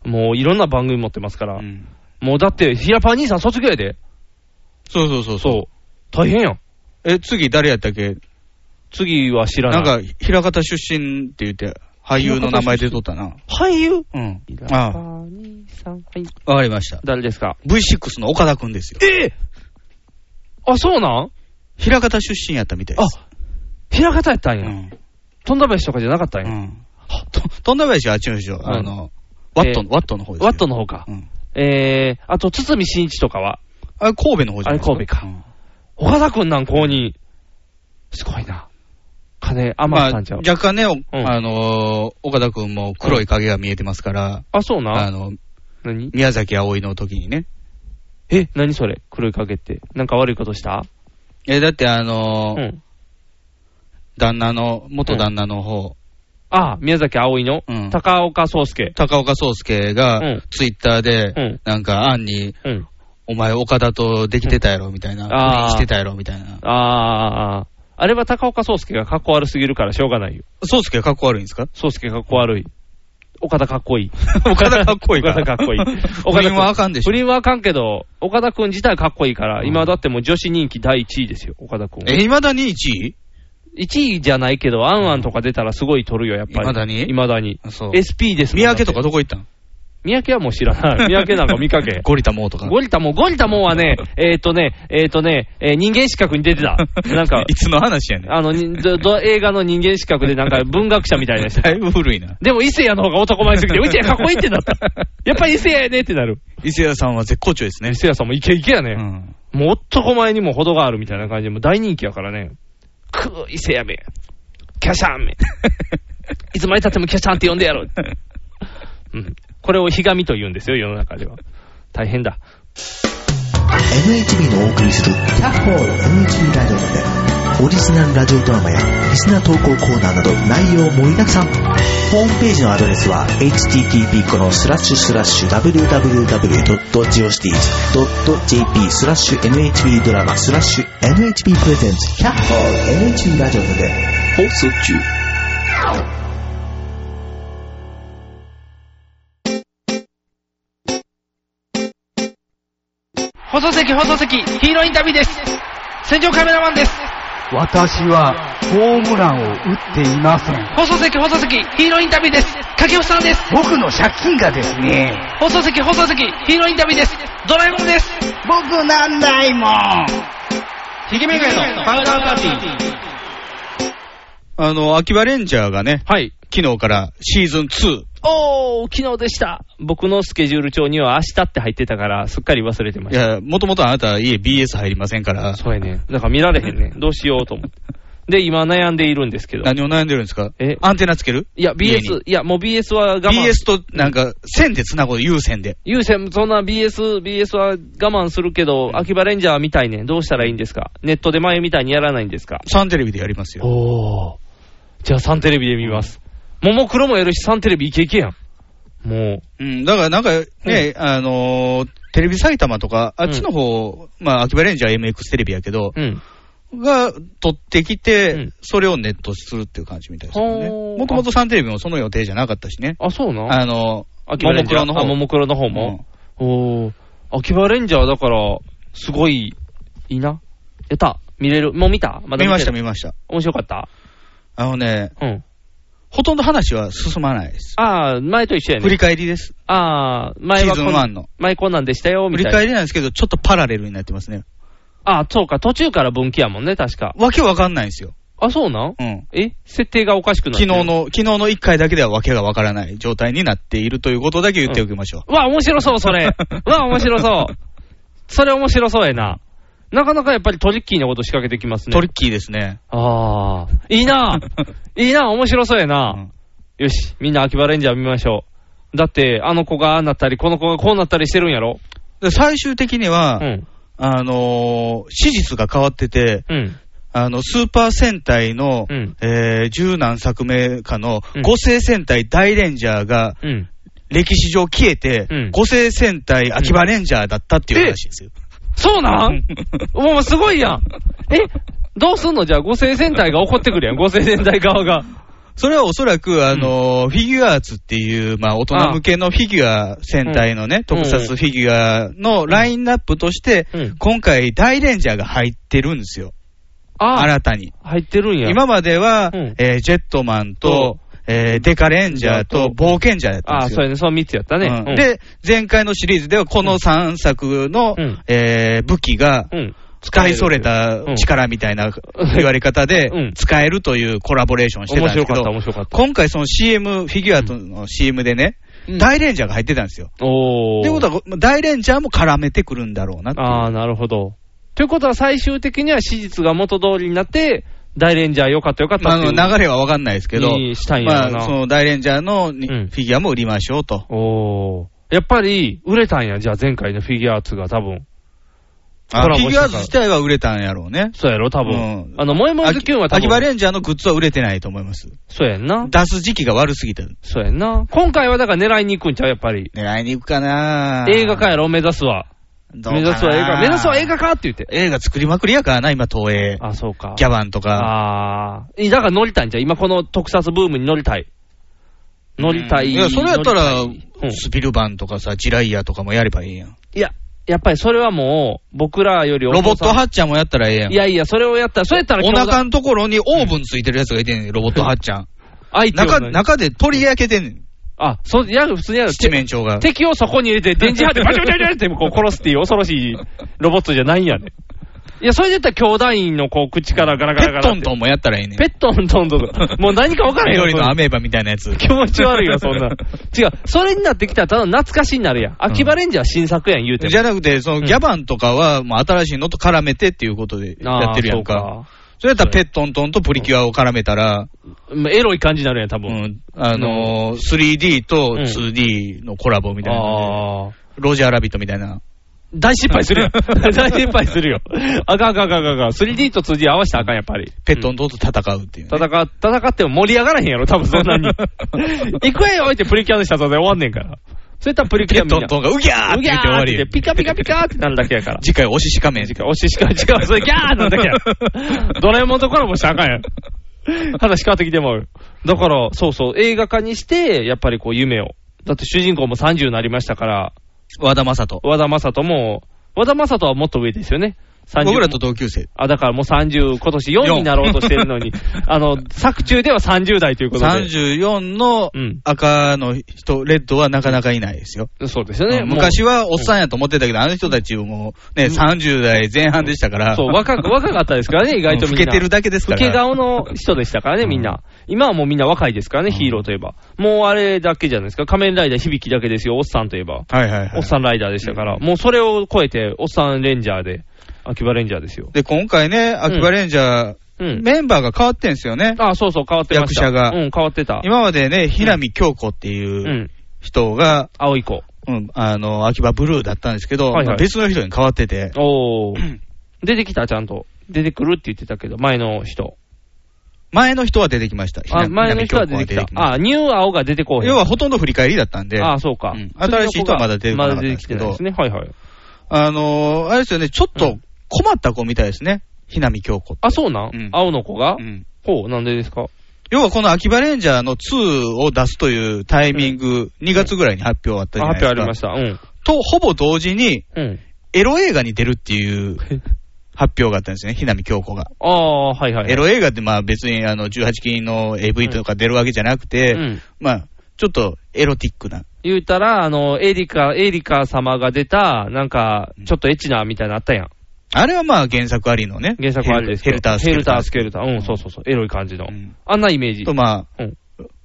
S3: もういろんな番組持ってますから。
S2: うん
S3: もうだって、平パー兄さん卒業やで。
S2: そうそうそうそう。
S3: そう。大変やん。
S2: え、次誰やったっけ
S3: 次は知らな。
S2: ないんか、平方出身って言って、俳優の名前で撮ったな。
S3: 俳優
S2: うん。
S3: 平パ
S2: あ
S3: ー兄さん。はい。
S2: あ、わかりました。
S3: 誰ですか
S2: V6 の岡田くんですよ。
S3: ええあ、そうなん
S2: 平方出身やったみたいで
S3: あ
S2: す。、
S3: 平方やったん
S2: う
S3: や。
S2: ん。
S3: 富田林とかじゃなかったん
S2: う
S3: や。
S2: ん。と、飛んだ林はあっちのでしょ。あの、ワット
S3: え
S2: の、ワットの方ですよ。
S3: ワットの方か。
S2: うん。
S3: えー、あと、堤真一とかは、
S2: あれ神戸の方じゃないです
S3: あれ神戸か
S2: うん
S3: 岡田くんなん公認。すごいな。金、余ったんちゃう、
S2: まあ若干ね、お
S3: ん
S2: あのー、岡田くんも黒い影が見えてますから、
S3: あ、そう
S2: あ
S3: な。
S2: の、
S3: 何
S2: 宮崎葵の時にね。
S3: え、何それ黒い影って。なんか悪いことした
S2: え、だってあの
S3: う
S2: ー、
S3: ん。
S2: 旦那の、元旦那の方、
S3: あ、宮崎葵の、
S2: うん
S3: 高岡壮介。
S2: 高岡壮介が
S3: うん、
S2: ツイッター
S3: う
S2: で
S3: ん、
S2: なんか、アンに、
S3: うん。
S2: お前、岡田とできてたやろ、みたいな。
S3: んあ
S2: 不
S3: ー
S2: 倫してたやろ、みたいな。
S3: あーあー、あーあれは高岡壮介が格好悪すぎるからしょうがないよ。
S2: 壮介はかっこ悪いんですか
S3: 壮介格好悪い。岡田かっこいい。
S2: 岡田かっこいいか
S3: 岡田
S2: ら。
S3: かっこいい。
S2: 不倫はあかんでし
S3: 不
S2: ょ。
S3: 倫はあかんけど、岡田くん自体かっこいいから、
S2: うん
S3: 今だってもう女子人気第1位ですよ、岡田くん。
S2: え、未だに1位
S3: ?1 位じゃないけど、アンアンとか出たらすごい取るよ、やっぱり。
S2: 未だに
S3: 未だに。
S2: あそう。
S3: SP ですもん
S2: 三宅とか
S3: だって
S2: どこ行ったん
S3: 三宅はもう知ら
S2: 。
S3: ない。三宅なんか見かけ
S2: ゴリタモーとか。
S3: ゴリタモン、ゴリタモンはね、 えっ、とね、えっ、とね、えー人間資格に出てた。なんか
S2: 、いつの話やねん。
S3: あの、にど ど映画の人間資格でなんか文学者みたいな人
S2: だ。いぶ古いな。
S3: でも、伊勢谷の方が男前すぎ て、うちやかっこいいってなった。やっぱり伊勢谷やねってなる。
S2: 伊勢谷さんは絶好調ですね
S3: 伊。勢谷さんもイケイケやね。
S2: うん。
S3: もう男前にも程があるみたいな感じで、もう大人気やからね。くー、伊勢やめ。キャシャンめ。 いつまでたってもキャシャンって呼んでやろ う。うん。これをひがみと言うんですよ、世の中では。大変だ。
S6: NHB のお送りする「キャッホール NHB ラジオ」でオリジナルラジオドラマやリスナー投稿コーナーなど内容盛りだくさんホームページのアドレスは http このスラッシュスラッシュ www.geocities.jp スラッシュ NHB ドラマスラッシュ NHB プレゼンツキャッホール NHB ラジオで
S3: 放送席、放送席、ヒーローインタビューです。戦場カメラマンです。
S7: 私はホームランを打っていません。
S3: 放送席、放送席、ヒーローインタビューです。掛布さんです。
S7: 僕の借金がですね、
S3: 放送席、放送席、ヒーローインタビューです。ドラえもんです。
S7: 僕なんないもん。
S3: ひげめがのパウダーパーティー。
S2: あの、秋葉レンジャーがね、
S3: はい。
S2: 昨日からシーズン2。
S3: おー、昨日でした。僕のスケジュール帳には明日って入ってたから、すっかり忘れてま
S2: い
S3: した。
S2: や、もともとあなた家 BS 入りませんから、
S3: そうやね。だから見られへんね。どうしようと思って。で、今悩んでいるんですけど。
S2: 何を悩んでるんですか
S3: え
S2: アンテナつける
S3: いや、
S2: 家
S3: BS、いや、もう BS は我慢。
S2: BS となんか線で繋ごう、有線で。
S3: 優先、そんな BS、BS は我慢するけど、秋葉レンジャーみたいね。どうしたらいいんですかネットで前みたいにやらないんですか
S2: サンテレビでやりますよ。
S3: おー。じゃあ、サンテレビで見ます。ももクロもやるし、サンテレビいけいけやん。も
S2: うん、だからなんかね、あのーテレビ埼玉とか、あっちの方、まあ、秋葉レンジャー MX テレビやけど、
S3: う。うん。
S2: が撮ってきて、
S3: うん
S2: それをネットするっていう感じみたいですよね。
S3: ほー
S2: もともとサンテレビもその予定じゃなかったしね。
S3: あ、そうな
S2: あのー、
S3: 秋葉
S2: もも
S3: レン
S2: ク
S3: ジャー。
S2: ロの方
S3: あ、ももクロの方も。おー。秋葉レンジャーだから、すごい、いいな。やった。見れる。もう見たま
S2: うん
S3: だ
S2: 見ました、
S3: てる
S2: 見ました。
S3: 面白かった
S2: あのね、
S3: うん。
S2: ほとんど話は進まないです。
S3: ああ、前と一緒や
S2: 振り
S3: ね。
S2: 返りです。
S3: ああ、前はこん
S2: シーズンワンの
S3: 前こんなんでしたよ、
S2: 振
S3: み
S2: り
S3: たいな
S2: 返。りなんですけど、ちょっとパラレルになってますね。
S3: ああ、そうか。途中から分岐やもんね、確か。
S2: わけわかんないんですよ。
S3: あ、そうなん
S2: うん。
S3: え設定がおかしくなっ
S2: 昨
S3: て
S2: 日
S3: る。
S2: の、昨日の1回だけではわけがわからない状態になっているということだけ言っておきましょう。
S3: わ、面白そう、 それ。わ、面白そう。それ面白そうやな。なかなかやっぱりトリッキーなこと仕掛けてきますね。
S2: トリッキーですね。
S3: ああ。いいないいな面白そうやな、よし、みんな秋葉レンジャー見ましょう。だって、あの子がああなったり、この子がこうなったりしてるんやろ
S2: で最終的には、
S3: うん。
S2: あのー史実が変わってて、
S3: うん。
S2: あの、スーパー戦隊の、
S3: うん
S2: えー十何作目かの
S3: うん、
S2: 五星戦隊大レンジャーが、
S3: うん。
S2: 歴史上消えて、
S3: うん
S2: 五星戦隊秋葉レンジャーだったっていう話ですよ。
S3: そうなん もうすごいやん。え、どうすんのじゃあ、五星戦隊が怒ってくるや ん、五星戦隊側が。
S2: それはおそらく、あのーフィギュアーツっていう、まあ、大人向けのフィギュア戦隊のね、
S3: うん
S2: 特撮フィギュアのラインナップとして、
S3: うん
S2: 今回、大レンジャーが入ってるんですよ、
S3: ああ、
S2: 新たに。
S3: 入ってるんや。
S2: 今までは、
S3: うん
S2: えージェットマンと、えーデカレンジャーと冒険者だったん
S3: ああ、
S2: です
S3: そう
S2: よ。
S3: やね、その3つやったね。
S2: う
S3: うんん、
S2: で、前回のシリーズでは、この3作の、
S3: うん
S2: えー武器が
S3: うん。
S2: 使いそれた力みたいな言われ方で
S3: うん、
S2: 使えるというコラボレーションをしてたん
S3: 面
S2: です
S3: 白
S2: け
S3: かっ
S2: ど
S3: た、、面白かった。
S2: 今回、その CM、フィギュアとの CM でね、
S3: うん
S2: 大レンジャーが入ってたんですよ。
S3: おー。
S2: ということは、大レンジャーも絡めてくるんだろうなっていう
S3: ああ、なるほど。ということは、最終的には史実が元通りになって、大レンジャー良かった良かった
S2: まあ
S3: っていう。
S2: あの流れは分かんないですけど、
S3: にしたいんやろな
S2: まあ、その大レンジャーのに
S3: うん
S2: フィギュアも売りましょうと。
S3: おー。やっぱり、売れたんや、じゃあ前回のフィギュアーツが多分。
S2: あ
S3: コラボ
S2: フィギュアー
S3: して
S2: ズ
S3: た
S2: 自体は売れたんやろうね。
S3: そうやろ、多分。
S2: うん
S3: あの、モエモンズキュンは多
S2: 秋葉
S3: 分。
S2: レンジャーのグッズは売れてないと思います。
S3: そうやんな。
S2: 出す時期が悪すぎた。
S3: そうやんな。今回はだから狙いに行くんちゃう、やっぱり。
S2: 狙いに行くかな
S3: 映画かやろ、目指すは。
S2: どうか
S3: 目
S2: な
S3: 指すは映画。目指すは映画かって言って。
S2: 映画作りまくりやからな、今東映。
S3: あ、そうか。
S2: ギャバンとか。
S3: ああ。だから乗りたいんじゃう今この特撮ブームに乗りたい。乗りたい。
S2: うんいや、それやったら
S3: 乗りたいうん、
S2: スピルバンとかさ、ジライヤとかもやればいいやん。
S3: いや、やっぱりそれはもう、僕らよりお
S2: ロボ
S3: 父
S2: ット
S3: さん
S2: ハッチャンもやったらええやん
S3: い。やいや、それをやったら、それやったら
S2: お
S3: 兄弟
S2: 腹のところにオーブンついてるやつがいてんねん、ロボットハッチ ャン。
S3: 相手を
S2: 中、中で鳥焼けてんねん。
S3: あ、そう、いや、普通にやる。
S2: 七面鳥が。
S3: 敵をそこに入れて、電磁波でバチバチバチバ チってこう殺すっていう恐ろしいロボットじゃないんやね。いや、それで言ったら兄弟のこう口からガラガ
S2: ペ
S3: ラガ
S2: ッ
S3: ラって。
S2: トントンもやったらいいねん。
S3: ペットントンとか。もう何か分からへん
S2: よ
S3: よ
S2: りのアメーバみたいなやつ。
S3: 気持ち悪いわ、そんな。違う、それになってきたらただ懐かしになるやん。秋葉レンジャー新作やん、言うても。
S2: じゃなくて、そのギャバンとかは、もう新しいのと絡めてっていうことで
S3: あー
S2: やってるやんか。
S3: そう
S2: それやったらペットントンとプリキュアを絡めたら、
S3: まあエロい感じになるやん、多
S2: う
S3: 分。
S2: ん、あのー、3D と 2D のコラボみたいな、
S3: ああ。
S2: ロジャーラビットみたいな。
S3: 大失敗 するよ。大失敗するよ。あかんあかんあかんあかん。3D と 2D 合わせたらあかん、やっぱり。
S2: ペットントンと戦うっていう、ね
S3: 戦っ、戦っても盛り上がらへんやろ、多分そん なに。行くえよってプリキュアの人は終わんねんから。そういったらプリキ
S2: ペ
S3: ュア
S2: ッ
S3: み
S2: ト
S3: んな
S2: ントンがウギャーって
S3: うぎ
S2: 言
S3: ゃ
S2: って終
S3: ー
S2: わ
S3: っ
S2: り
S3: て言
S2: や
S3: ってピカピカピカーってなるだけやから。
S2: 次回、推ししかめん。
S3: 押ししか、違う、それギャーなんだけや。 ドラえもんとコラボしたらあかんやん。話変わってきてもう。だから、そうそう、映画化にして、やっぱりこう夢を。だって主人公も30になりましたから、
S2: 和田正人。
S3: 和田正人も、和田正人はもっと上ですよね。30
S2: 僕らと同級生。、
S3: あ、だからもう30、今年4になろうとしてるのにあの、作中では30代ということで。
S2: 34の
S3: うん
S2: 赤の人、レッドはなかなかいないですよ。
S3: そうですよね。
S2: うん
S3: もう
S2: 昔はおっさんやと思ってたけど、あの人たちもね、30代前半でしたから、
S3: そう、若く、若かったですからね、意外とみん
S2: 老
S3: な。
S2: けてるだけですから
S3: 老け顔の人でしたからね、みんな。今はもうみんな若いですからね、ヒーローといえば。もうあれだけじゃないですか。仮面ライダー響きだけですよ、おっさんといえば。
S2: はいはいは
S3: おっ
S2: い。
S3: さんライダーでしたから。もうそれを超えて、おっさんレンジャーで、秋葉レンジャーですよ。
S2: で、今回ね、秋葉レンジャー、
S3: うん。
S2: メンバーが変わってんすよね。
S3: あ、そうそう、変わってました。
S2: 役者が
S3: うん、変わってた。
S2: 今までね、平見京子って
S3: う。
S2: いうん人が、
S3: 青い子。
S2: うん、あの、秋葉ブルーだったんですけど、
S3: はいはい
S2: 別の人に変わってて、
S3: おー。出てきた、ちゃんと。出てくるって言ってたけど、前の人。
S2: 前の人は出てきました。
S3: あ、
S2: 雛
S3: 前の人は出てきた。あ、ニュー青が出てこうへん。
S2: 要はほとんど振り返りだったんで、
S3: あ、そうか
S2: うん。新しい人はまだ出てこなかったんですけど
S3: まだ出てきてないですね。はいはい。
S2: あのーあれですよね、ちょっと困った子みたいですね、ひなみ京子って。
S3: あ、そうなん、
S2: うん
S3: 青の子が、
S2: うん
S3: ほう、なんでですか
S2: 要はこの秋葉レンジャーの2を出すというタイミング、2月ぐらいに発表あったじ
S3: あ
S2: ゃないです
S3: 発表
S2: か。
S3: ありました。う
S2: と、
S3: ん。
S2: ほぼ同時に、
S3: うん。
S2: エロ映画に出るっていう 発表があったんですね、ひなみ京子が。
S3: ああ、はいはい。
S2: エロ映画ってまあ別にあの18禁の AV とか出るわけじゃなくて、
S3: うん
S2: まあ、ちょっとエロティックな。
S3: 言うたら、あの、エリカ、エリカ様が出た、なんか、ちょっとエッチなみたいなのあったやん。
S2: あれはまあ原作ありのね。
S3: 原作あれです
S2: ヘ
S3: けど
S2: ルタースケ
S3: ヘ
S2: ル
S3: ル
S2: タ
S3: タ
S2: ー
S3: ースケルター。うん、そうそうそう。エロい感じの。
S2: うん
S3: あんなイメージ
S2: と。まあ、
S3: うん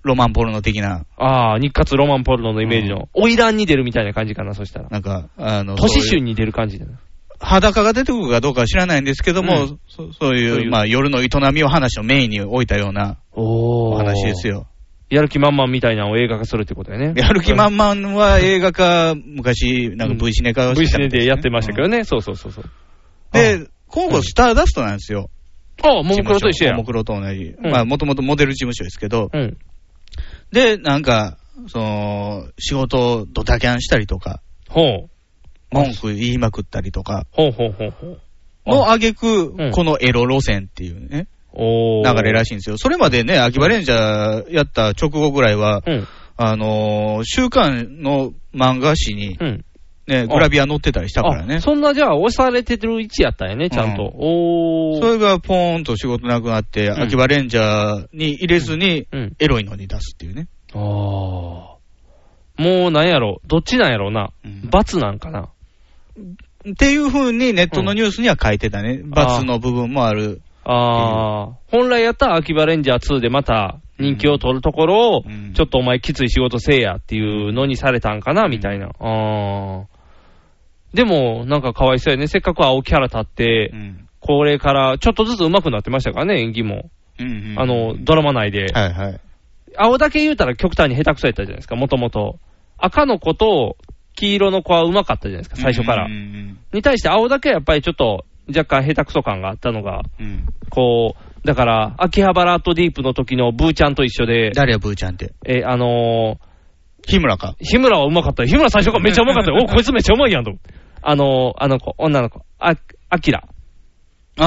S2: ロマンポルノ的な、
S3: ああ、日活ロマンポルノのイメージの。花魁に出るみたいな感じかな、そしたら。
S2: なんか、あの、そ
S3: 年
S2: うい
S3: 春
S2: う
S3: に出る感じだな。
S2: 裸が出てくるかどうかは知らないんですけども、
S3: うん
S2: そそういう、
S3: そういう
S2: まあ夜の営みを話をメインに置いたような
S3: お
S2: お話です。よ。
S3: やる気満々みたいなのを映画化するってことだよね。
S2: やる気満々は映画化、昔、なんか V シネ化をして
S3: V
S2: た
S3: シ
S2: み
S3: ネ
S2: たい
S3: です
S2: ね
S3: やってましたけどね。そうそうそうそう。
S2: で、今後スターダストなんですよ。
S3: ああ、ももクロと一緒や
S2: もも。クロと同じ。
S3: うん
S2: まあ、もともとモデル事務所ですけど。
S3: うん。
S2: で、なんか、その、仕事をドタキャンしたりとか、
S3: ほう。
S2: 文句言いまくったりとか、
S3: ほうほうほうほう。
S2: のあげく
S3: うん、
S2: このエロ路線っていうね、
S3: お
S2: 流
S3: ー
S2: れらしいんですよ。それまでね、秋葉レンジャーやった直後ぐらいは、
S3: うん。
S2: あのー、週刊の漫画誌に
S3: うん。
S2: ね、グラビア載ってたりしたからね
S3: あ。そんなじゃあ、押されてる位置やったんやね、ちゃんと。
S2: うん
S3: おー。
S2: それがポーンと仕事なくなって、
S3: ん
S2: 秋葉レンジャーに入れずに、
S3: うん。
S2: エロいのに出すっていうね。
S3: あー。もうなんやろ、どっちなんやろな
S2: うん。
S3: 罰なんかな。
S2: っていう風にネットのニュースには書いてたね。罰の部分もある。
S3: あー。本来やったら、秋葉レンジャー2でまた人気を取るところを、
S2: うん
S3: ちょっとお前きつい仕事せえやっていうのにされたんかな、みたいな。あー。でも、なんかかわいそうやね。せっかく青キャラ立って、
S2: うん
S3: これからちょっとずつ上手くなってましたからね、演技も。
S2: うんうん
S3: あの、ドラマ内で。
S2: はいはい。
S3: 青だけ言うたら極端に下手くそやったじゃないですか、もともと。赤の子と黄色の子は上手かったじゃないですか、最初から
S2: うんう。ん
S3: に対して青だけはやっぱりちょっと若干下手くそ感があったのが、
S2: うんうん
S3: こう、だから、秋葉原アートディープの時のブーちゃんと一緒で、
S2: 誰や、ブーちゃんって。
S3: え、あのー、
S2: 日村か。
S3: 日村は上手かった。日村最初からめっちゃ上手かったよ。お、こいつめっちゃ上手いやんと思って。あのー、あの子、女の子、あ、アキラ。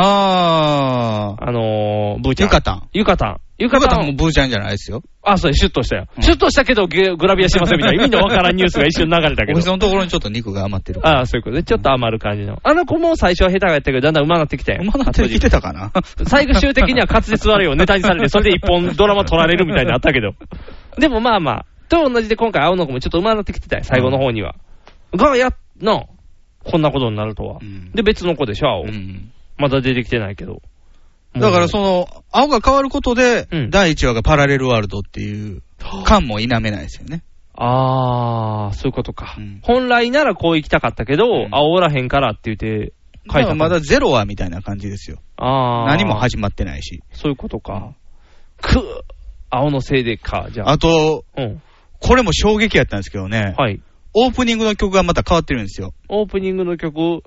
S2: あー。
S3: あのー、ブーちゃん。
S2: ゆかたん
S3: ゆかたん。ゆ
S2: よ
S3: か
S2: かったた
S3: ん
S2: もブーちゃんじゃないですよ。
S3: あ、そう、シュッとしたよ。
S2: うん
S3: シュッとしたけど、ゲグラビアしてませんみたいな、意味のわからんニュースが一瞬流れたけ
S2: お
S3: ど
S2: へ。そのところにちょっと肉が余ってる。
S3: ああ、そういうことね。ちょっと余る感じの。あの子も最初は下手がやったけど、だんだん上手なってき て。
S2: 馬なんて来てたか な
S3: 最終的には滑舌悪いをネタにされて、それで一本ドラマ撮られるみたいになのあったけど。でもまあまあ、と同じで今回青の子もちょっと上手なってきてたよ、最後の方には。が、やっ、なあこんなことになるとは。
S2: うん
S3: で、別の子でしょ、青。
S2: うん
S3: まだ出てきてないけど。
S2: だから
S3: う。
S2: その、青が変わることで
S3: う、ん
S2: 第1話がパラレルワールドっていう感も否めないですよね。
S3: ああ、そういうことか。
S2: うん
S3: 本来ならこう行きたかったけど、
S2: うん
S3: 青おらへんからって言って書い
S2: だか
S3: た
S2: ら
S3: の
S2: まだゼロ話みたいな感じですよ。
S3: ああ。
S2: 何も始まってないし。
S3: そういうことか。くー青のせいでか、じゃあ。
S2: あと、
S3: うん。
S2: これも衝撃やったんですけどね、
S3: はい。
S2: オープニングの曲がまた変わってるんですよ。
S3: オープニングの曲、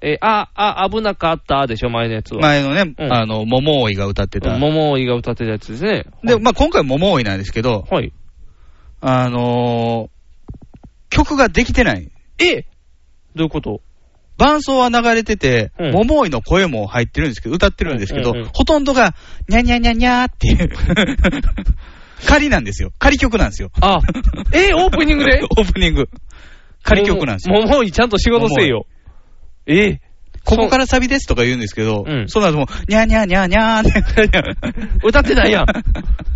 S3: えーあ、あ、危なかったでしょ、前のやつは。
S2: 前のね、
S3: うん
S2: あの、桃追いが歌ってた。
S3: 桃井が歌ってたやつですね。
S2: で、まあ今回桃追いなんですけど、
S3: はい。
S2: あのー曲ができてない。
S3: えどういうこと
S2: 伴奏は流れてて、
S3: うん
S2: 桃井の声も入ってるんですけど、歌ってるんですけど、
S3: うんうんうん
S2: ほとんどが、にゃにゃにゃにゃーっていう、 仮なんですよ。仮曲なんですよ。
S3: あ、 えーオープニングで
S2: オープニング。仮曲なんですよ。
S3: 桃井ちゃんと仕事せえよ。え
S2: ここかららサビですとか言うんですけど、
S3: うん
S2: その後も、にゃーにゃーにゃーにゃーって、
S3: 歌って ないやん。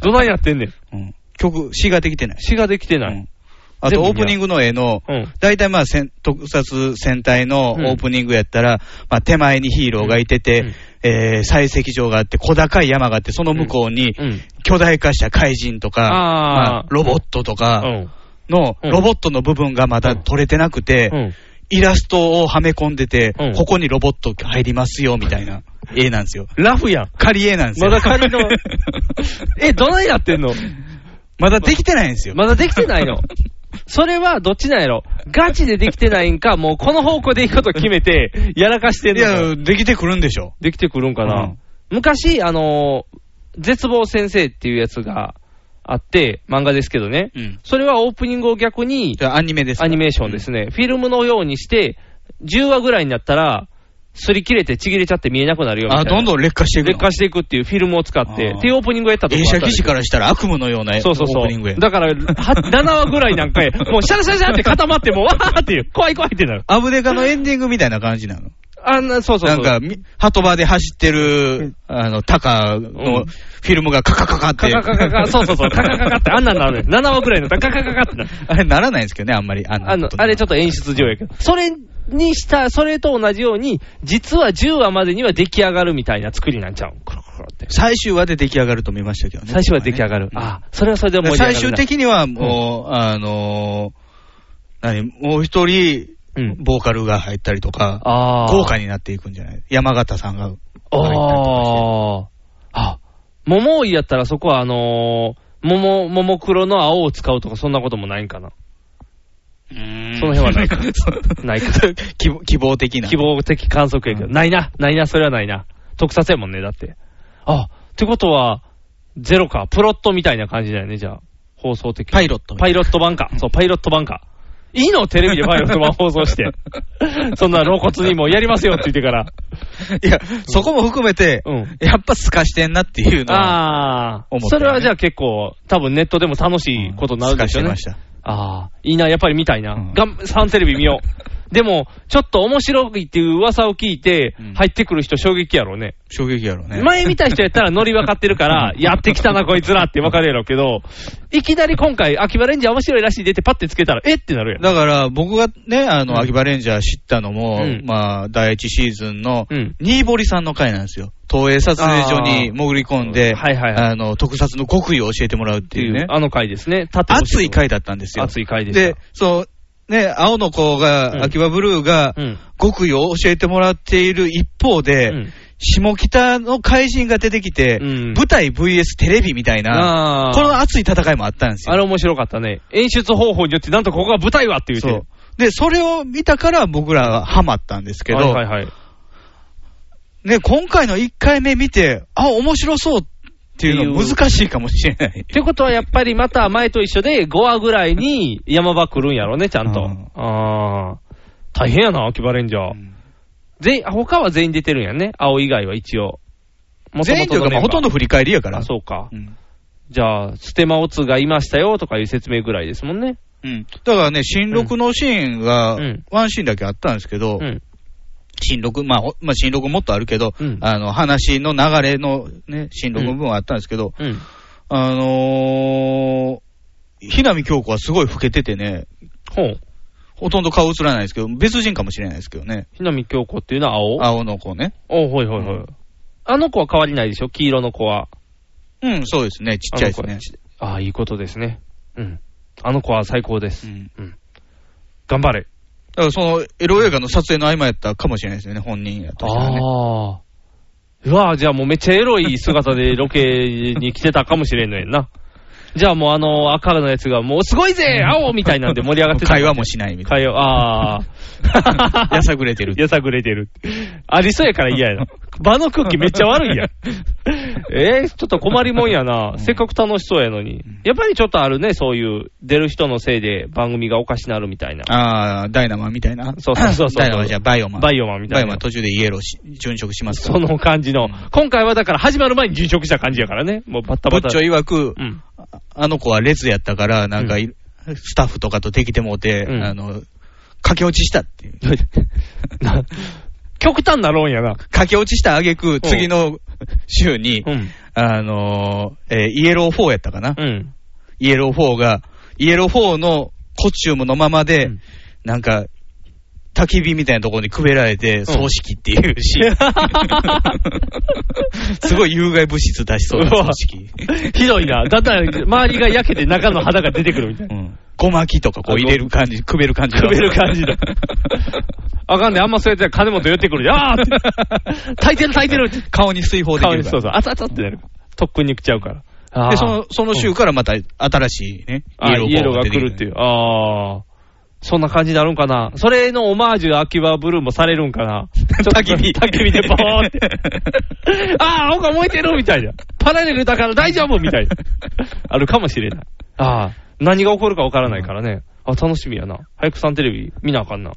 S3: どないやってんねん。
S2: うん曲、詩ができてない。
S3: 詩ができてない。
S2: うんあと、オープニングの絵の
S3: うん、
S2: 大体まあ、せん特撮戦隊のオ
S3: うん
S2: ープニングやったら、まあ、手前にヒーローがいてて、えー採石場があって、小高い山があって、その向こうに
S3: うん、
S2: 巨大化した怪人とか、
S3: あー
S2: まあロボットと
S3: う
S2: か
S3: ん。
S2: の、
S3: うん
S2: ロボットの部分がまだ取れてなくて、
S3: うん。
S2: イラストをはめ込んでて、
S3: うん
S2: ここにロボット入りますよ、みたいな絵なんですよ。
S3: ラフやん。
S2: 仮絵なんです
S3: ま
S2: よ。。
S3: だ仮の え、どないやってんの
S2: まだできてないんですよ。
S3: まだできてないの。それはどっちなんやろガチでできてないんか、もうこの方向で行くこと決めて、やらかしてん
S2: い
S3: のか
S2: や、できてくるんでしょ。
S3: できてくるんかな、
S2: うん
S3: 昔、あのー絶望先生っていうやつがあって、漫画ですけどね。
S2: うん。
S3: それはオープニングを逆に
S2: じ、ゃあアニメですか
S3: アニメーションですね、フィルムのようにして、10話ぐらいになったら、擦り切れてちぎれちゃって見えなくなるよみた
S2: あ、
S3: いな。
S2: どんどん劣化していくの。
S3: 劣化していくっていうフィルムを使って、
S2: あー
S3: っていうオープニングをやったとこ
S2: 映
S3: があ
S2: 写
S3: ったん
S2: 記
S3: です
S2: 事からしたら悪夢のような
S3: そうそうそ
S2: オープニングや
S3: う。。だから、は7話ぐらいなんかへ、もうシャラシャラシャラって固まって、もうわーっていう、怖い怖いってなる。
S2: アブデカのエンディングみたいな感じなの。
S3: あんな、そうそう
S2: な
S3: そ
S2: ん
S3: う。
S2: か、み鳩場で走ってる、あの、タカのフィルムがカカカカって。
S3: カカカカカ、そうそ うそう、カカカカってあんなんなるのよ。7話ぐらいのカカカカカってなる。
S2: あれならないんですけどね、あんまり。あんな
S3: あの
S2: こ、と
S3: あれちょっと演出上やけど。それにした、それと同じように、実は10話までには出来上がるみたいな作りなんちゃうん。コロコロって。
S2: 最終話で出来上がると見ましたけどね。
S3: 最初は出来上がる。
S2: うん
S3: ああ、それはそれで
S2: だか
S3: も
S2: ら
S3: う
S2: 最終的にはもう、あのー、何、もう一人、
S3: うん。
S2: ボーカルが入ったりとか、
S3: ああ。
S2: 豪華になっていくんじゃない山形さんが入ったりとか
S3: ああ。あ、桃追いやったらそこはあのー、桃、桃黒の青を使うとかそんなこともないんかな。
S2: して。うーん
S3: その辺は ないかない か
S2: 希望希望的な。
S3: 希望的観測やけど。ないな、ないな、それはないな。特撮やもんね、だって。あ、ってことは、ゼロか。プロットみたいな感じだよね、じゃあ。放送的に。
S2: パイロットみた
S3: パ
S2: い
S3: イロット版か。そう、パイロット版か。いいのテレビでパイロット版放送して。 そんな露骨にもうやりますよって言ってから。
S2: いや、そこも含めて、
S3: うん
S2: やっぱ透かしてんなっていうのは、
S3: ああ、
S2: 思ったよね
S3: それはじゃあ結構、多分ネットでも楽しいことになる
S2: 透
S3: で
S2: か
S3: し
S2: して
S3: ょうね。
S2: ました。
S3: ああ、いいな、やっぱり見たいな。
S2: うん
S3: がんサンテレビ見よ う。でも、ちょっと面白いっていう噂を聞いて
S2: うん、
S3: 入ってくる人衝撃やろうね。
S2: 衝撃やろうね。
S3: 前見た人やったらノリ分かってる から、やってきたな、こいつらって分かるやろうけど、いきなり今回、秋葉レンジャー面白いらしいでってパッてつけたら、えってなるやん。
S2: だから僕がね、あの、秋葉レンジャー知ったのも、
S3: うん
S2: まあ、第一シーズンの
S3: うん、
S2: 新堀さんの回なんですよ。東映撮影所に潜り込んで、
S3: あーはいはいはい
S2: あの、特撮の極意を教えてもらうっていうね。
S3: あの回ですね。縦押し
S2: 熱い回だったんですよ。
S3: 熱い回でし
S2: で
S3: た。、
S2: そう、ね、青の子
S3: う
S2: が、
S3: ん
S2: 秋葉ブルーが
S3: うん、
S2: 極意を教えてもらっている一方で、
S3: うん
S2: 下北の怪人が出てきて、
S3: うん
S2: 舞台 VS テレビみたいな、
S3: あー
S2: この熱い戦いもあったんですよ。
S3: あれ面白かったね。演出方法によって、なんとここが舞台はって言う
S2: そ
S3: て
S2: う。で、それを見たから僕らはハマったんですけど、
S3: はいはいはい。
S2: ね、今回の1回目見て、あ、面白そうっていうの難しいかもしれない。
S3: ってことはやっぱりまた前と一緒で5話ぐらいに山場来るんやろね、ちゃんと。
S2: うん
S3: ああ。大変やな、秋葉レンジャー。
S2: ん
S3: 全員、他は全員出てるんやね。青以外は一応。元
S2: 全
S3: 々の
S2: 員というか、まあ
S3: メンバー
S2: ほとんど振り返りやから。
S3: あ、そうか。
S2: うん。
S3: じゃあ、ステマオツがいましたよとかいう説明ぐらいですもんね。
S2: うん。だからね、新録のシーンが
S3: うん、
S2: ワンシーンだけあったんですけど、
S3: うん。
S2: 新録、まあ、ほまあ、新録もっとあるけど、
S3: うん
S2: あの、話の流れのね、新録の部分はあったんですけど、
S3: うん。
S2: あのー、ひなみ京子はすごい老けててね、
S3: ほう。
S2: ほとんど顔映らないですけど、別人かもしれないですけどね。
S3: ひなみ京子っていうのは青
S2: 青の子ね。
S3: おうほいほいほい。あの子は変わりないでしょ黄色の子は。
S2: うん、そうですね。ちっちゃいですね。
S3: ああ、いいことですね。うん。あの子は最高です。
S2: うん
S3: 頑張れ。
S2: だからその、エロ映画の撮影の合間やったかもしれないですよね、本人やとしたらね。
S3: ああ。うわぁ、じゃあもうめっちゃエロい姿でロケに来てたかもしれんのやんな。じゃあもうあの赤のやつがもうすごいぜ青みたいなんで盛り上がってた。
S2: 会話もしないみたい
S3: 会話、ああ。
S2: な。 やさぐれてる。
S3: やさぐれてる。ありそうやから嫌やな。場の空気めっちゃ悪 いやん。えー、ちょっと困りもんやな。せっかく楽しそうやのに。やっぱりちょっとあるね、そういう出る人のせいで番組がおかしなるみたいな。
S2: ああ、ダイナマンみたいな。
S3: そうそうそうそう
S2: ダイナマンじゃバイオマン。
S3: バイオマンみた
S2: バ
S3: いな
S2: イオマン途中でイエローし殉職しますか
S3: そ
S2: ら。
S3: の感じの。今回はだから始まる前に殉職した感じやからね。もうバッタ
S2: ブ
S3: バ
S2: ッ
S3: タ。
S2: チョ曰く
S3: う、ん。
S2: ああの子は列やったから、なんかい、スタッフとかとできてもうて、
S3: うん
S2: あの、駆け落ちしたっていう。
S3: な極端な論やな。
S2: 駆け落ちした挙句、
S3: ん
S2: 次の週に、
S3: うん。
S2: あのーえーイエロー4やったかな、
S3: うん。
S2: イエロー4が、イエロー4のコスチュームのままで、
S3: うん
S2: なんか、焚き火みたいなところにくべられて、葬式っていう シーン。すごい有害物質出しそうな葬式。
S3: ひどいな。だんだん周りが焼けて中の肌が出てくるみたいな。
S2: うん。ごまきとかこう入れる感じ、くべる感じの。
S3: くべる感じだ。 あかんね、あんまそうやったら金本寄ってくる。ああ 炊いてる炊いてるって
S2: 顔に水泡でき
S3: 顔
S2: る
S3: に
S2: か
S3: そう
S2: ら。
S3: そう、あつあつってなる。とっくに来ちゃうから。あー
S2: で、その、その週からまた新しいね、
S3: あイエローが
S2: 出
S3: 来
S2: て
S3: るっていう。ああ。そんな感じになるんかな。それのオマージュ、秋葉ブルーもされるんかな。
S2: 焚き火
S3: 焚き火でボーンって。 ああ、青が燃えてるみたいな。パラレルだから大丈夫み たいな。あるかもしれない。ああ、何が起こるかわからないからね。あ、楽しみやな。早くサンテレビ見なあかんな。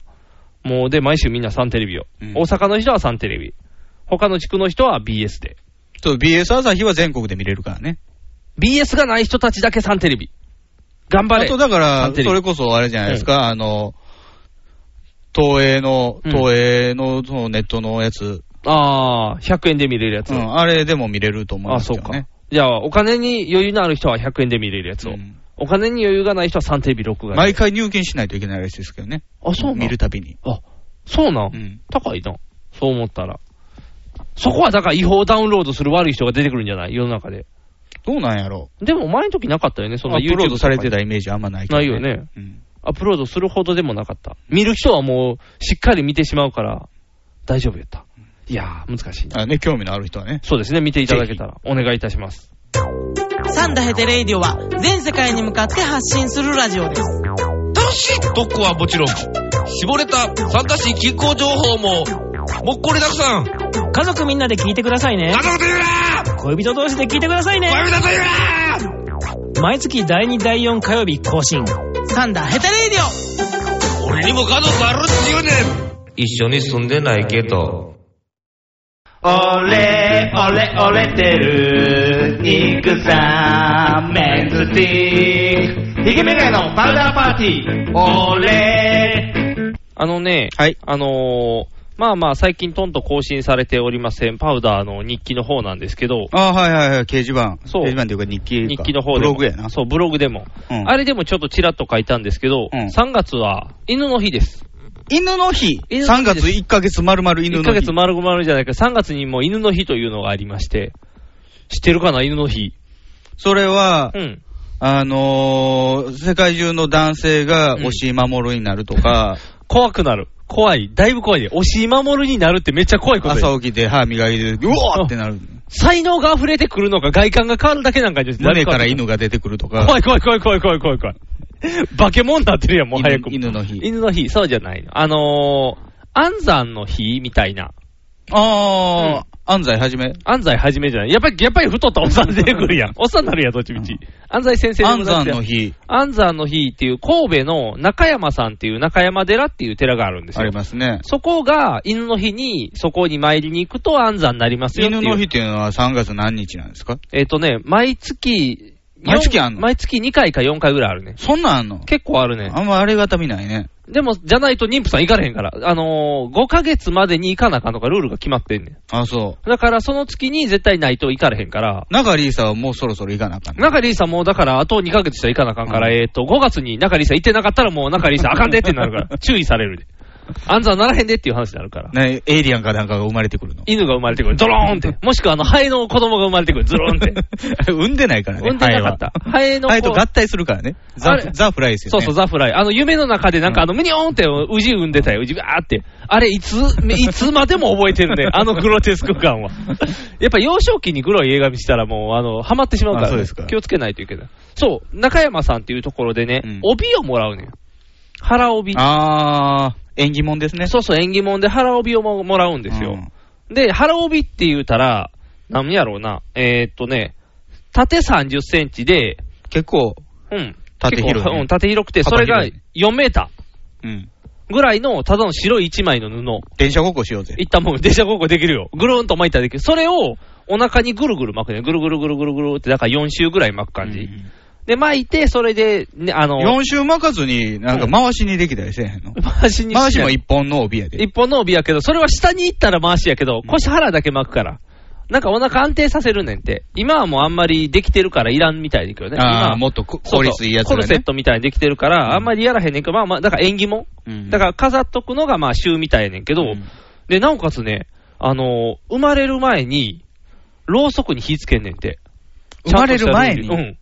S3: もう、で、毎週みんなサンテレビを。
S2: うん
S3: 大阪の人はサンテレビ。他の地区の人は BS で。
S2: そう BS 朝日は全国で見れるからね。
S3: BS がない人たちだけサンテレビ。頑張
S2: あ
S3: れ。
S2: とだか
S3: サ
S2: ら、
S3: ンテレビ
S2: それこそあれじゃないですか、あの、東映の、
S3: うん
S2: 東映のそのネットのやつ、
S3: ああ、100円で見れるやつ。
S2: うんあれでも見れると思い
S3: あ、
S2: ます
S3: そう
S2: けど
S3: か
S2: ね。。
S3: じゃあ、お金に余裕のある人は100円で見れるやつを。
S2: うん
S3: お金に余裕がない人は3テレビ録画で。
S2: 毎回入金しないといけないらしいですけどね。
S3: あ、そうなん
S2: 見るたびに。
S3: あ、そうなん、
S2: うん
S3: 高いな。そう思ったら。そこはだから違法ダウンロードする悪い人が出てくるんじゃない世の中で。
S2: どうなんやろ
S3: でも前の時なかったよね、そんな
S2: アッ
S3: YouTube
S2: プロードされて
S3: とか
S2: たイメージあんまないけど、
S3: ないよね。
S2: うん
S3: アップロードするほどでもなかった。見る人はもうしっかり見てしまうから大丈夫やった。いやー、難しいな。
S2: あね、興味のある人はね。
S3: そうですね、見ていただけたらお願いいたします。
S1: サンダヘテレイディオは全世界に向かって発信するラジオです。
S8: 楽しい特攻はもちろん、絞れた参加し気候情報も、もっこりたくさん。
S1: 家族みんなで聞いてください
S8: 家。
S1: ね
S8: 族と言うな
S1: 恋人同士で聞いてくださいね。
S8: 恋人と言うな
S1: 毎月第2、第4火曜日更新。サンダヘテレイディオ
S8: 俺にも家族あるって言うねん一緒に住んでないけど。
S9: 俺、俺、俺てる、肉さん、メンズティー。ヒゲメガネのパウダーパーティー。俺、
S3: あのね、
S2: はい
S3: あのーまあまあ、最近トンと更新されておりません、パウダーの日記の方なんですけど、
S2: あはいはいはい、掲示板。
S3: そう
S2: 掲示板というか日記か。
S3: 日記の方でも。
S2: ブログやな。
S3: そう、ブログでも。
S2: うん
S3: あれでもちょっとちらっと書いたんですけど、
S2: うん
S3: 3月は犬の日です。
S2: 犬の日。
S3: 犬の日です
S2: 3月1ヶ月丸々犬の
S3: 1
S2: 日。
S3: ヶ月丸々じゃないか、3月にも犬の日というのがありまして、知ってるかな、犬の日。
S2: それは
S3: う、ん。
S2: あのー、世界中の男性が押し守るになるとか、
S3: 怖くなる。怖い。だいぶ怖いね。押し守るになるってめっちゃ怖いこと
S2: 朝
S3: よ。
S2: 起きて歯磨いて、うわーってなる。
S3: 才能が溢れてくるのか、外観が変わるだけなんかに
S2: 胸から犬が出てくるとか、
S3: 怖い怖い怖い怖い怖い怖い怖い。化け物になってるやん、もう
S2: 犬
S3: 早く。
S2: 犬の日
S3: 犬の日、そうじゃないの。あのー、安産の日みたいな。
S2: あー、安西はじめ。
S3: 安西はじめじゃない。やっぱり、やっぱり太ったおっさん出てくるやん。おっさんになるやん、どっちみち。安西先生でも
S2: 安
S3: なく
S2: 山
S3: て
S2: の。日、
S3: 安産の日っていう、神戸の中山さんっていう中山寺っていう寺があるんです
S2: あ
S3: よ
S2: り。ますね。
S3: そこが犬の日に、そこに参りに行くと安産になりますよってい
S2: 犬
S3: う。
S2: の日っていうのは3月何日なんですか
S3: えっ、とね、毎月、
S2: 毎月あんの
S3: 毎月2回か4回ぐらいあるね。
S2: そんなんあんの
S3: 結構あるね。
S2: あんまありがたみないね。
S3: でも、じゃないと妊婦さん行かれへんから、あのー、5ヶ月までに行かなあかんのかルールが決まってんねん。
S2: あ、そ
S3: だから、その月に絶対ないと行かれへんから、
S2: う。中リーサはもうそろそろ行かなあかんね。
S3: 中リーさんも、だから、あと2ヶ月したら行かなあかんから、
S2: うん
S3: えっ、と、5月に中リーさん行ってなかったら、もう中リーさんあかんでってな るから、注意されるで。安産ならへんでっていう話になるから。
S2: ね、エイリアンかなんかが生まれてくるの。
S3: 犬が生まれてくる。ドローンって。もしくは、あの、ハエの子供が生まれてくる。ズローンって。
S2: 産 んでないからね。
S3: 産んでなかったハエの子
S2: ハエと合体するからね。
S3: あ
S2: ザ
S3: れ・
S2: ザフライですよ
S3: そう
S2: ね。
S3: そう、ザ・フライ。あの、夢の中でなんか、あの、ムニョーンって、うじ産んでたよ。うじわーって。あれ、いつ、いつまでも覚えて るね。あのグロテスク感は。やっぱ幼少期にグロい映画見したらもう、あの、ハマってしまうから、ね。
S2: あそうですか
S3: 気をつけないといけない。そう、中山さんっていうところでね、
S2: うん
S3: 帯をもらうねん。腹帯。
S2: あー、縁起物ですね。
S3: そうそう、縁起物で腹帯をももらうんですよ。
S2: うん
S3: で、腹帯って言うたら、なんやろうな。えー、っとね、縦30センチで、
S2: 結構、
S3: うん。
S2: 縦広いね
S3: 結構うん、縦広くて、それが
S2: 幅広
S3: 4メーター。
S2: うん。
S3: ぐらいの、ただの白い一枚の布。
S2: 電車ごっこしようぜ
S3: い。ったもん、電車ごっこできるよ。ぐるーんと巻いたらできる。それを、お腹にぐるぐる巻くね。ぐるぐるぐるぐるぐるって、だから4周ぐらい巻く感じ。
S2: うん
S3: で、巻いて、それで、ね、あの、
S2: 4週巻かずに、なんか回しにできたりせえへんの
S3: 回しに
S2: 回しも一本の帯やで。
S3: 一本の帯やけど、それは下に行ったら回しやけど、腰腹だけ巻くから。なんかお腹安定させるねんて。今はもうあんまりできてるからいらんみたいだけどね。今
S2: あ
S3: は
S2: あ、もっとこ
S3: そ
S2: 効
S3: う
S2: 率いいやつ
S3: コ
S2: が
S3: ルセ
S2: ね
S3: ッ。トみたいにできてるから、あんまりやらへんねんけど、まあまあ、だから縁起も。
S2: うん
S3: だから飾っとくのがまあ週みたいやねんけど、
S2: うん
S3: で、なおかつね、あのー生まれる前に、ろうそくに火つけんねんて。
S2: 生まれる前に
S3: ちゃんとしたルールうん。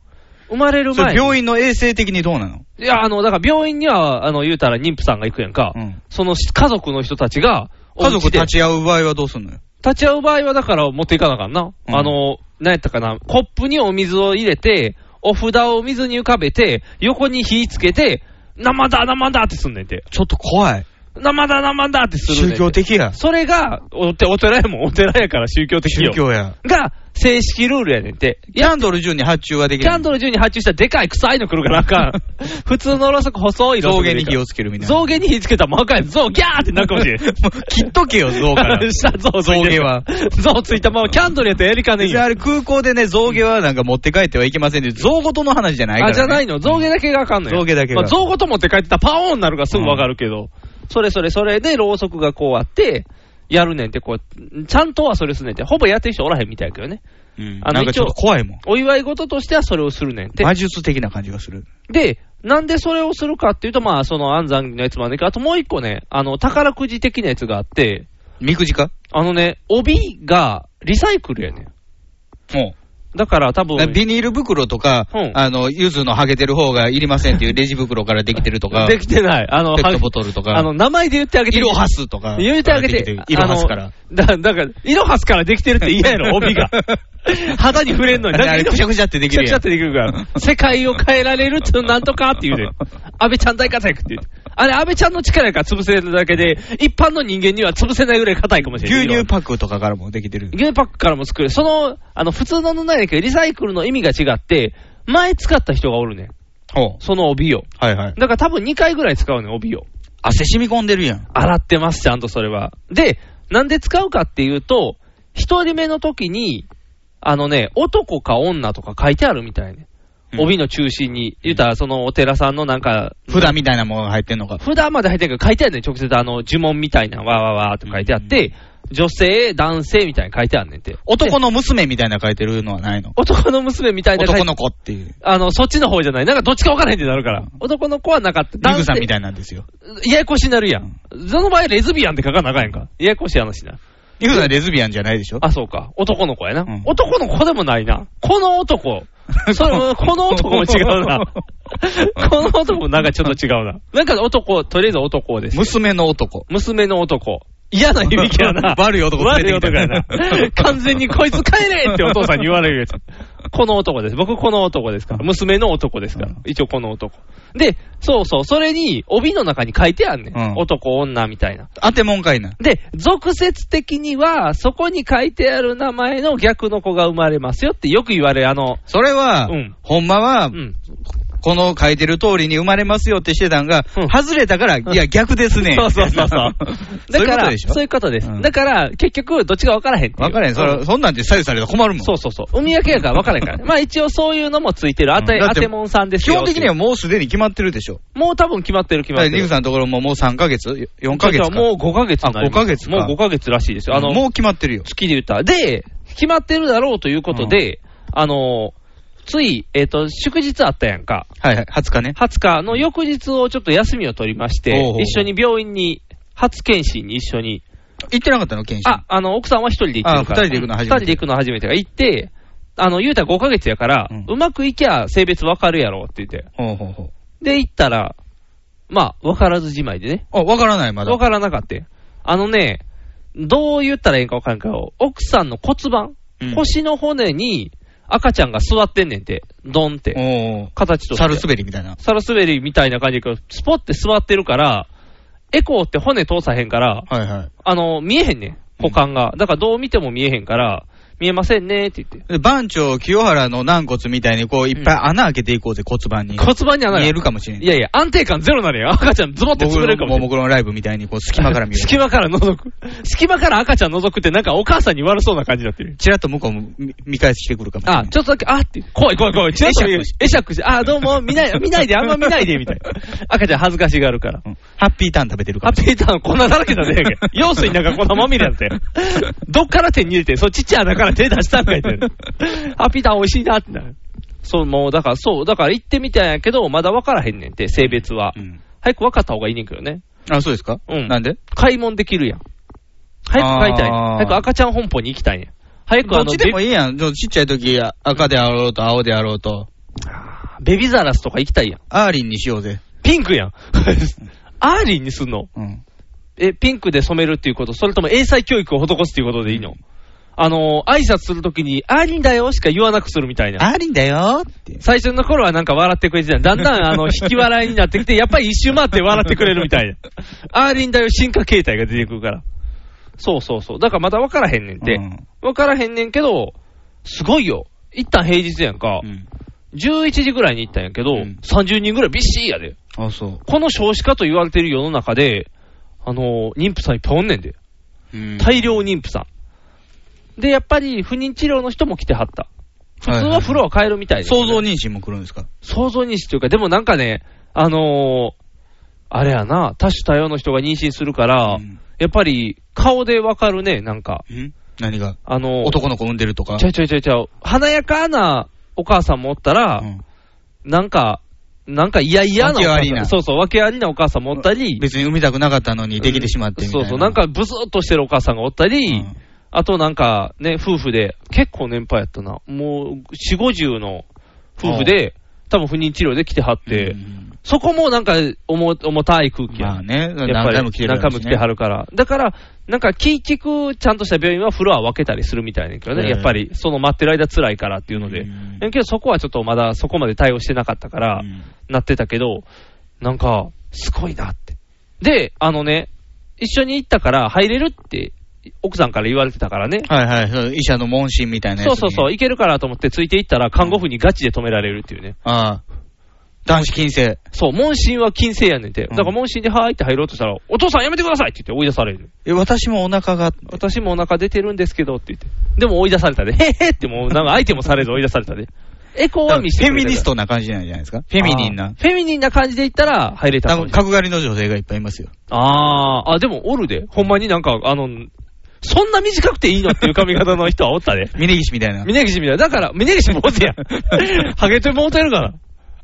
S3: 生まれる
S2: そ
S3: 前
S2: れ
S3: に。
S2: 病院の衛生的にどうなの
S3: いや、あの、だから病院には、あの、言うたら妊婦さんが行くやんか。
S2: うん
S3: その家族の人たちが、
S2: 家族立
S3: 立ち。
S2: ち会う場合はどうすんのよ
S3: 立ち会う場合は、だから持っていかなあかんな。
S2: うん
S3: あの、なんやったかな、コップにお水を入れて、お札を水に浮かべて、横に火つけて、生だ、生だってすんねんて。
S2: ちょっと怖い。
S3: 生だ、生だってするねん
S2: 宗
S3: て
S2: 教。的や。
S3: それが、おてお寺やもん、お寺やから宗教的
S2: 宗
S3: よ。
S2: 教や。
S3: が、正式ルールやねんて。
S2: キャンドル順に発注はでき
S3: キャ
S2: ない
S3: ン。ドル中に発注したらでかい臭いの来るからあ かん。普通のろうそく細いろう
S2: 象
S3: そく
S2: 牙
S3: でい
S2: に
S3: いから
S2: 火をつけるみたいな。
S3: 象牙に火つけたら真っ赤やつ、象ギャーってなるかもしれん。
S2: もう切っとけよ、象 から。
S3: 下象つい
S2: 象
S3: て
S2: 牙
S3: る
S2: は。
S3: 象ついたままキャンドルやったらやりかねん
S2: じゃあ
S3: よ。
S2: あれ空港でね、象牙はなんか持って帰ってはいけませんで、象ごとの話じゃないから、
S3: あ、
S2: ね。
S3: じゃないの。象牙だけがあかんのよ。
S2: 象牙だけが
S3: まあ象ごと持って帰ってたらパオーンになるからすぐわかるけど。それそれそれで、ろうそくがこうあって、やるねんって、こう、ちゃんとはそれすんねんって。ほぼやってる人おらへんみたいやけどね。
S2: うん
S3: あの
S2: なんかちょっと怖いもん。
S3: お祝い事としてはそれをするねんって。
S2: 魔術的な感じがする。
S3: で、なんでそれをするかっていうと、まあ、その安産のやつもあるんだけど、あともう一個ね、あの、宝くじ的なやつがあって、
S2: みくじか
S3: あのね、帯がリサイクルやねん。
S2: も
S3: だから多
S2: う
S3: 分
S2: ん。、ビニール袋とか、
S3: うん
S2: あの、ゆずのハゲてる方がいりませんっていうレジ袋からできてるとか、
S3: できてない。あの、
S2: ペットボトルとか
S3: あの、名前で言ってあげて。
S2: 色はすとか。
S3: 言ってあげて。
S2: 色はすから。
S3: あのだだから、色はすからできてるって嫌 やろ、帯が。肌に触れんのに。
S2: だからくしゃくしゃってできる
S3: くし
S2: や
S3: ゃ
S2: ん
S3: くしゃってできるから。世界を変えられるってなんとかって言うねん。安倍ちゃん大活躍って言うて。あれ、安倍ちゃんの力やから潰せるだけで、一般の人間には潰せないぐらい硬いかもしれない。
S2: 牛
S3: 色
S2: 乳
S3: は
S2: パックとかからもできてる。
S3: 牛乳パックからも作れる。その、あの、普通の布やけど、リサイクルの意味が違って、前使った人がおるねん。
S2: ほ
S3: その帯を。
S2: う。はいはい。
S3: だから多分2回ぐらい使うねん、帯を。
S2: 汗染み込んでるやん。
S3: 洗ってます、ちゃんとそれは。で、なんで使うかっていうと、一人目の時に、あのね、男か女とか書いてあるみたいね。
S2: うん
S3: 帯の中心に、言うたら、そのお寺さんのなんか、
S2: 札みたいなものが入ってんのか。
S3: 普段まで入ってるけど、書いてあるね、直接、あの、呪文みたいな、わーわーわーって書いてあって、女性、男性みたいに書いてあるねんて。
S2: 男
S3: で
S2: の娘みたいな書いてるのはないの
S3: 男の娘みたいな書い
S2: 男
S3: て
S2: の子っていう。
S3: あの、そっちの方じゃない。なんかどっちか分からへんってなるから。男の子はなかった。
S2: リグ
S3: 男
S2: さん
S3: 性
S2: みたいなんですよ。
S3: ややこしになるやん。その場合、レズビアンって書かなあかんやんか。ややこしい話になる。
S2: リグさんレズビアンじゃないでしょ
S3: あ、そうか。男の子やな。
S2: うん
S3: 男の子でもないな。こ の男。それこの男も違う な。この男もなんかちょっと違うな。なんか男、とりあえず男です。
S2: 娘の男。。
S3: 娘の男。嫌な響きやな
S2: 悪い男連
S3: 悪い
S2: れて
S3: 男
S2: きた
S3: やな。 完全にこいつ帰れってお父さんに言われるやつ。この男です。僕この男ですから。娘の男ですから。一応この男。で、そうそう、それに帯の中に書いてあんねん。
S2: うん
S3: 男、女みたいな。
S2: 当てもんかいな。
S3: で、俗説的には、そこに書いてある名前の逆の子が生まれますよってよく言われる、あの、
S2: それは、
S3: うん
S2: ほんまは、
S3: うん。
S2: この書いてる通りに生まれますよってしてたんが、
S3: うん
S2: 外れたから、いや、逆ですね。。
S3: そうそうそうそう
S2: そう
S3: だ
S2: いうこ
S3: か
S2: と
S3: ら
S2: でし、ょ
S3: そういうことです
S2: うん。
S3: だから、結局、どっちが分からへんっていう。
S2: 分からへん。それそんなんで左右されたら困るもん。
S3: そうそうそう。海焼けやから分からへんからね。まあ一応そういうのもついてる。あて、
S2: うんだっ
S3: あ
S2: て
S3: てもんさんです
S2: 基
S3: よ。
S2: 本的には、もうすでに決まってるでしょ。
S3: もう多分決まってる決
S2: だか
S3: まっ
S2: ら
S3: てる。
S2: リグさんのところももう3ヶ月 ?4 ヶ月か。
S3: もう5ヶ月になります
S2: あ5ヶ月か
S3: もう5ヶ月らしいですよ。あの、
S2: もう決まってるよ。
S3: 月で言ったら。で、決まってるだろうということで、あの、つい、えっ、と、祝日あったやんか。
S2: はいはい。20日ね。
S3: 20日の翌日をちょっと休みを取りまし
S2: おうおうお
S3: て
S2: う、
S3: 一緒に病院に、初検診に一緒に、
S2: 行ってなかったの、検診。
S3: あ、あの、奥さんは一人で行ってるから、
S2: あ二人で行くの初めて
S3: 二人で行くの初めてが行って、あの、言うたら5ヶ月やから、
S2: う
S3: うんまくいきゃ性別わかるやろって言って。
S2: ほうほうほう。
S3: で、行ったら、まあ、わからずじまいでね。
S2: あ、わからない、まだ。
S3: わからなかった。あのね、どう言ったらいいんかわからんけど、奥さんの骨盤、
S2: うん
S3: 腰の骨に赤ちゃんが座ってんねんて、ドンって、
S2: お
S3: 形と
S2: お。
S3: して。
S2: 猿滑りみたいな。
S3: サラスベリみたいな感じで、スポって座ってるから、エコーって骨通さへんから、
S2: はいはい。
S3: あの、見えへんねん、股間が。だからどう見ても見えへんから、見えませんねって言って。
S2: で番長、清原の軟骨みたいに、こう、いっぱい穴開けていこうぜ、骨盤に。
S3: 骨盤に穴が
S2: 見えるかもしれん
S3: いやいや、安定感ゼロなのよ。赤ちゃんズボって潰れるか
S2: 僕のもも
S3: もしれ
S2: クロのライブみたいに、こう、 隙間
S3: な
S2: か
S3: い
S2: ら見える。
S3: 隙間から覗く。隙間から赤ちゃん覗くってなんかお母さんに悪そうな感じになってる。
S2: ちらっと向こうも見見返してくるかもしれな
S3: あ、
S2: い。
S3: ちょっとだけ、あって、怖い怖 い怖い。ちょっと、えしゃくし、あ、どうも、見ない、見ないで、あんま見ないで、みたいな。赤ちゃん恥ずかしがるから。
S2: うんハッピーターン食べてるか
S3: ハ
S2: もし
S3: ッ
S2: れ
S3: ピーターン粉だらけだね。 用水なんか粉まみれだったよ。 どっから手に入れて、そうちっちゃい穴から手出したんかいって。 ハッピーターン美味しいなってなる。そう、もうだから、そう、だから行ってみたんやけど、まだ分からへんねんって、性別は。
S2: ない。うん
S3: 早く分かった方がいいねんけどね。
S2: あ、そうですか
S3: うん
S2: なんで
S3: 買い物できるやん。早く買いたいねん。
S2: あー
S3: 早く赤ちゃん本舗に行きたいねん。早く
S2: ど
S3: あ
S2: っ
S3: の、
S2: ち
S3: ベ
S2: でもいいやん。ちょちっちゃい時、赤であろうと青であろうと。
S3: ベビーザラスとか行きたいやん。
S2: アーリンにしようぜ。
S3: ピンク やん。アーリンにすんの
S2: うん。
S3: え、ピンクで染めるっていうこと、それとも英才教育を施すっていうことでいいのあのー、挨拶するときに、アーリンだよしか言わなくするみたいな。
S2: アーリンだよーって。
S3: 最初の頃はなんか笑ってくれてただんだんあ の、引き笑いになってきて、やっぱり一周回って笑ってくれるみたいな。アーリンだよ進化形態が出てくるから。そうそうそう。だからまだ分からへんねんて。
S2: うん
S3: 分からへんねんけど、すごいよ。一旦平日やんか。
S2: うん。
S3: 11時ぐらいに行ったんやけど、
S2: うん
S3: 30人ぐらいびっしーやで。
S2: あ、そ
S3: この少子化と言われてる世の中で、あのー、妊婦さんいっぱいおんねんで。
S2: う。うん
S3: 大量妊婦さん。で、やっぱり不妊治療の人も来てはった。普通はフロア変えるみたいですね、
S2: 想像妊娠も来るんですか
S3: 想像妊娠というか、でもなんかね、あのーあれやな、多種多様の人が妊娠するから、
S2: うん
S3: やっぱり顔でわかるね、なんか。
S2: うん何が
S3: あのー
S2: 男の子産んでるとか。
S3: ちゃうちゃうちゃうちゃう。華やかなお母さんもおったら、
S2: うん
S3: なんか、なんか嫌々なお母さん。
S2: 訳ありな
S3: そうそう、訳ありなお母さんもおったり、
S2: 別に産みたくなかったのにできてしまってみたい
S3: そう
S2: な。
S3: そう、なんかブスーっとしてるお母さんがおった
S2: う
S3: り、
S2: ん、
S3: あとなんかね、夫婦で、結構年配やったな、もう4、50の夫婦で、多分不妊治療で来てはって、
S2: うん
S3: そこもなんか重重たい空気や、
S2: まあね、
S3: やっ
S2: 何
S3: ぱり
S2: 回も来てる
S3: 何回も来ては
S2: る。
S3: るから、だから、なんか気利くちゃんとした病院はフロア分けたりするみたいだけど
S2: う
S3: ね、
S2: ん
S3: やっぱりその待ってる間辛いからっていうので
S2: う、ん
S3: だけどそこはちょっとまだそこまで対応してなかったから、
S2: うん
S3: なってたけど、なんか、すごいなって。で、あのね、一緒に行ったから入れるって、奥さんから言われてたからね。
S2: はいはいそう、医者の問診みたいなやつ
S3: そう
S2: に。
S3: そうそう、行けるからと思ってついて行ったら、看護婦にガチで止められるっていうね。
S2: ああ。男子禁制。
S3: そう、問診は禁制やねんて。
S2: うん
S3: だから問診ではーいって入ろうとしたら、お父さんやめてくださいって言って追い出される。
S2: え、私もお腹が、
S3: 私もお腹出てるんですけどって言って。でも追い出されたで。へへってもう、なんか相手もされず追い出されたで。 エコーは
S2: フ
S3: 見せて
S2: ェ
S3: くれ
S2: ミ
S3: た
S2: ニストな感じなんじゃないですかフェミニン
S3: あ
S2: な
S3: ー。フェミニンな感じで言ったら入れた
S2: 多
S3: かも
S2: 分、
S3: しれない
S2: 角刈りの女性がいっぱいいますよ。
S3: あー、あ、でもおるで。ほんまになんか、あの、そんな短くていいのっていう髪型の人はお ったで。
S2: 峯岸みたいな。
S3: 峯岸みたいな。だから、峯岸もおてやん。 ハゲてもうてるから。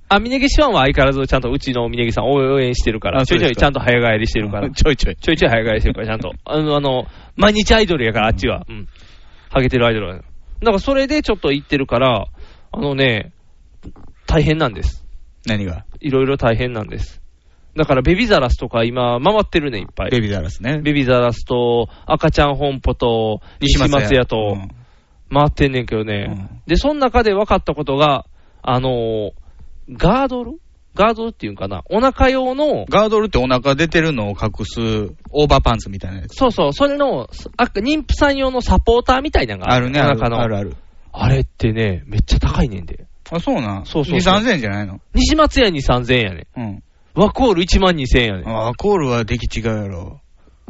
S3: あ、峯岸ファンは相変わらずちゃんとうちの峯岸さんを応援してるから。
S2: あ
S3: ち
S2: そ
S3: ょ
S2: う
S3: い
S2: で
S3: ちょ
S2: すか
S3: いちゃんと早返りしてるから。
S2: ちょいちょい。
S3: ちょいちょい早返りしてるから、ちゃんと。あの、あの、毎日アイドルやから、あっちは。うん。ハゲてるアイドルやから。だから、それでちょっと行ってるから、あのね、大変なんです。
S2: 何が
S3: いろいろ大変なんです。だから、ベビザラスとか今、回ってるね、いっぱい。
S2: ベビーザラスね。
S3: ベビザラスと、赤ちゃん本舗と、西松屋と、
S2: うん
S3: 回ってんねんけどね。で、その中で分かったことが、あのーガードルガードルっていうんかな。お腹用の、
S2: ガードルってお腹出てるのを隠すオーバーパンツみたいなやつ。
S3: そうそう、それの、あ妊婦さん用のサポーターみたいなのが
S2: あるね、あ
S3: お腹の
S2: るあるある。
S3: あれってね、めっちゃ高いねんで。
S2: あ、そうなん。
S3: そうそう
S2: 2、
S3: そう
S2: 3000円じゃないの
S3: 西松屋に3000円やね
S2: うん。
S3: ん。ワコール1万2000円やねん。
S2: あ、アコールは出来違うやろ。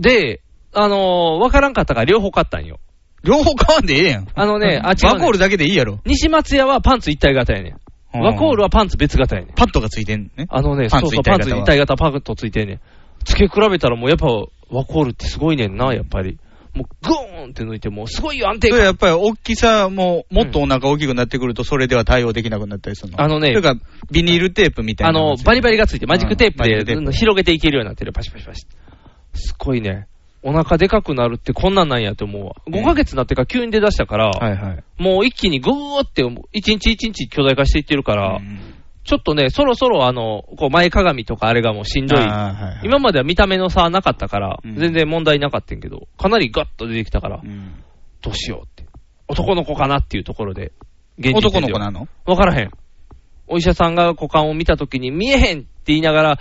S3: で、あのーわからんかったから両方買ったんよ。
S2: 両方買わんでええやん。
S3: あのね、あ、違う、ね。
S2: ワコールだけでいいやろ。
S3: 西松屋はパンツ一体型やねん。ワコール
S2: は
S3: はパンツ別型やねん。
S2: パッドがついてんね。
S3: あのね、
S2: パン
S3: そう
S2: ツ
S3: そう、
S2: 一
S3: パ
S2: 体
S3: ンツ
S2: 型は
S3: 一体型パンとついてんねん。付け比べたらもうやっぱ、ワコールってすごいねんな、やっぱり。もう、グーンって抜いて、もうすごいよ、安定
S2: それ
S3: 感。
S2: やっぱり大きさも、もっとお腹大きくなってくると、それでは対応できなくなったりするの。
S3: あのね
S2: というか、ビニールテープみたい
S3: あ
S2: なや
S3: の、
S2: つ。
S3: バリバリがついて、マジックテ
S2: う
S3: ープ
S2: んマジックテ
S3: で
S2: ープ
S3: 広げていけるようになってる。パシパシパシ。すごいね。お腹でかくなるってこんなんなんやって思うわ。
S2: え
S3: 5
S2: え
S3: ヶ月になってから急に出だしたから、
S2: はいはい。
S3: もう一気にグーって、1日1日巨大化していってるから、
S2: うん
S3: ちょっとね、そろそろあの、こう前鏡とかあれがもうしんどい。
S2: あーはいはい
S3: 今までは見た目の差はなかったから、
S2: うん
S3: 全然問題なかったんやけど、かなりガッと出てきたから、
S2: うん
S3: どうしようって。男の子かなっていうところで、現時点では
S2: 男の子なの
S3: わからへん。お医者さんが股間を見たときに見えへんって言いながら、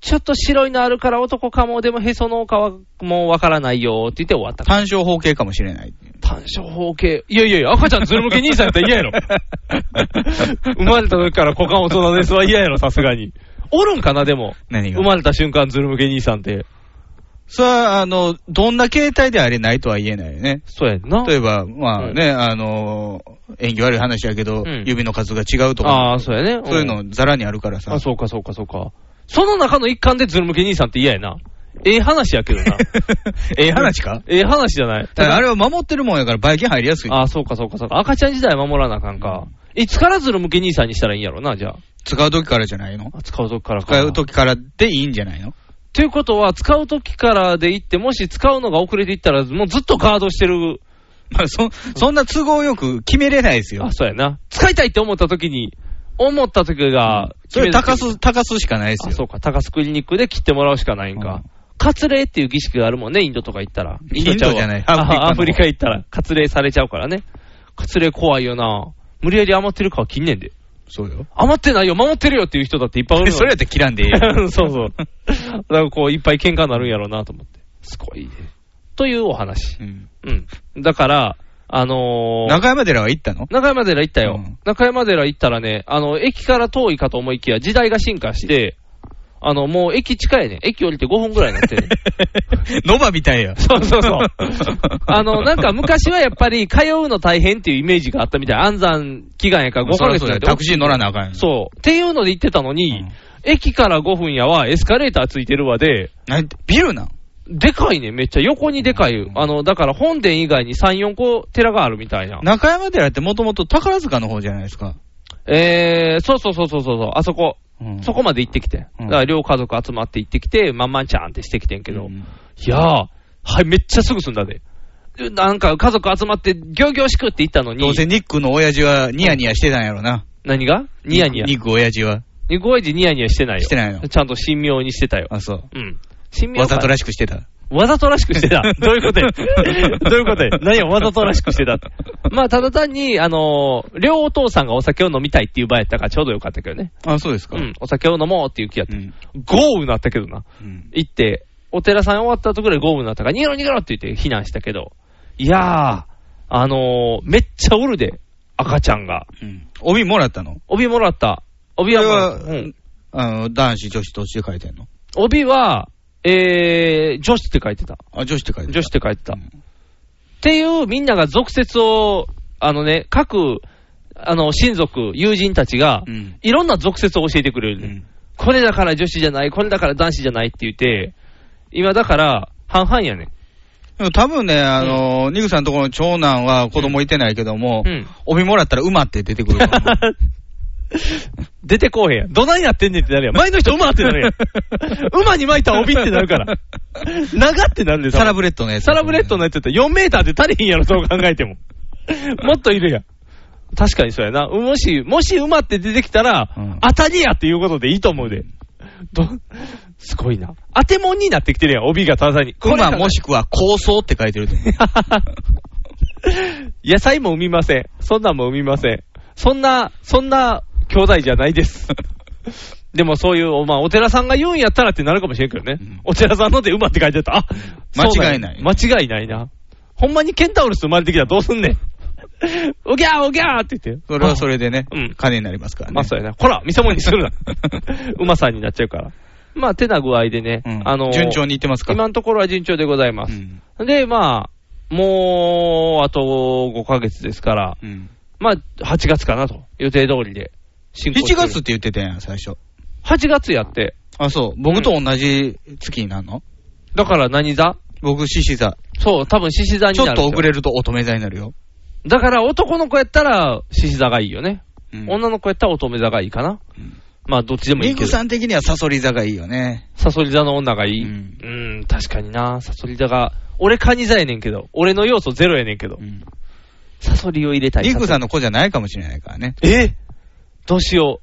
S3: ちょっと白いのあるから男かも、でもへその丘はもうわからないよって言って終わった。
S2: 単焦方形かもしれない。
S3: 単焦方形。いやいやいや、赤ちゃんずる向け兄さんやったら嫌 やろ。生まれた時から股間大人ですは嫌やろ、さすがに。おるんかな、でも。
S2: 何が
S3: 生まれた瞬間ずる向け兄さんって。
S2: それは、あの、どんな形態であれないとは言えないよね。
S3: そうやんな。
S2: 例えば、まあね、あの、演技悪い話やけど、
S3: うん
S2: 指の数が違うとか、
S3: ああ、そうやね。ん
S2: そういうのザラにあるからさ。
S3: あ、そうか、そうか、そうか。その中の一環でズル向け兄さんって嫌やな。ええ話や けどな。
S2: ええ話か
S3: ええ話じゃない。
S2: だからあれは守ってるもんやから、バイキン入りやすい。
S3: あそうか、そうか、そうか。赤ちゃん時代守らなあかんか。いつからズル向け兄さんにしたらいいんやろな、じゃあ。
S2: 使う時からじゃないの
S3: あ使うときからか。
S2: 使う時からでいいんじゃないの
S3: ということは、使うときからで行って、もし使うのが遅れていったら、もうずっとガードしてる。
S2: まあ、そ、そんな都合よく決めれないですよ
S3: あ、。そうやな。使いたいって思ったときに、思ったときが、
S2: それ高
S3: 決める
S2: す、高すしかないで
S3: あ、
S2: す
S3: そ
S2: よ。
S3: うか。高須クリニックで切ってもらうしかないん
S2: う
S3: か
S2: ん。
S3: カツレーっていう儀式があるもんね、インドとか行ったら。
S2: インド
S3: ちうわ
S2: じゃない
S3: あア
S2: ア
S3: フ
S2: フリ
S3: リカ
S2: カ
S3: 行ったら、カツレーされちゃうからね。カツレー怖いよな。無理やり余ってるかは切んねんで。
S2: そうよ。
S3: 余ってないよ、守ってるよっていう人だっていっぱいおるの
S2: それやったら切らんでいい よ。
S3: うんそうそう。だからこう、いっぱい喧嘩になるんやろうなと思って。すごいね。というお話。
S2: うん
S3: うん。だから、あのー、
S2: 中山寺は行 ったの
S3: 中山寺行ったよ。
S2: うん
S3: 中山寺行ったらね、あの、駅から遠いかと思いきや、時代が進化して、あの、もう駅近いね。駅降りて5分ぐらいになって る。
S2: ノバみたいや。
S3: そうそ うそう。あの、なんか昔はやっぱり通うの大変っていうイメージがあったみたい。安産祈願やから5
S2: そ
S3: ヶ
S2: ら
S3: 月
S2: そう
S3: な
S2: や
S3: んて
S2: タクシー乗らなあかんよ。
S3: そう。っていうので行ってたの
S2: う
S3: に、
S2: ん
S3: 駅から5分やはエスカレーターついてるわで、
S2: なんてビルなん
S3: でかいね、めっちゃ横にでかい。あの、だから本殿以外に3、4個寺があるみたいな。
S2: 中山寺ってもともと宝塚の方じゃないですか。
S3: えー、そうそうそうそうそう、あそこ、
S2: うん
S3: そこまで行ってきて。
S2: う
S3: だ
S2: ん
S3: から両家族集まって行ってきて、まんまんちゃんってしてきてんけど、
S2: う
S3: い
S2: ん
S3: やー、はい、めっちゃすぐ済んだで。なんか家族集まって、ぎょうぎょうしくって言ったの
S2: ど
S3: に
S2: う、せニックの親父はニヤニヤしてたんやろな。
S3: 何がニヤニヤ。
S2: ニック親父は。
S3: ニコイジニヤニヤしてないよ。
S2: してないの
S3: ちゃんと神妙にしてたよ。
S2: あ、そう。
S3: うん。神妙
S2: わ
S3: か
S2: ざとらしくしてた。
S3: わざとらし くしてた。どういうことやどういうことや何をわざとらしくし てたって。まあ、ただ単に、あのー両お父さんがお酒を飲みたいっていう場合やったからちょうどよかったけどね。
S2: あ、そうですか。
S3: うん、お酒を飲もうっていう気やった。
S2: うん
S3: 豪雨なったけどな。
S2: うん
S3: 行って、お寺さん終わった後ぐらい豪雨になったから、逃げろ逃げろって言って避難したけど。いやー、あのーめっちゃおるで、赤ちゃんが。
S2: うん帯もらったの
S3: 帯もらった。帯はもらった、
S2: それは
S3: うん
S2: あの、男子、女子どっちで書いてんの
S3: 帯は、えー、女子って書いてた。
S2: あ、女子って書いてた。
S3: 女子って書いてた。
S2: うん
S3: っていう、みんなが俗説を、あのね、各、あの、親族、友人たちが、
S2: うん
S3: いろんな俗説を教えてくれる、
S2: うん
S3: これだから女子じゃない、これだから男子じゃないって言って、今だから、半々やね。
S2: でも多分ね、あの、ニグさんのところの長男は子供いてないけども、
S3: うん
S2: 帯もらったら馬って出てくると思 う。
S3: 出てこうへんやん。どないなってんねんってなるやん。前の人馬ってなる やん。馬に巻いた帯ってなるから。長ってなるんです
S2: サラブレッドのやつ。
S3: サラブレッドのやつやったら4メーターで足りひんやろ、そう考えても。もっといるやん。確かにそうやな。もし、もし馬って出てきたら、
S2: うん
S3: 当たりやっていうことでいいと思うで。ど、すごいな。当てもんになってきてるやん、帯がただに。これ
S2: 馬もしくは構想って書いてると思 う。
S3: 野菜も産みません。そんなんも産みません。そんな、そんな兄弟じゃないです。 でもそういう、まあ、お寺さんが言うんやったらってなるかもしれんけどね。
S2: うん
S3: お寺さんので馬って書いてあった。あ
S2: 間違いない
S3: そうだ間違いないな。ほんまにケンタウルス生まれてきたらどうすんねん。 おぎゃーおぎゃーって言って。
S2: それはそれでね、
S3: うん
S2: 金になりますからね。
S3: まあそうやな。ほら、見せ物にす るな。馬さんになっちゃうから。まあ、手な具合でね。
S2: うん
S3: あのー
S2: 順調にいってますか
S3: 今のところは順調でございます。
S2: うん
S3: で、まあ、もう、あと5ヶ月ですから、
S2: うん
S3: まあ、8月かなと、予定通りで。進行して
S2: 7
S3: る
S2: 月って言ってたやん、最初。
S3: ?8 月やって。
S2: あ、そう。僕と同じ月になるの、
S3: だから何座
S2: 僕、獅子座。
S3: そう、多分獅子座に
S2: ちょ
S3: なる
S2: っ
S3: んです
S2: と
S3: よ
S2: 遅れると乙女座になるよ。
S3: だから男の子やったら獅子座がいいよね。
S2: うん
S3: 女の子やったら乙女座がいいかな。
S2: うん
S3: まあ、どっちでもい
S2: リ
S3: い
S2: ン
S3: け
S2: ク
S3: ど。
S2: さん的にはサソリ座がいいよね。
S3: サソリ座の女がいい。う
S2: うんん、
S3: 確かにな。サソリ座が、俺カニ座やねんけど、俺の要素ゼロやねんけど、
S2: うん
S3: サソリを入れたい。
S2: リンクさ
S3: ん。
S2: んの子じゃないかもしれないからね。
S3: えどうしよ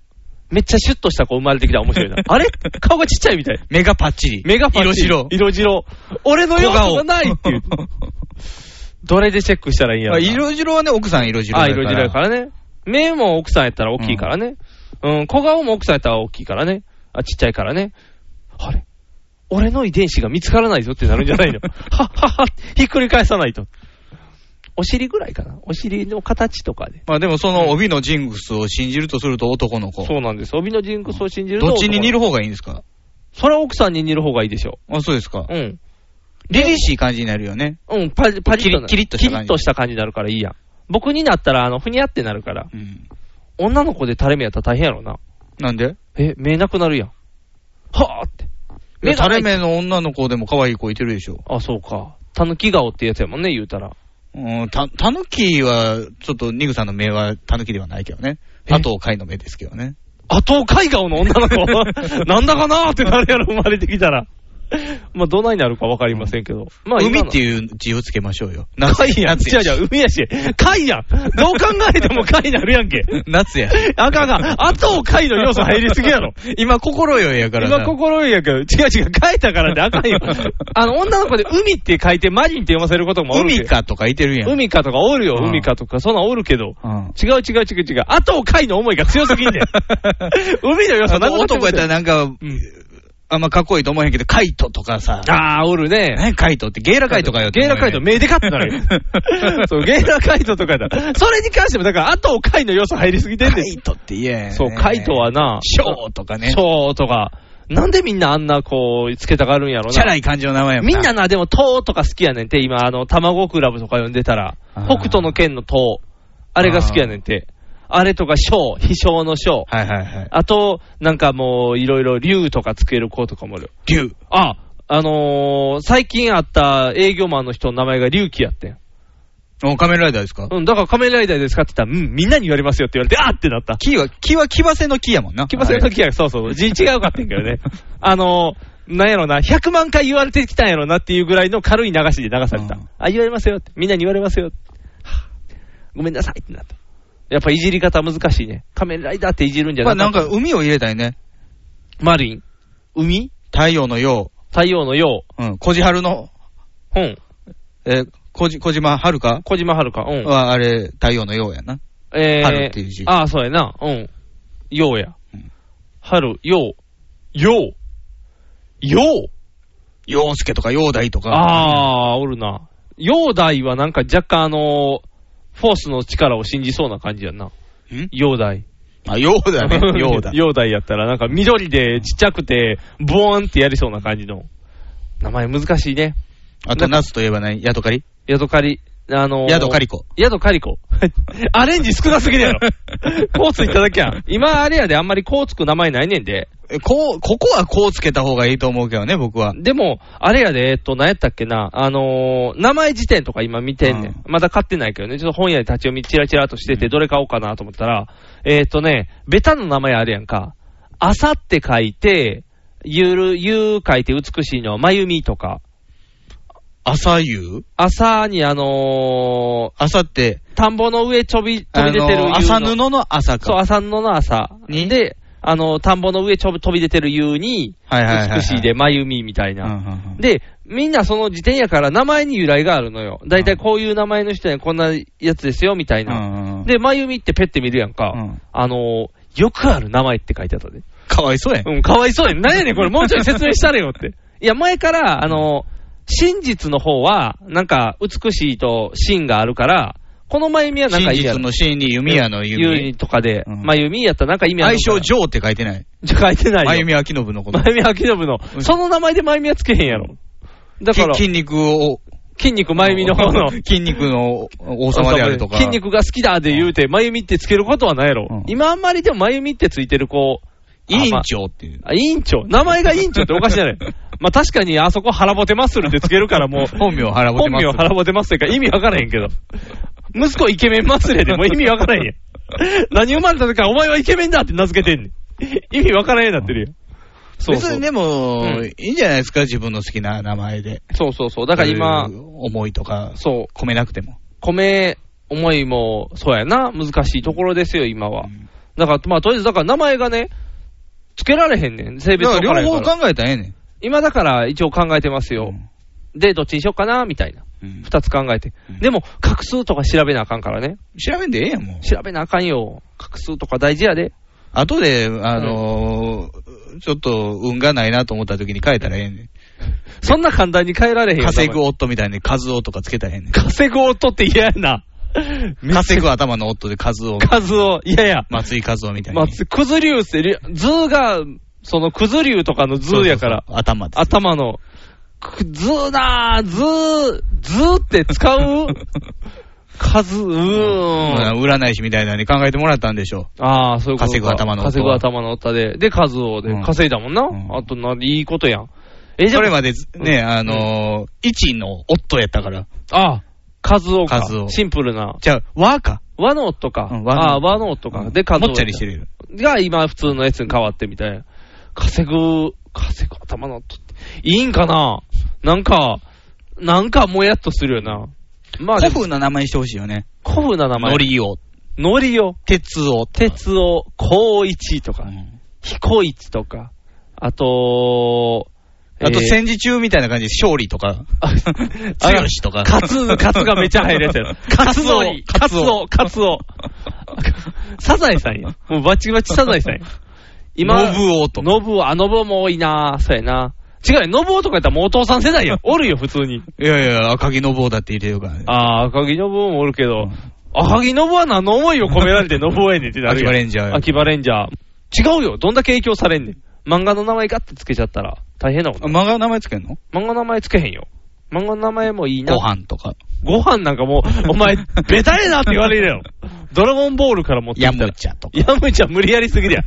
S3: う。めっちゃシュッとした子生まれてきたら面白い な。あれ顔がちっちゃいみたい。
S2: 目がパッチリ。
S3: 目がパッチリ。
S2: 色白。
S3: 色白。俺の要素がないっていう
S2: 小。顔
S3: どれでチェックしたらいいん や
S2: まあ
S3: ろな。
S2: 色白はね、奥さん色白
S3: あ、
S2: だか
S3: 色
S2: ら。
S3: 白やからね。目も奥さんやったら大きいからね。うん、小顔も奥さんやったら大きいからね。あ、ちっちゃいからね。あれ俺の遺伝子が見つからないぞってなるんじゃない のはっはっはひっくり返さないと。お尻ぐらいかなお尻の形とかで。
S2: まあでもその帯のジングスを信じるとすると男の子。
S3: そうなんです。帯のジンクスを信じると。
S2: どっちに似る方がいいんですか
S3: それは奥さんに似る方がいいでしょ
S2: あ、そうですか。
S3: う。うん。
S2: 凛々しい感じになるよね。
S3: うん、パリパリッとな
S2: キリッとした感じ
S3: キリッとした感じになるからいいやん。僕になったら、あの、ふにゃってなるから。
S2: うん。
S3: 女の子で垂れ目やったら大変やろな。
S2: なんで
S3: え、目なくなるやん。はぁって。
S2: いや
S3: が
S2: 垂
S3: ない
S2: れ目の女の子でも可愛い子いてるでしょ。
S3: あ、そうか。たぬき顔ってやつやもんね、言うたら。
S2: うん、た、たぬきは、ちょっとニグさんの目はたぬきではないけどね。
S3: え
S2: あと貝の目ですけどね。
S3: 後を海顔の女の 子。なんだかなーってなるやろ、生まれてきたら。まあ、どないなるかわかりませんけど。まあ、
S2: 海って
S3: う。
S2: いう字をつけましょうよ。
S3: 海
S2: 夏
S3: やん。
S2: 夏
S3: 違う違う、海やし。海やん。どう考えても海になるやんけ。
S2: 夏や。
S3: あかんあかん。後を海の要素入りすぎやろ。
S2: 今、心よやからな。
S3: 今心得やけど、違う違う、書いたからであかんよ。 あの、女の子で海って書いてマリンって読ませることもおるけど
S2: 海。かとかいてるやん。
S3: 海かとかおるよ、
S2: うん
S3: 海かとか、そんなんおるけど。
S2: うん。
S3: 違う違う違う違う。後を海の思いが強すぎんねん。 海の良さ
S2: あ
S3: な
S2: の
S3: くなって
S2: 男
S3: も
S2: やっ
S3: う
S2: てたらなんか、
S3: うん
S2: あんまかっこいいと思えへんけど、カイトとかさ。
S3: あー、おるね。
S2: 何カイトってゲイラカイトかよって
S3: ゲイ
S2: 思う
S3: ラ
S2: よね
S3: カイト、目でかってなるよ そう、ゲイラカイトとかだ。それに関しても、だから、後を海の良さ入りすぎてん
S2: カ
S3: で
S2: イ
S3: す。
S2: トって言えやん
S3: そう、カイトはな、
S2: ショーとかね。
S3: ショーとか。なんでみんなあんな、こう、つけたがるんやろな。
S2: チャラい感じの名前やもん
S3: みんなな、でも、塔とか好きやねんて、今、あの、卵クラブとか呼んでたら、
S2: あー
S3: 北斗の剣の塔、あれが好きやねんて、あれとか、章、飛翔の章、
S2: はいはいはい。
S3: あと、なんかもう、いろいろ、竜とかつける子とかもおる。
S2: 竜。
S3: あ、あのー、最近あった営業マンの人の名前が龍騎やってん。
S2: お仮面ライダーですか
S3: うん、だから仮面ライダーですかって言ったら、うん、みんなに言われますよって言われて、あーってなった。
S2: キーは、キーは騎馬戦のキーやもんな。
S3: 騎馬戦の時は、そうそう、字違うかってんけどね。あのー、なんやろな、100万回言われてきたんやろなっていうぐらいの軽い流しで流された。
S2: うん
S3: あ、言われますよって、みんなに言われますよって。はあごめんなさいってなった。やっぱいじり方難しいね。仮面ライダーっていじるんじゃ
S2: まあ
S3: な
S2: な
S3: く
S2: んか海を入れたいね。
S3: マリン、海、
S2: 太陽のよ
S3: 太陽のよ
S2: う。うん。小じはるの、
S3: う、うん、
S2: えー、小じ、小島はるか
S3: 小島遥か、うん。
S2: は、あれ、太陽のようやな。
S3: え
S2: 春っていう字
S3: ああ、そうやな。うん。ようや
S2: うん。
S3: 春、よう、よう、よう。
S2: 陽介とか陽大とか。
S3: あー、おるな。陽大はなんか若干あのーフォースの力を信じそうな感じやんな。
S2: ん
S3: 陽大。
S2: あ、陽だ ね。陽だ。
S3: 陽大やったらなんか緑でちっちゃくて、ボーンってやりそうな感じの。名前難しいね。
S2: あと、ナスといえば何ヤドカリ
S3: ヤドカリ、あのー、
S2: ヤドカリコ。
S3: ヤドカリコ。 アレンジ少なすぎるや ろ。こうついただけやん。今あれやであんまりこうつく名前ないねんで。
S2: えこう、ここはこうつけた方がいいと思うけどね、僕は。
S3: でも、あれやで、えっと、何やったっけな、あのー名前辞典とか今見てんねん。まだ買ってないけどね、ちょっと本屋で立ち読みチラチラっとしてて、どれ買おうかなと思ったら、えっとね、ベタの名前あるやんか。あさって書いて、ゆる、ゆう書いて美しいのは、まゆみとか。
S2: 朝夕
S3: 朝にあの
S2: 朝って、
S3: ー田んぼの上ちょび、飛び出てる
S2: あ
S3: 夕
S2: の朝布の朝
S3: そう、
S2: か。
S3: 朝布の朝。
S2: に
S3: で、あの、田んぼの上ちょび飛び出てる夕に、
S2: はいはいはいはい
S3: 美しいで、まゆみみたいな。
S2: うんうんうん
S3: で、みんなその時点やから名前に由来があるのよ。だいたいこういう名前の人にはこんなやつですよ、みたいな。
S2: うんうん
S3: で、まゆみってペッて見るやんか。
S2: うん
S3: あのーよくある名前って書いてあったで。
S2: かわいそうやん。
S3: うん、かわいそうやん。なんやねん、これ。もうちょい説明したれよって。いや、前から、あのー真実の方は、なんか、美しいと真があるから、このまゆみはなんか
S2: 真
S3: 意味あ
S2: 実
S3: る。
S2: の真に弓矢の弓。
S3: とかで、
S2: うん
S3: まゆみやったらなんか意味あ
S2: 愛
S3: るのか
S2: 称
S3: な。
S2: ジョーって書いてない。
S3: じ ゃ書いてないよ。
S2: 真弓明信の こと
S3: ま。ゆみはきのぶの
S2: う。ん
S3: その名前でまゆみはつけへんやろ。だから、
S2: き筋肉を、
S3: 筋肉まゆみの方 の。
S2: 筋肉の王様であるとか。
S3: 筋肉が好きだで言うて、まゆみってつけることはないやろ。
S2: うん
S3: 今あんまりでもまゆみってついてる子。
S2: 委員長っていう。
S3: あ。まあ委員長。名前が委員長っておかしいじゃ ない。まあ確かにあそこ腹ぼてマッスルってつけるからもう。
S2: 本名 腹ぼて
S3: 本
S2: ます。
S3: 名腹ぼてマッスルやから意味わからへんけど。息子イケメンマッスルやでもう意味わからへ んやん。何生まれた時からお前はイケメンだって名付けてんねん。意味わからへんなってるやん。そう
S2: 別
S3: そう
S2: に。でも、
S3: うん
S2: いいんじゃないですか、自分の好きな名前で。
S3: そうそうそう。だから
S2: そ
S3: 今
S2: うい、う思いとか、
S3: そう、
S2: 込めなくても。
S3: 米、思いも、そうやな、難しいところですよ、今は
S2: う。ん
S3: だから、まあ、とりあえず、だから名前がね、つけられへんねん。性別
S2: だ
S3: わ
S2: か
S3: かららへん
S2: 両
S3: か
S2: 方
S3: ら。
S2: 考えたらええね
S3: 今だから、一応考えてますよ。
S2: ん。
S3: で、どっちにしようかな、みたいな。
S2: うん
S3: 二つ考えて。
S2: うん
S3: でも、画数とか調べなあかんからね。
S2: 調べんでええやん、もう。
S3: 調べなあかんよ。画数とか大事やで。
S2: あとで、あのーちょっと運がないなと思った時に変えたらええね
S3: そんな簡単に変えられへん
S2: ん。
S3: よ
S2: 稼ぐ夫みたいに数夫とかつけたらええねん。
S3: 稼ぐ音って嫌やな。
S2: 稼ぐ頭の夫で数夫。
S3: 数を、いやいや。
S2: 松井和夫みたいに。
S3: まあ、つくずりゅうってり、ずーが、そのくずりゅうとかのずーやから、
S2: そうそうそう頭です。
S3: 頭の、くずーなー、ずー、ずーって使う数、うーん。
S2: うん占い師みたいなのに考えてもらったんでしょ
S3: ああ、そういうこと
S2: 稼
S3: か。
S2: ぐ頭の音
S3: 稼ぐ頭の歌で。で、数をで、
S2: うん
S3: 稼いだもんな。
S2: うん
S3: あと、なんで、いいことやん。え、
S2: う。
S3: じゃ
S2: それ
S3: あ、
S2: までず、ね、あのー、一の夫やったから。
S3: ああ、数をか
S2: 数。を
S3: シンプルな。
S2: じゃあ、和か。
S3: 和の音か。
S2: うん和の音
S3: ああ、和の音か。で、数を。
S2: もっちゃりしてる。
S3: が今普通のやつに変わってみたいな。稼ぐ、稼ぐ頭の音って。いいんかななんか、なんかもやっとするよな。まあで
S2: 古
S3: も、
S2: 風な名前にしてほしいよね。
S3: 古風な名前。
S2: の。りを。
S3: のりよ。
S2: 鉄を。
S3: 鉄を、高一と
S2: う
S3: か、
S2: ん
S3: 彦一とか、あと、
S2: あと、
S3: えー
S2: 戦時中みたいな感じで勝利とか。
S3: あら
S2: 強しとか。
S3: カツ、カツがめっちゃ入るやつやろ。カツオに、カ
S2: カ
S3: ツ
S2: ツ
S3: オ、
S2: オ
S3: カツオ。サザエさんや。もうバチバチサザエさんや。今、
S2: ノブオとか
S3: ノブオ、あ、ノブオも多いなそうやな。違うよ、ノブオとかやったらもうお父さん世代やん。おるよ、普通に。
S2: いやいや、赤木信夫だって入れようからね。
S3: あー、赤木ノブオもおるけど、赤木ノブオは何の思いを込められてノブオやねんってなる
S2: 秋
S3: や
S2: 葉
S3: ん。
S2: レンジャー。
S3: 秋葉レンジャー。違うよ、どんだけ影響されんねん。漫画の名前ガッてつけちゃったら、大変なこ
S2: あ
S3: と。
S2: 漫画の名前つけんの
S3: 漫画の名前つけへんよ。漫画の名前もいいな。
S2: ご飯とか。
S3: ご飯なんかも う、お前、ベタれなって言われるよ。ドラゴンボールから持ってきた
S2: ヤ
S3: ら
S2: ムチャとか。
S3: ヤムチャ無理やりす ぎだよ。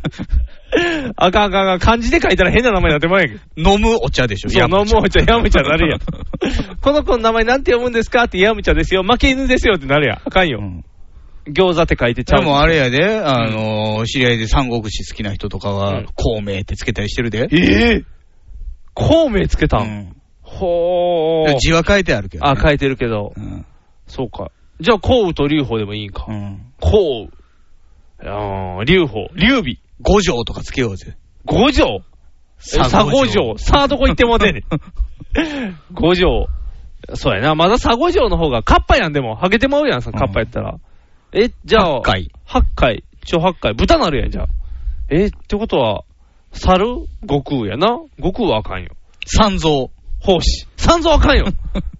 S3: あかんあかんあかん。漢字で書いたら変な名前になっ てまうやんけ。
S2: 飲むお茶でしょ。
S3: そう、
S2: ヤ
S3: 飲
S2: ムチャ
S3: もうちゃ、ヤムチャなるやん。この子の名前なんて読むんですかって、ヤムチャですよ。負け犬ですよってなるやん。あかん
S2: う
S3: よ。
S2: ん
S3: 餃子って書いてち
S2: で
S3: ゃう。
S2: もあれやで、あのー、知り合いで三国志好きな人とか
S3: う
S2: は
S3: ん、
S2: 孔明ってつけたりしてるで。
S3: えぇ孔明つけた。
S2: うんん
S3: ほー。
S2: 字は書いてあるけどね。
S3: あ、書いてるけど。
S2: うん。
S3: そうか。じゃあ、孔雨と劉邦でもいいんか
S2: う。ん。
S3: 孔雨。あー、劉邦。劉備。
S2: 五条とかつけようぜ。
S3: 五条
S2: 佐
S3: 佐
S2: 五
S3: 五
S2: 条
S3: 条。さあ、どこ行っても 出ねえ。五条。そうやな。まだ佐五条の方が、カッパやんでも。ハゲてまうやん、さ、カッパやったら。え、じゃあ、
S2: 八回。
S3: 八回。ちょ、八回。豚なるやん、じゃあ。え、ってことは、猿悟空やな。悟空はあかんよ。
S2: 三蔵。
S3: 奉仕。三蔵あ かんよ。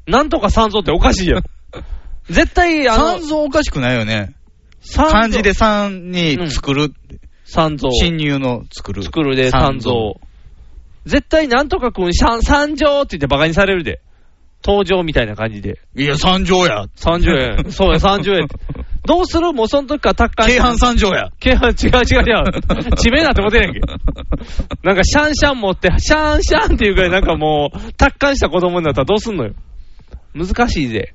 S3: なんとか三蔵っておかしいやん。絶対、 あの
S2: 三、蔵おかしくないよね。
S3: 三蔵
S2: 漢字で三に作る。
S3: 三蔵。
S2: 侵入の作る。
S3: 作るで三蔵。絶対なんとかくん、三三条って言ってバカにされるで。登場みたいな感じで。
S2: いや、三条や。
S3: 30 円。そうや、30円って。どうするもうその時から達観
S2: 京阪三条や。
S3: 京阪、 違う違う違う。地名なって思って んやんけ。なんかシャンシャン持って、シャンシャンっていうぐらいなんかもう、達観した子供になったらどうすんのよ。難しいで。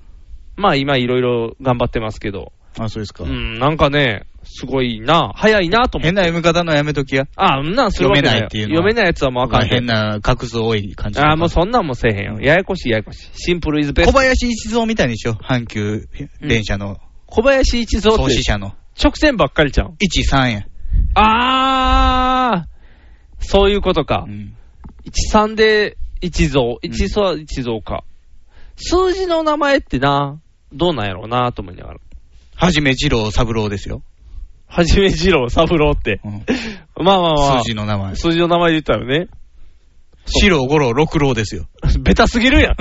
S3: まあ今いろいろ頑張ってますけど。
S2: あ、そうですか
S3: う。ん、なんかね、すごいな、早いなと思っ
S2: 変
S3: て。
S2: な読み方のやめときや。
S3: あ、うんなんするわけ
S2: 読めないっていうのは
S3: 読めないやつはもうあかんで
S2: 変な画数多い感じ。
S3: ああ、もうそんなんもせえへんよ。ややこしいややこしい。シンプルイズベス
S2: 小
S3: ト。
S2: 林一蔵みたいにしよう。阪急電車の
S3: 小林一蔵
S2: 創
S3: って
S2: 始者の。
S3: 直線ばっかりちゃうん。
S2: 一三や。
S3: ああそういうことか
S2: う。ん
S3: 一三で一蔵。一蔵、一蔵か。数字の名前ってな、どうなんやろうなと思いながら。
S2: はじめ二郎三郎ですよ。
S3: はじめ二郎、三郎って。
S2: うん
S3: まあまあまあ。
S2: 数字の名前。
S3: 数字の名前で言ったらね。
S2: 四郎五郎六郎ですよ。
S3: ベタすぎる やん。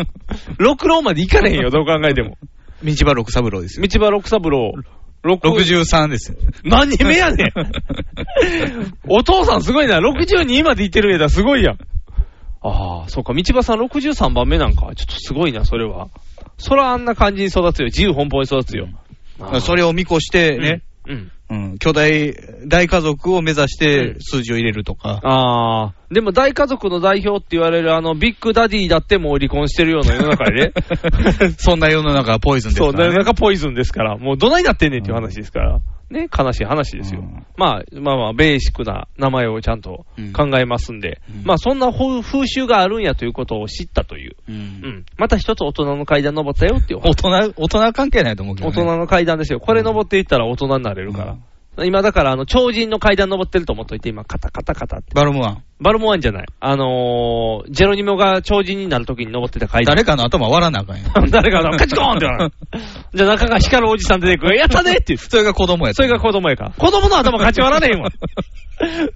S3: 六郎までいかれへんよ、どう考えても。
S2: 道場六三郎ですよ。
S3: 道場六三郎。六
S2: 63ですよ。
S3: 何人目やねん お父さんすごいな。62までいってる枝すごいやん。ああ、そうか。道場さん63番目なんか。ちょっとすごいな、それは。そらあんな感じに育つよ。自由奔放に育つよ。あー
S2: それを見越してね、
S3: うん。うん。
S2: うん、巨大、大家族を目指し
S3: う
S2: て
S3: ん
S2: 数字を入れるとか。
S3: ああ、でも大家族の代表って言われるあのビッグダディだってもう離婚してるような世の中で ね。
S2: そんな世の中はポイズンです
S3: そう、
S2: か
S3: な
S2: ら
S3: か
S2: ね。
S3: なかポイズンですから、もうどないなってんねんっていう話ですから、ね、悲しい話ですよ。
S2: うん
S3: まあ、まあまあ、ベーシックな名前をちゃんと考えますんで、
S2: うん
S3: まあ、そんな風風習があるんやということを知ったという。
S2: う
S3: うんん。また一つ大人の階段登ったよっていうお
S2: 大人、大人関係ないと思うけど
S3: 大
S2: ね。
S3: 人の階段ですよ。これ登っていったら大人になれるから。今だから、あの、超人の階段登ってると思っといて、今、カタカタカタって。
S2: バルムワン。
S3: バルモアンじゃない。あのー、ジェロニモが超人になるときに登ってた階段。
S2: 誰かの頭割らなあかんやん。
S3: 誰かのカチコーンってな る。じゃあ中が光るおじさん出てくる。やったねって言う。
S2: それが子供や
S3: それが子供やから。子供の頭勝ち割ら ねえもん。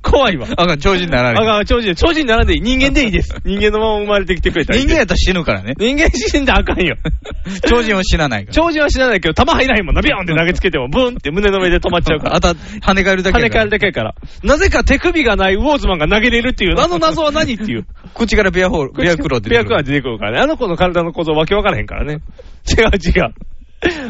S3: 怖いわ。
S2: あかん、超人になら
S3: あ
S2: れへん
S3: が、超人、超人にならんでいい。人間でいいです。 人間のまま生まれてきてくれたらいい
S2: 人間やったら死ぬからね。
S3: 人間死んだらあかん よ。
S2: 超人は死なないから。
S3: 超人は死なないけど、弾入らへんもんな。ビョンって投げつけても、ブンって胸の上で止まっちゃうから
S2: あ。た、跳ね返るだけ
S3: 跳
S2: や
S3: ね
S2: から
S3: 返るだけやから。なぜか手首がないウォーズマンが投げれるっていう、あの謎は何っていう。
S2: 口からビアホール、ビアクロ出てく
S3: ペア
S2: る
S3: クロが出てくるからね。あの子の体の構造わけわからへんからね。違う違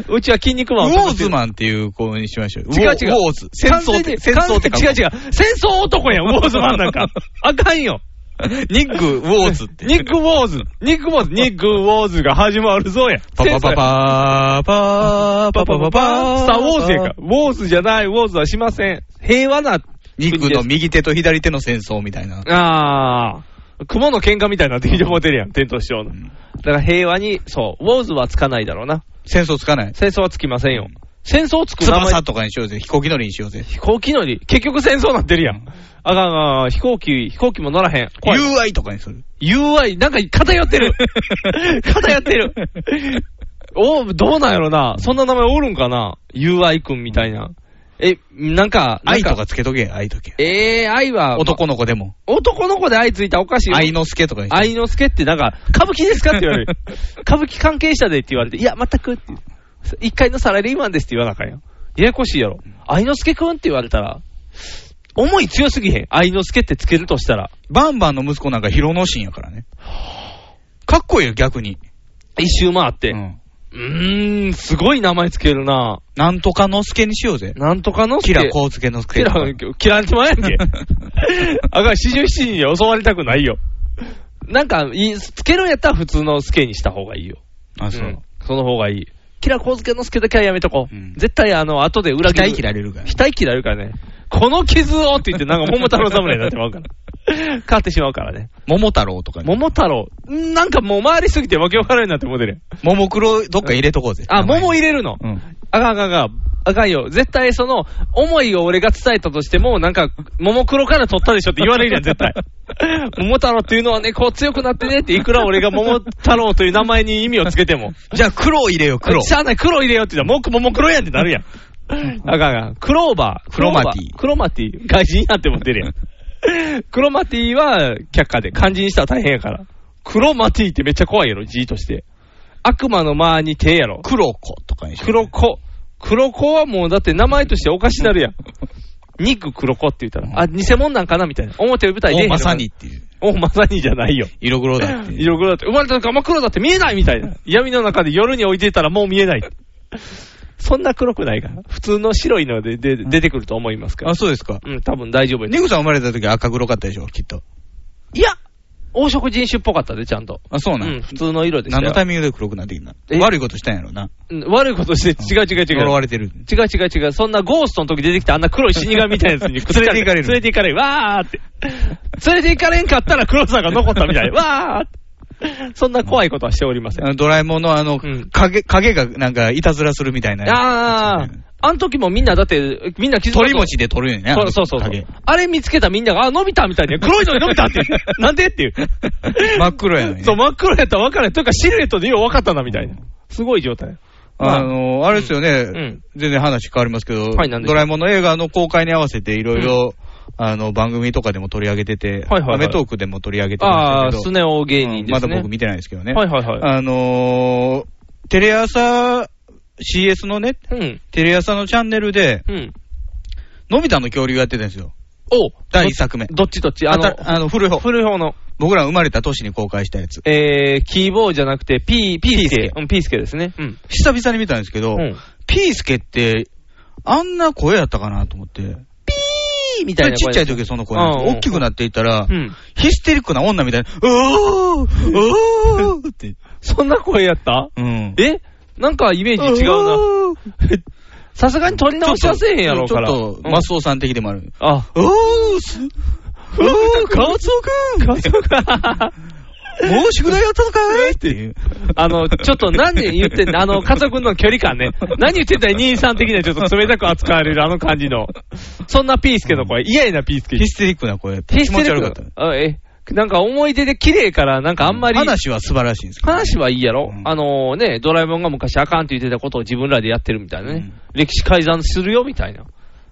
S3: う。うちは筋肉マ
S2: ウ
S3: ンを
S2: ォーズ
S3: ン。
S2: マンっていう子にしましょう。
S3: 違う違
S2: ウ
S3: う
S2: ォーズ。戦争って、戦争って
S3: 完全に違う違う。戦争男やん、ウォーズマンなんか。あかん よ。
S2: 違う。ニッグ、ウォーズって。
S3: ニックウォーズ。ニックウォーズ。ニックウォーズが始まるぞや。
S2: パパパパーパーパ
S3: パ
S2: パパパ
S3: パパパ
S2: ー
S3: スター・ウォーズやから。ウォーズじゃない、ウォーズはしません。平和な。
S2: ニッグの右手と左手の戦争みたいな。
S3: あー、雲の喧嘩みたいになってきてもうてるやん、天と師匠の。だから平和に、そう、ウォーズはつかないだろうな。
S2: 戦争つかない。
S3: 戦争はつきませんよ。戦争つく名前
S2: 翼とかにしようぜ。飛行機乗りにしようぜ。
S3: 飛行機乗り、結局戦争なってるやん。あかんあかんあかん、飛行機、飛行機も乗らへん。怖い。
S2: UI とかにする。
S3: UI、なんか偏っ てる。偏ってる。おどうなんやろな。そんな名前おるんかな ?UI 君みたいな。え、なんか、なん
S2: 愛とかつけとけ、愛とけ。
S3: えー、愛は、
S2: 男の子でも。
S3: 男の子で愛ついたらおかしいよ。
S2: 愛の助とかにしよう
S3: 愛之助ってなんか、歌舞伎ですかって言わ れる。歌舞伎関係者でって言われて、いや、全くって言う。一回のサラリーマンですって言わなあかんよ。ややこしいやろ。愛之助くんって言われたら、思い強すぎへん。愛之助ってつけるとしたら。
S2: バンバンの息子なんかヒロノシンやからね。かっこいいよ、逆に。
S3: 一周回って。
S2: う
S3: うんーん、すごい名前つけるな
S2: なんとかのすけにしようぜ。
S3: なんとかの
S2: キラ
S3: こ
S2: コウスケのす
S3: キ
S2: けと
S3: ラ
S2: か。、
S3: キラってまうやんけ。 あかん、四十七人に襲われたくないよ。なんか、いいつけるんやったら普通のスケにした方がいいよ。。
S2: あ、そううん
S3: その方がいい。キラコウズケのスケだけはやめとこう。
S2: うん
S3: 絶対あの、後で裏切
S2: 額
S3: る。
S2: 切られるから。
S3: 額切られるからね。この傷をって言ってなんか桃太郎侍になってまう から。勝ってしまうからね。
S2: 桃太郎とかね。
S3: 桃太郎。んなんかもう回りすぎてわけわからんようになってモデル。
S2: 桃黒どっか入れとこうぜ。
S3: あ、桃
S2: 入
S3: 入れるの。
S2: うん。
S3: あかんあかんあかん。あかんよ。絶対その、思いを俺が伝えたとしても、なんか、桃黒から取ったでしょって言われるやん、絶対。桃太郎っていうのはね、こう強くなってねって、いくら俺が桃太郎という名前に意味をつけても。
S2: じゃあ黒を入れよう、黒。
S3: しゃあない、黒入れよって言ったら、もくもも黒やんってなるやん。あかんあかん。クローバー。
S2: クロマティ
S3: クロマティ。外人になっても出るやん。 クロマティは却下で、漢字にしたら大変やから。クロマティってめっちゃ怖いやろ、字として。悪魔の間に手やろ。
S2: 黒子とかにしよう。
S3: 黒子。黒子はもうだって名前としておかしな るやん。肉黒子って言ったら、あ、偽物なんかなみたいな。表舞台で。
S2: おまさに。っていう。
S3: おまさにじゃないよ。
S2: 色黒だっていう。
S3: 色黒だって。生まれた時あんま黒だって見えないみたいな。闇の中で夜に置いてたらもう見えない。 そんな黒くないから。普通の白いのでで出てくると思いますから
S2: あ、。そうですか。
S3: うん、多分大丈夫や
S2: ニグさん生まれた時は赤黒かったでしょ、きっと。
S3: いや、黄色人種っぽかったで、ちゃんと。
S2: あ、そう
S3: う、
S2: なんん。
S3: 普通の色でした
S2: 何
S3: よ
S2: のタイミングで黒くなってきた
S3: え
S2: の悪いことしたんやろな。
S3: うん悪いことして、違う違う違う。
S2: 呪われてる。
S3: 違う違う違う。そんなゴーストの時出てきたあんな黒い死神みたいなやつに
S2: 連れて行かれる
S3: 連れて行かれる。わーって。連れて行かれんかったら黒さんが残ったみたい。わーって。そんな怖いことはしておりません。
S2: あのドラえもんのあの
S3: うん、
S2: 影、影がなんかいたずらするみたいな。
S3: あー、あん時もみんなだって、みんな気づ
S2: 鳥餅で取るよね。あ
S3: そ
S2: の
S3: うそうそうそう
S2: 影。
S3: あれ見つけたみんなが、あ、伸びたみたいな。黒いのに伸び たって。なんでっていう。
S2: 真っ黒やのにね
S3: そう、真っ黒やったら分からない。というか、シルエットでよう分かったな、みたいな。すごい状態。まあ
S2: あの、あれですよね
S3: ん、
S2: 全然話変わりますけど、
S3: はい何でし
S2: ド
S3: ょう
S2: ラえもんの映画の公開に合わせていろいろ、あの、番組とかでも取り上げてて、
S3: はいはいはい
S2: アメトークでも取り上げて
S3: あ
S2: ま
S3: あ、
S2: した
S3: ス
S2: けど、
S3: ネオ芸人
S2: うん
S3: で
S2: ます
S3: ね。
S2: だ僕見てないですけどね。
S3: はいはいはい。
S2: あのー、テレ朝、CS のね、
S3: うん。
S2: テレ朝のチャンネルで、
S3: うん。
S2: のび太の恐竜やってたんですよ。
S3: お
S2: 第一作目
S3: どどっちどっちあの
S2: あ、たあの古い方。
S3: 古い方の、
S2: 僕ら生まれた年に公開したやつ。
S3: えー、キーボーじゃなくて、ピー、ピースケ。うん、ピースケですね。うん。
S2: 久々に見たんですけど、
S3: うん
S2: ピースケって、あんな声やったかなと思って。ピーみ
S3: たいな
S2: ち
S3: 声
S2: っちゃい時はその声なんです
S3: うんうん
S2: 大きくなっていったら、
S3: うん。
S2: ヒステリックな女みたいな、うおーうおーって。
S3: そんな声やった
S2: うん。
S3: えなんかイメージ違うな。
S2: うおー
S3: さすがに取り直しはせえへんやろうから。
S2: ちょっ
S3: う
S2: と、
S3: ん
S2: マスオさん的でもある。
S3: あ、
S2: おーす、おー、カツオくん
S3: カツオくん
S2: もう宿題やったのかいっていう。
S3: あの、ちょっと何言ってんだ、あの、家族の距離感ね。何言ってんだ、兄さん的にはちょっと冷たく扱われる、あの感じの。そんなピースケの声、嫌やなピースケ。
S2: ヒステリックな声。
S3: テ
S2: 気持ち悪かった。
S3: あえ、なんか思い出で綺麗から、なんかあんまり。
S2: 話は素晴らしいんですけど
S3: 話はいいやろ、
S2: うん
S3: あのね、ドラえもんが昔あかんって言ってたことを自分らでやってるみたいなね。歴史改ざんするよみたいな。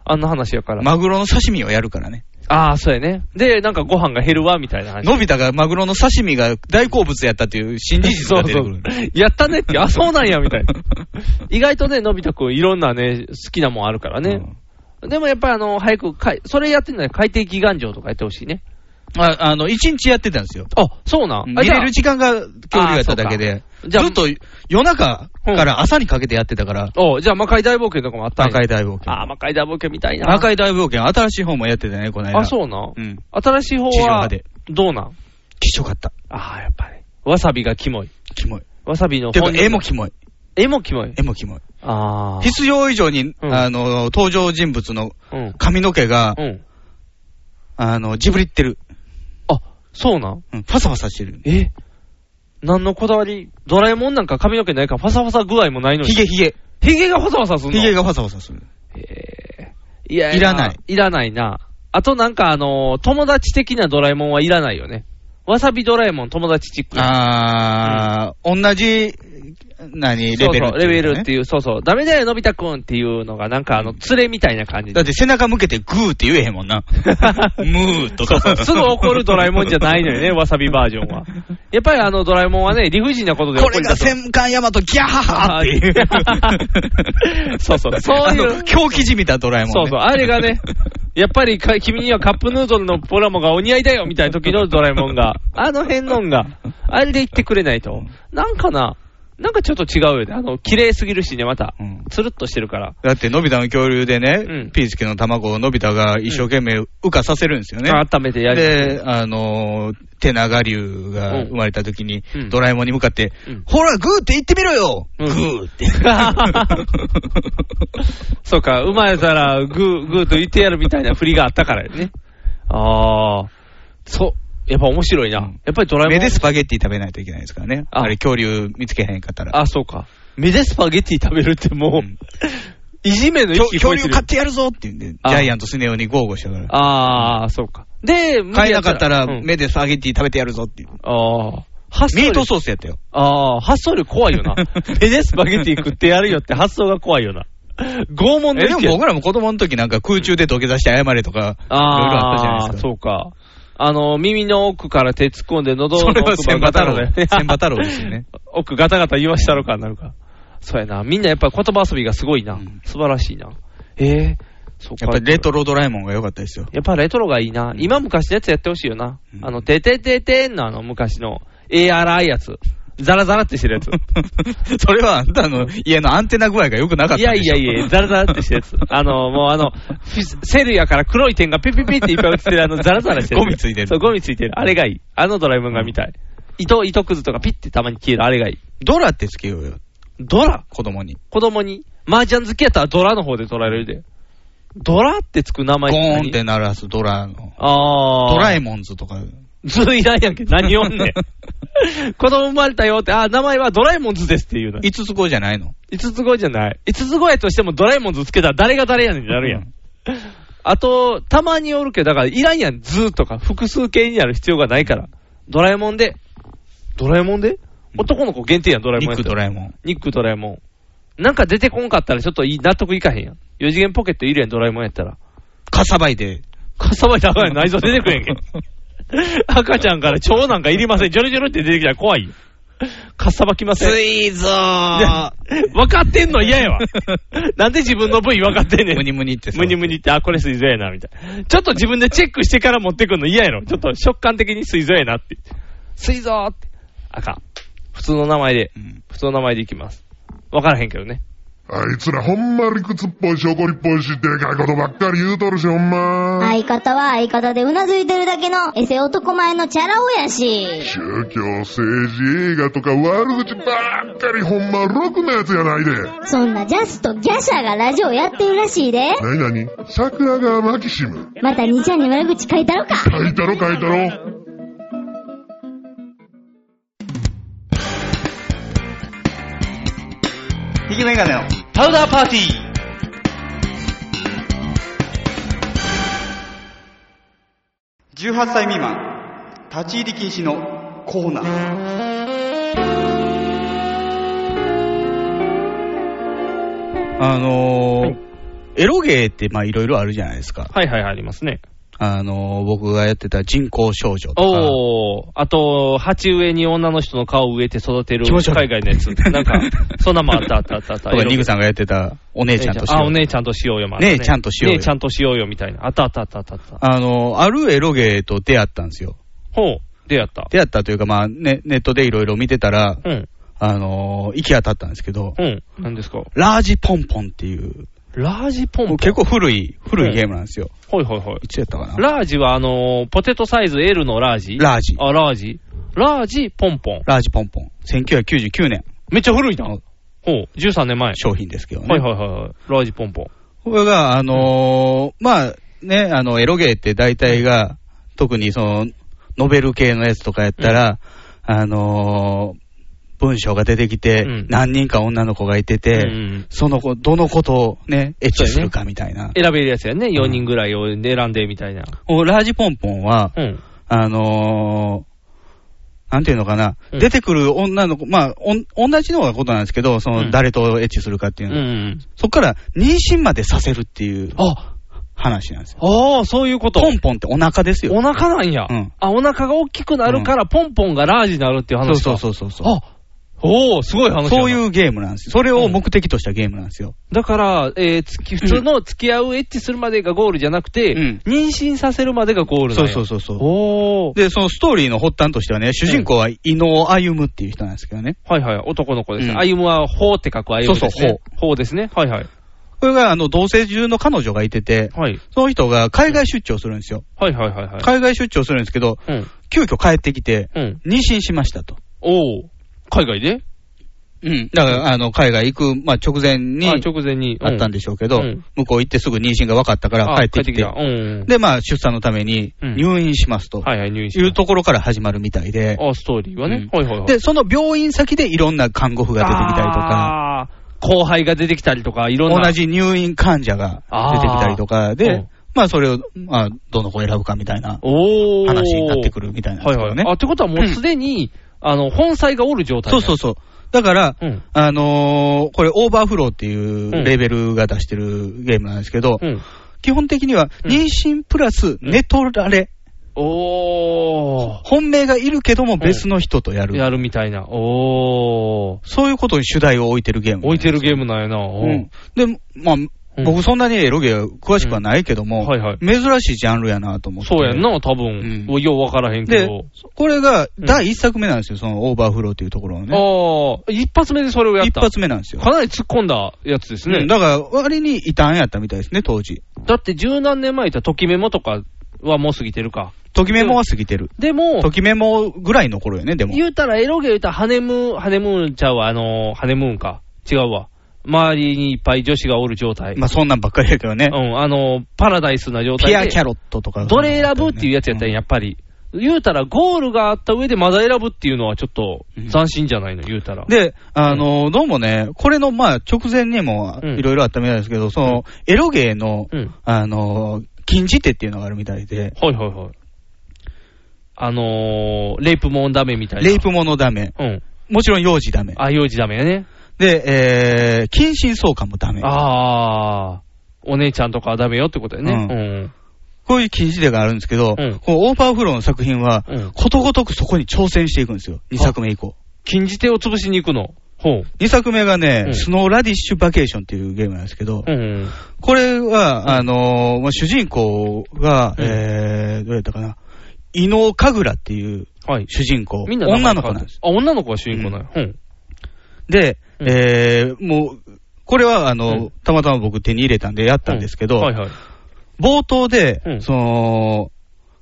S3: あんな話やから。
S2: マグロの刺身をやるからね。
S3: ああ、そうやね。で、なんかご飯が減るわみたいな話。
S2: のび太がマグロの刺身が大好物やったっていう新事実
S3: そ
S2: が
S3: う
S2: 出
S3: そ
S2: てくる
S3: う。やったねって、あ、そうなんやみたいな。意外とね、のび太くんいろんなね、好きなもんあるからね。でもやっぱりあの、早くかい、それやってんのは海底祈願城とかやってほしいね。
S2: ああの、一日やってたんですよ。
S3: あ、そうなん。あ
S2: 入
S3: じゃあ
S2: れる時間が恐竜やっただけで
S3: あ、ーそうかじ
S2: ず
S3: ゃあ
S2: っと夜中から朝にかけてやってたから、
S3: おじゃあ魔界大冒険とかもあったんや
S2: 魔界大冒険。
S3: ああ、魔界大冒険みたいな。
S2: 魔界大冒険、新しい方もやってたね、この間。
S3: あ、そうなん。
S2: うん。
S3: 新しい方
S2: 地上
S3: は
S2: 波で、
S3: どうなん
S2: きしょかった。
S3: ああ、やっぱり。わさびがキモい。
S2: キモい。
S3: わさびの
S2: てか
S3: 本、人
S2: 絵もキモい。
S3: 絵もキモい。
S2: 絵もキモい。
S3: ああ。
S2: 必要以上に、
S3: うん
S2: あの、登場人物の
S3: うん。
S2: 髪の毛が、
S3: うん。
S2: あの、ジブリってる。
S3: あ、そうなん
S2: うん、ファサファサしてる。
S3: え何のこだわりドラえもんなんか髪の毛ないからファサファサ具合もないのに。
S2: ヒゲヒゲ。
S3: ヒゲがファサファサすんの
S2: ヒゲがファサファサする。
S3: えーいや
S2: いらない。
S3: いらないな。あとなんかあのー友達的なドラえもんはいらないよね。わさびドラえもん友達チック。
S2: あー、同じ、何、レベル
S3: そうそう、レベルって
S2: いうかね。
S3: いう、そうそう。ダメだよ、のび太くんっていうのが、なんかあの、連れみたいな感じで
S2: だって背中向けてグーって言えへんも んな。ムーと
S3: そうそう
S2: か。
S3: すぐ怒るドラえもんじゃないの よね、わさびバージョンは。やっぱりあのドラえもんはね、理不尽なことで
S2: こ
S3: 怒
S2: れ
S3: り
S2: が
S3: だと。
S2: 戦艦ヤマトギャハハっていう
S3: あ。 そうそうそういう
S2: あの狂気じみたドラえもん、ね。
S3: そうそう、あれ がね、やっぱりか君にはカップヌードルのポラモがお似合いだよみたいな時のドラえもんが、あの辺のんが、あれで言ってくれないと。なんかな、なんかちょっと違うよね。あの、綺麗すぎるしね、また
S2: うん。
S3: つるっとしてるから。
S2: だって、のび太の恐竜でね、
S3: うん
S2: ピーチケの卵をのび太が一生懸命羽化させるんですよね。
S3: 温めてやる。
S2: で、あのー、手長竜が生まれた時に、
S3: うん
S2: ドラえもんに向かって、
S3: うん
S2: ほら、グーって言ってみろよ、
S3: うん
S2: グー って。
S3: そうか、生まれたらグー、グーと言ってやるみたいな振りがあったからよね。ああ、そう、やっぱ面白いな。
S2: うん
S3: やっぱりドラえも
S2: 目
S3: ん。
S2: でスパゲッティ食べないといけないですからね。
S3: あ
S2: あれ、恐竜見つけへんかったら。
S3: あ、そうか。目でスパゲティ食べるっても
S2: う
S3: う、
S2: ん
S3: いじめの
S2: 恐
S3: 域超
S2: 恐
S3: えて
S2: 竜
S3: る。
S2: 買ってやるぞって言うんで、ジ
S3: あ
S2: ャイアントスネ夫に豪語したから。
S3: ああ、そうか。で、
S2: 買えなかったら、
S3: うん
S2: 目でスパゲッティ食べてやるぞっていう。
S3: ああ、発想
S2: ミー
S3: 力
S2: トソースやったよ。
S3: ああ、発想力怖い よな。目でスパゲティ食ってやるよって発想が怖いよな。拷問の
S2: え、で
S3: 域
S2: も
S3: や
S2: 僕らも子供の時なんか空中で土下座して謝れとか、いろいろあったじゃないです
S3: ああ、
S2: か。
S3: そうか。あの、耳の奥から手突っ込んで、喉の
S2: そ
S3: 奥
S2: れは千葉太
S3: だ
S2: 郎
S3: よね。
S2: 千葉太郎ですよね。
S3: 奥ガタガタ言わしたろかになるか。そうやな。みんなやっぱり言葉遊びがすごいな。
S2: うん
S3: 素晴らしいな。ええそうか。
S2: やっぱりレトロドラえもんが良かったですよ。
S3: やっぱレトロがいいな。今昔のやつやってほしいよな。
S2: うん
S3: あの、ててててんのあの昔の、ええ荒いやつ。ザラザラってしてるやつ。
S2: それはあんたの家のアンテナ具合が良くなかった
S3: いや
S2: んで
S3: い
S2: し
S3: や
S2: ょ
S3: いや、ザラザラってしてるやつ。あの、もうあの、フィスセルやから黒い点がピピピっていっぱい映ってる、あの、ザラザラしてる。
S2: ゴミついてる
S3: そう、ゴミついてる。あれがいい。あのドラえもんが見たい。糸、糸くずとかピッてたまに消える、あれがいい。
S2: ドラってつけようよ、
S3: ドラ
S2: 子供に。
S3: 子供に。麻雀好きやったらドラの方で捉えれるで。ドラってつく名
S2: ゴ
S3: 前
S2: ーンって鳴
S3: 何
S2: らすドラの。
S3: ああ。
S2: ドラえもんズとか。
S3: ずいらんやんけ。何おんねん。子供生まれたよって、あ、名前はドラえもんズですっていうの。
S2: 五つ子じゃないの
S3: 五つ子じゃない。五つ子やとしてもドラえもんズつけたら誰が誰やねんってなるやん。あと、たまにおるけど、だからいらんやん。ズとか複数形になる必要がないから。ドラえもんで。ドラえもんで男の子限定やん、ドラえ
S2: ニ
S3: もんや
S2: ッ
S3: った
S2: ク
S3: ら
S2: ドラえもん。
S3: ニックドラえもん。なんか出てこんかったらちょっといい納得いかへんやん。4次元ポケットいるやん、ドラえもんやったら。
S2: かさばいて。
S3: かさばいたらあかんやん内臓出てくれんけ ん。赤ちゃんから腸なんかいりません。ジョロジョロって出てきたら怖いよ。かっさばきません。
S2: いぞ ー
S3: 分かってんの嫌やわ。 なんで自分の部位分かってんねん。
S2: ムニムニってさ
S3: ムニムニって、あ、これ水臓やな、みたいな。ちょっと自分でチェックしてから持ってくんの嫌やろ。ちょっと食感的に水臓やなって。水臓って。あかん。普通の名前で、
S2: うん
S3: 普通の名前でいきます。分からへんけどね。
S10: あいつらほんま理屈っぽいしょこりっぽいしでかいことばっかり言うとるしほんま。
S11: 相方は相方でうなずいてるだけのエセ男前のチャラ男やし。
S10: 宗教、政治、映画とか悪口ばっかりほんまろくなやつやないで。
S11: そんなジャスとギャシャがラジオやってるらしいで。
S10: なになに桜川マキシム。
S11: また兄ちゃんに悪口書いたろか。
S10: 書いたろ書いたろ。
S9: イケメガネの
S8: パウダーパーティー。
S9: 18歳未満立ち入り禁止のコーナー
S2: あのーエロゲーってまあいろいろあるじゃないですか。
S3: はいはい、ありますね。
S2: あのー僕がやってた人工少女とか。
S3: おー、あと、鉢植えに女の人の顔を植えて育てる
S2: 気持ち悪
S3: 海
S2: い
S3: 外のやつ。なん か、そんなもんあったあったあったあっ
S2: と
S3: た。
S2: か、リグさんがやってたお姉ちゃんとし
S3: あ、お
S2: よう。
S3: 姉ちゃんとしようよ、まだ
S2: 姉ちゃんとしようよ
S3: 姉ちゃんとしようよ、みたいな。あったあったあったあったあった。
S2: あのーあるエロゲーと出会ったんですよ。
S3: ほう、出会った。
S2: 出会ったというか、まあ、ね、ネットでいろいろ見てたら、
S3: うん。
S2: あのー行き当たったんですけど、
S3: うん。何ですか
S2: ラージポンポンっていう、
S3: ラージポンポン。
S2: 結構古い、古いゲームなんですよ。
S3: ほいほいほい。
S2: いつやったかな
S3: ラージは、あのーポテトサイズ L のラージ
S2: ラージ
S3: あ、ラージラージポンポン。
S2: ラージポンポン。1999年。
S3: めっちゃ古いな。ほう、13年前。
S2: 商品ですけどね。
S3: はいはいはいはい。ラージポンポン。
S2: これが、あのーまあね、あの、エロゲーって大体が、特にその、ノベル系のやつとかやったら、あのー文章が出てきて、
S3: うん
S2: 何人か女の子がいて
S3: う
S2: て、
S3: ん
S2: その子、どのことをね、エッチするかみたいな。
S3: 選べるやつやね。4人ぐらいを選んで、みたいな。
S2: こうラージポンポンは、
S3: うん。
S2: あのーなんていうのかな、
S3: うん
S2: 出てくる女の子、まあ、おん同じのがことなんですけど、そうの
S3: ん
S2: 誰とエッチするかっていううの、
S3: ん。
S2: そこから妊娠までさせるっていう
S3: あ、
S2: 話なんですよ。
S3: ああ、そういうこと。
S2: ポンポンってお腹ですよ。
S3: お腹なんや。
S2: うん
S3: あ、お腹が大きくなるから、ポンポンがラージになるっていう話か。
S2: そうそううそうそう。
S3: あ、おおすごい話やな。
S2: そういうゲームなんですよ。それを目的としたゲームなんですよ。
S3: だから、えーつき普通の付き合うエッチするまでがゴールじゃなくて、
S2: うん
S3: 妊娠させるまでがゴールなん
S2: そう
S3: や
S2: そうそうそう。
S3: おー。
S2: で、そのストーリーの発端としてはね、主人公は伊能歩むっていう人なんですけどね。
S3: はいはい、男の子ですね。
S2: うん
S3: 歩むは、ほうって書く歩むです
S2: そ
S3: ね。
S2: うそう
S3: ほうですね。はいはい。
S2: これが、あの、同性中の彼女がいてて、
S3: はい。
S2: その人が海外出張するんですよ。
S3: はいはいはいはい。
S2: 海外出張するんですけど、
S3: うん。
S2: 急遽帰ってきて、
S3: うん。
S2: 妊娠しましたと。
S3: おー。海外で
S2: うん。だから、あの、海外行く、まあ、直前に
S3: あ、直前に。
S2: あったんで
S3: し
S2: しょうけど、
S3: うん
S2: 向こう行ってすぐ妊娠が分かったから帰ってきて、
S3: た。うん。
S2: で、まあ、出産のために
S3: うん
S2: 入院しますと。
S3: はいはい、入院
S2: い
S3: し
S2: う
S3: ま
S2: ところから始まるみたいで、
S3: あ、ストーリーはね。
S2: うん
S3: はいはいはい。
S2: で、その病院先でいろんな看護婦が出てきたりとか、
S3: あー、後輩が出てきたりとか、いろんな。
S2: 同じ入院患者が出てきたりとか
S3: あーうん
S2: で、まあそれを、まあ、どの子を選ぶかみたいな
S3: おー
S2: 話になってくるみたいなんで
S3: はい
S2: すけど
S3: はい
S2: ね。
S3: あ、ってことはもうすでに、あの、本妻がおる状態
S2: そうそうそう。だから、
S3: うん。
S2: あのーこれ、オーバーフローっていうレーベルが出してるゲームなんですけど、
S3: うん。
S2: 基本的には
S3: うん
S2: 妊娠プラス寝取られ、
S3: おー。
S2: 本命がいるけども別の人とやる、
S3: やるみたいな。おー。
S2: そういうことに主題を置いてるゲーム。
S3: 置いてるゲームなんやな。
S2: う
S3: お
S2: ん。で、まあ、
S3: うん
S2: 僕そんなにエロゲー詳しくはないけども、
S3: うんはいはい
S2: 珍しいジャンルやなと思って。
S3: そうやんな、多分。
S2: う
S3: ようわからへんけ
S2: で
S3: ど。、
S2: これが第一作目なんですよ、そのオーバーフローっていうところのね。
S3: あー、一発目でそれをやっ
S2: 一
S3: た。
S2: 発目なんですよ。
S3: かなり突っ込んだやつですね。
S2: うんだから、割に異端やったみたいですね、当時。
S3: だって十何年前いたときメモとかはもう過ぎてるか。
S2: ときメモは過ぎてる。
S3: でも、
S2: ときメモぐらいの頃よね、でも。
S3: 言うたらエロゲ言うたらハネムーン、ハネムーンちゃうわ、あのー、ハネムーンか。違うわ。周りにいっぱい女子がおる状態。
S2: まあ、そんなんばっかりやけどね。
S3: うん、あのー、パラダイスな状態
S2: ピ
S3: で。
S2: アキャロットとか。
S3: どれ選ぶっていうやつやったんや、やっぱり。言うたら、ゴールがあった上でまだ選ぶっていうのはちょっと斬新じゃないの、言うたら。
S2: で、あの、どうもね、これの、まあ、直前にも
S3: うん
S2: いろいろあったみたいですけど、その、エロゲーの
S3: うん、
S2: あの、禁じ手っていうのがあるみたいで、
S3: はいはいはい。あのー、レイプもんダメみたいな。
S2: レイプものダメ、
S3: うん。
S2: もちろん幼児ダメ、
S3: あ、幼児ダメやね。
S2: で、えー、近親相関もダメ。
S3: あー、お姉ちゃんとかはダメよってことやね。
S2: う
S3: うん。
S2: こういう禁じ手があるんですけど、
S3: うん
S2: このオーバーフローの作品は
S3: うん、
S2: ことごとくそこに挑戦していくんですよ、2作目以降。
S3: 禁じ手を潰しに行くの。ほう。
S2: 2作目がね、
S3: うん
S2: スノーラディッシュバケーションっていうゲームなんですけど、
S3: うん。
S2: これは、あのーまあ主人公が、
S3: うん
S2: えー、どうやったかな、伊能神楽っていう
S3: はい。
S2: 主人公、
S3: みんな名前
S2: 女の
S3: 変
S2: 子
S3: わ
S2: な
S3: っ
S2: ん
S3: て
S2: で
S3: る
S2: す。
S3: あ、女の子が主人公なんや。うん。
S2: で、
S3: うん
S2: えー、もう、これは、あの、
S3: うん
S2: たまたま僕手に入れたんでやったんですけど、
S3: はいはい。
S2: 冒頭で、
S3: うん
S2: その、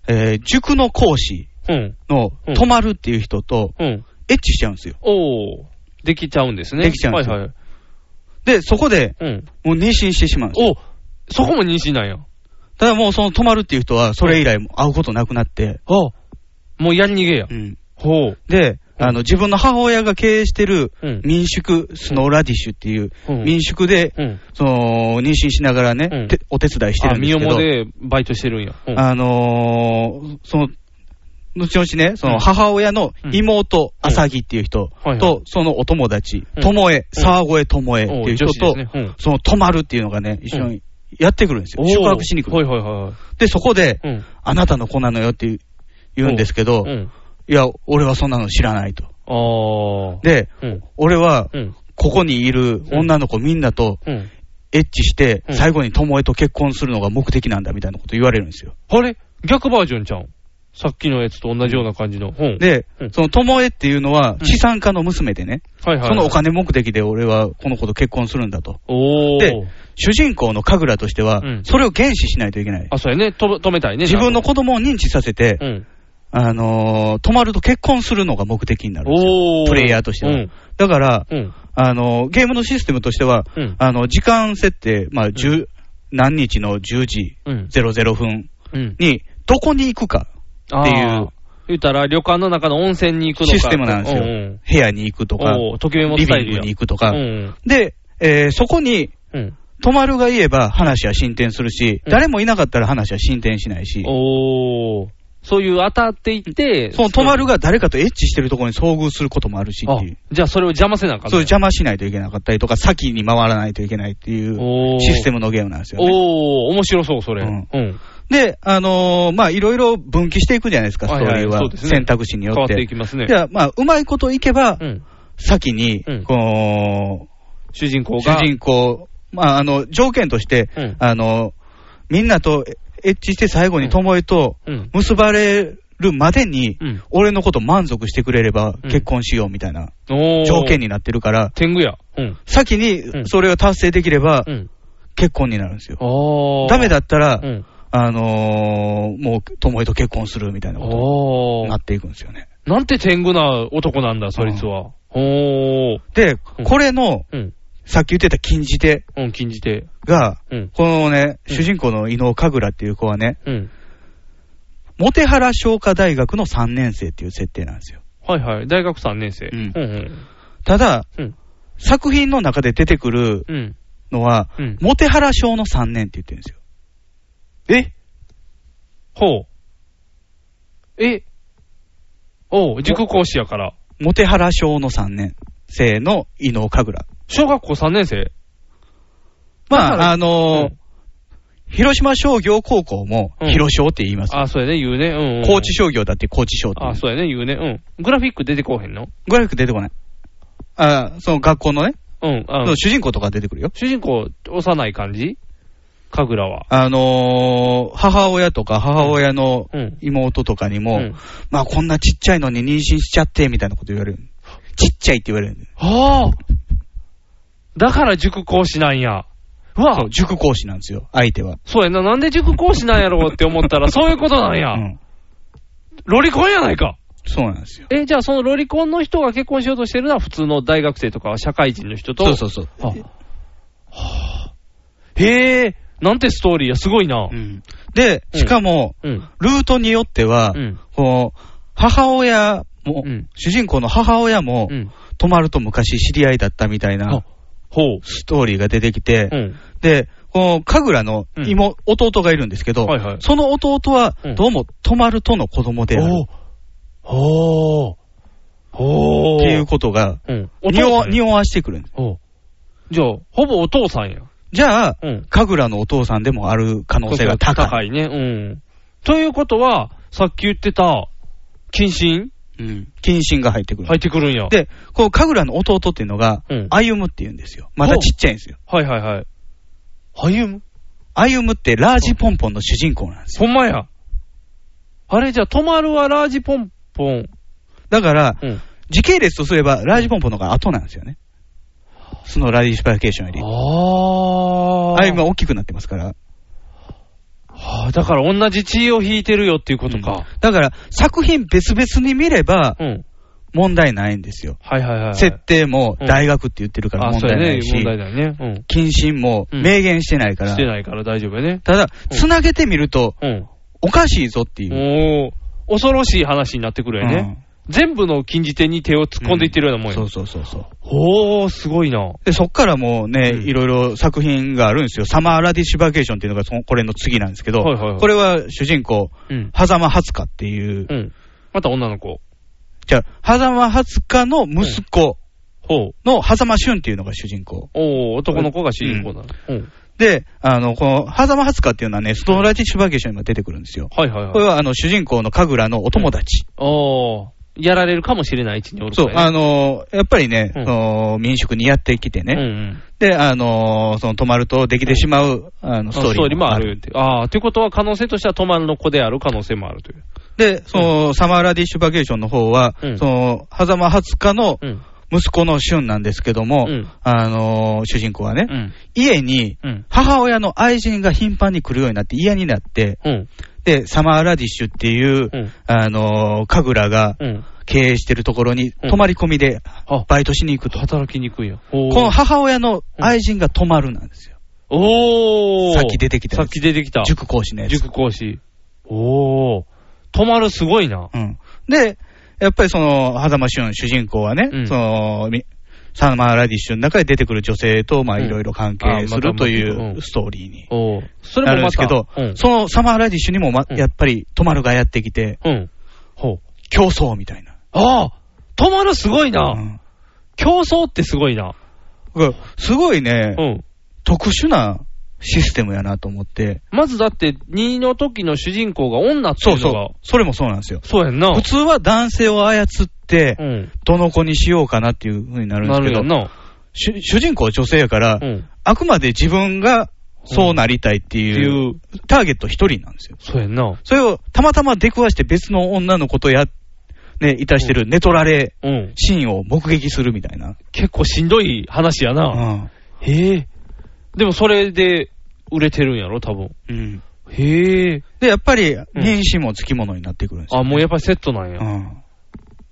S2: えー塾の講師
S3: うん。
S2: の
S3: うん
S2: 泊まるっていう人と、
S3: うん。
S2: エッチしちゃうんですよ。
S3: おー。できちゃうんですね。
S2: できちゃうんですよ
S3: はいはい。
S2: で、そこで、
S3: うん。
S2: もう妊娠してしまうんですよ。
S3: おそこも妊娠なんや。
S2: ただもうその泊まるっていう人は、それ以来も会うことなくなって、
S3: あもうやり逃げや
S2: う。ん
S3: ほう。
S2: で、
S3: うん
S2: あの、自分の母親が経営してる民宿、スノーラディッシュっていう
S3: うん
S2: 民宿で、その、妊娠しながらね、てお手伝いして
S3: あ、
S2: るんで
S3: 身
S2: すけど
S3: 重、でバイトしてるんや。うん
S2: あのーその、後々ね、そうの
S3: ん
S2: 母親の妹、
S3: うん
S2: あさぎっていう人
S3: はいはい
S2: と、そのお友達
S3: う、ん
S2: ともえ、沢越ともえっていう人
S3: お
S2: と
S3: う女子ですねうん、
S2: その、泊まるっていうのがね、一緒
S3: う
S2: にやってくるんですよ。宿泊しに来る。
S3: はいはいはい。
S2: で、そこで、
S3: うん
S2: あなたの子なのよって言う言うんですけど、
S3: うん
S2: いや、俺はそんなの知らないと。
S3: ああ。
S2: で、
S3: うん。
S2: 俺は
S3: うん、
S2: ここにいる女の子みんなと
S3: うん。
S2: エッチして、
S3: うん
S2: 最後に巴と結婚するのが目的なんだみたいなこと言われるんですよ。
S3: あれ逆バージョンちゃん。さっきのやつと同じような感じの。うん。
S2: で
S3: う、ん
S2: その巴っていうのは資産家の娘でね、
S3: はいはい。
S2: そのお。金目的で俺はこの子と結婚するんだと。
S3: おー。
S2: で、主人公の神楽としては
S3: うん、
S2: それを原始しないといけない。
S3: あ、そうやね。と止めたいね。
S2: 自分の子供を認知させて、
S3: うん。
S2: あのー、泊まると結婚するのが目的になるんですよ。
S3: おー。
S2: プレイヤーとしては。
S3: うん。
S2: だから、
S3: うん。
S2: あのー、ゲームのシステムとしては、
S3: うん
S2: あの、時間設定、まあ、十、何日の10時
S3: うん。
S2: 00分
S3: うん。
S2: に、どこに行くかってい
S3: あ
S2: う
S3: ー。言うたら、旅館の中の温泉に行くのか。
S2: システムなんですよ。
S3: う
S2: 部屋に行くとか、
S3: おーときめも
S2: リ
S3: スタ
S2: ビン
S3: イル
S2: グ
S3: や
S2: に行くとか。
S3: うん。
S2: で、えーそこに、
S3: うん。
S2: 泊まるがいれば話は進展するし、
S3: うん
S2: 誰もいなかったら話は進展しないし、
S3: おー。そういう当たっていって、
S2: その泊まるが誰かとエッチしてるところに遭遇することもあるしっていう。
S3: あじゃあそれを邪魔せなあかん
S2: そういう
S3: ね
S2: 邪魔しないといけなかったりとか、先に回らないといけないっていう
S3: おー
S2: システムのゲームなんですよ、ね。
S3: おー、面白そう、それ。
S2: う
S3: うんん。
S2: で、あのーまあ、いろいろ分岐していくじゃないですか、ストーリーは。
S3: はいはいそうですね
S2: 選択肢によ
S3: 変
S2: っ。
S3: わってていきますね。
S2: じゃあ、まあ、うまいこといけば、
S3: うん。
S2: 先に、
S3: うん
S2: この、
S3: 主人公
S2: 主
S3: が。
S2: 人公、まあ、あの、条件として、
S3: うん
S2: あの、みんなとエッチして最後に巴と
S3: うん。
S2: 結ばれるまでに、
S3: うん
S2: 俺のこと満足してくれれば
S3: うん
S2: 結婚しようみたいな
S3: おー。
S2: 条件に。なってるから、
S3: 天狗や。うん。
S2: 先にそれを達成できれば
S3: うん。
S2: 結婚になるんですよ。
S3: おー。
S2: ダメだったら、
S3: うん。
S2: あのーもう巴と結婚するみたいなこと
S3: お
S2: にな
S3: ー
S2: っ。ていくんですよね。
S3: なんて天狗な男なんだ、そいつは。おー。
S2: で
S3: うん、
S2: これの、
S3: うん。
S2: さっき言ってた禁じ手
S3: うん、禁じて。
S2: が、
S3: うん。
S2: このね、
S3: うん
S2: 主人公の伊能神楽っていう子はね、
S3: うん。
S2: モテハラ商科大学の3年生っていう設定なんですよ。
S3: はいはい。大学3年生。
S2: うん
S3: うん。
S2: ただ、
S3: うん
S2: 作品の中で出てくる
S3: うん。うん。
S2: のは、
S3: うん
S2: モテハラ症の3年って言ってるんですよ。
S3: えほう。えおう、塾講師やから。
S2: モテハラ症の3年生の伊能神楽。
S3: 小学校3年生
S2: ま
S3: だから
S2: あ、あのー
S3: うん
S2: 広島商業高校も
S3: うん
S2: 広商って言います。
S3: あ、そうやね、言うね。うん、うん。
S2: 高知商業だって高知商って言う
S3: あ、そうやね、言うね。うん。グラフィック出てこうへんの
S2: グラフィック出てこない。あその学校のね、
S3: うん。あ
S2: その主人公とか出てくるよ。
S3: 主人公、幼い感じかぐらは。
S2: あのー母親とか母親の
S3: うん
S2: 妹とかにも、
S3: うん
S2: まあこんなちっちゃいのに妊娠しちゃって、みたいなこと言われる。ちっちゃいって言われる。
S3: はあだから塾講師なんや。うわ
S2: そう、塾講師なんですよ、相手は。
S3: そうやな、なんで塾講師なんやろうって思った ら、そういうことなんや。
S2: うん。
S3: ロリコンやないか。
S2: そうなんですよ。
S3: え、じゃあそのロリコンの人が結婚しようとしてるのは普通の大学生とか社会人の人と。
S2: そうそうそう。
S3: あはあへえ、なんてストーリーや、すごいな。
S2: うんで、
S3: うん
S2: しかも、
S3: うん。
S2: ルートによっては、
S3: うん。
S2: こう、母親も、
S3: うん
S2: 主人公の母親も
S3: う、ん。
S2: 泊まると昔知り合いだったみたいな
S3: あほう。
S2: ストーリーが出てきて、
S3: うん。
S2: で、この神楽の妹、弟がいるんですけど、
S3: はいはい
S2: その弟は
S3: うん、
S2: どうも泊まるとの子供である
S3: おおおお
S2: っていうことが、
S3: うん。お
S2: 匂
S3: 父さ
S2: わ
S3: んや
S2: 匂わしてくるんです。
S3: おうじゃあ、ほぼお父さんや。
S2: じゃあ、
S3: うん。
S2: 神楽のお父さんでもある可能性が高い。
S3: 高いね。うん。ということは、さっき言ってた、謹慎
S2: うん。謹慎が入ってくる。
S3: 入ってくるんや。、
S2: で、こう、神楽の弟っていうのが、
S3: うん。
S2: 歩むって言うんですよ。またちっちゃいんですよ。
S3: はいはいはい。歩む
S2: 歩むってラージポンポンの主人公なんですよ。
S3: ほんまや。あれじゃあ、止まるはラージポンポン。
S2: だから、
S3: うん。
S2: 時系列とすれば、ラージポンポンの方が後なんですよね。そのラディシュパリケーションより。
S3: ああ。
S2: 歩むは大きくなってますから。
S3: はあ、だから同じ血を引いてるよっていうことか。
S2: だから、作品別々に見れば
S3: うん。
S2: 問題ないんですよ。
S3: はいはいはい。
S2: 設定も大学って言ってるから
S3: あ、
S2: 問
S3: そうや
S2: 題な
S3: ね
S2: い。し、
S3: 問題ないね。うん。
S2: 謹慎も
S3: うん
S2: 明言してないから。
S3: してないから大丈夫やね。
S2: ただ、
S3: うん
S2: つなげてみると、
S3: うん。
S2: おかしいぞっていう。
S3: おお恐ろしい話になってくるよね。全部の禁じ手に手を突っ込んでいってるようなもんや。
S2: そうそうそうそう。
S3: おー、すごいな。
S2: で、そっからもうね、いろいろ作品があるんですよ。サマーラディッシュバケーションっていうのがそのこれの次なんですけど、
S3: はいはいはい
S2: これは主人公、
S3: うん。
S2: 狭間初香っていう、
S3: うん。また女の子。
S2: じゃあ、狭間初香の息子
S3: ほう。
S2: の狭間俊っていうのが主人公。
S3: おー、男の子が主人公なの。うん。
S2: で、あの、この、狭間初香っていうのはね、ストーンラディッシュバケーションにも出てくるんですよ。
S3: はいはい
S2: これ
S3: はい。
S2: は、あの、主人公の神楽のお友達。
S3: おー、やられるかもしれない位置におる
S2: そう、あ
S3: の、
S2: の、やっぱりね、
S3: うん
S2: その民宿にやってきてね、
S3: うんうん。
S2: で、あの、その泊まるとできてしまう、あの、ストーリー。
S3: ストーリーもあるって。ああ、ということは可能性としてはトマンの子である可能性もあるという。
S2: で、その、サマーラディッシュバケーションの方は、
S3: うん
S2: その、狭間20日の
S3: うん。
S2: 息子のシュンなんですけども、
S3: うん
S2: あのー主人公はね、
S3: うん。
S2: 家に
S3: うん。
S2: 母親の愛人が頻繁に来るようになって嫌になって、
S3: うん。
S2: で、サマーラディッシュっていう、
S3: うん
S2: あのー、神楽が
S3: うん。
S2: 経営してるところに
S3: うん
S2: 泊まり込みで
S3: あ
S2: バイトしに行くと。
S3: 働きにくいや。おー
S2: この母親の愛人が泊まるなんですよ。
S3: おー。
S2: さっき出てきた
S3: さ
S2: や
S3: っ
S2: つ
S3: き出てきた。
S2: 塾講師のやつ。
S3: 塾講師。おー。トマルすごいな。
S2: うん。で、やっぱりその、狭間俊主人公はね、
S3: うん
S2: その、みサマーラディッシュの中で出てくる女性と、まあ、
S3: うん
S2: いろいろ関
S3: あ
S2: 係するとい
S3: またまたうん
S2: うストーリーに
S3: おー。それ
S2: な
S3: も
S2: るん
S3: ま
S2: です
S3: た。
S2: けど、
S3: うん。
S2: そのサマーラディッシュにも、ま、
S3: うん
S2: やっぱり、トマルがやってきて、
S3: うん。ほう。
S2: 競争みたいな。
S3: ああトマルすごいな。
S2: うん
S3: 競争ってすごいな。
S2: 僕すごいうね、
S3: ん。
S2: 特殊なシステムやなと思って、
S3: まずだって、2の時の主人公が女ってい
S2: そう
S3: う
S2: そ
S3: の
S2: う
S3: が。、
S2: それもそうなんですよ。
S3: そうやんな。
S2: 普通は男性を操って
S3: う、ん。
S2: どの子にしようかなっていう風になるんで
S3: な
S2: すけ
S3: る
S2: ど
S3: よ、な。
S2: 主主人公は女性やから
S3: う、ん。
S2: あくまで自分がそうなりたいって
S3: って
S2: いう、
S3: いう。
S2: ターゲット一人なんですよ。
S3: そうやんな。
S2: それをたまたま出くわして別の女の子とや、ね、いたしてる寝取られ
S3: うん。
S2: シーンを目撃するみたいな。
S3: 結構しんどい話やな。へえ。でもそれで売れてるんやろ、多分。
S2: うん。うん。
S3: へえ。
S2: で、やっぱり、妊娠もつきものになってくるんですよ。
S3: あ、もうやっぱりセットなんや。
S2: うん。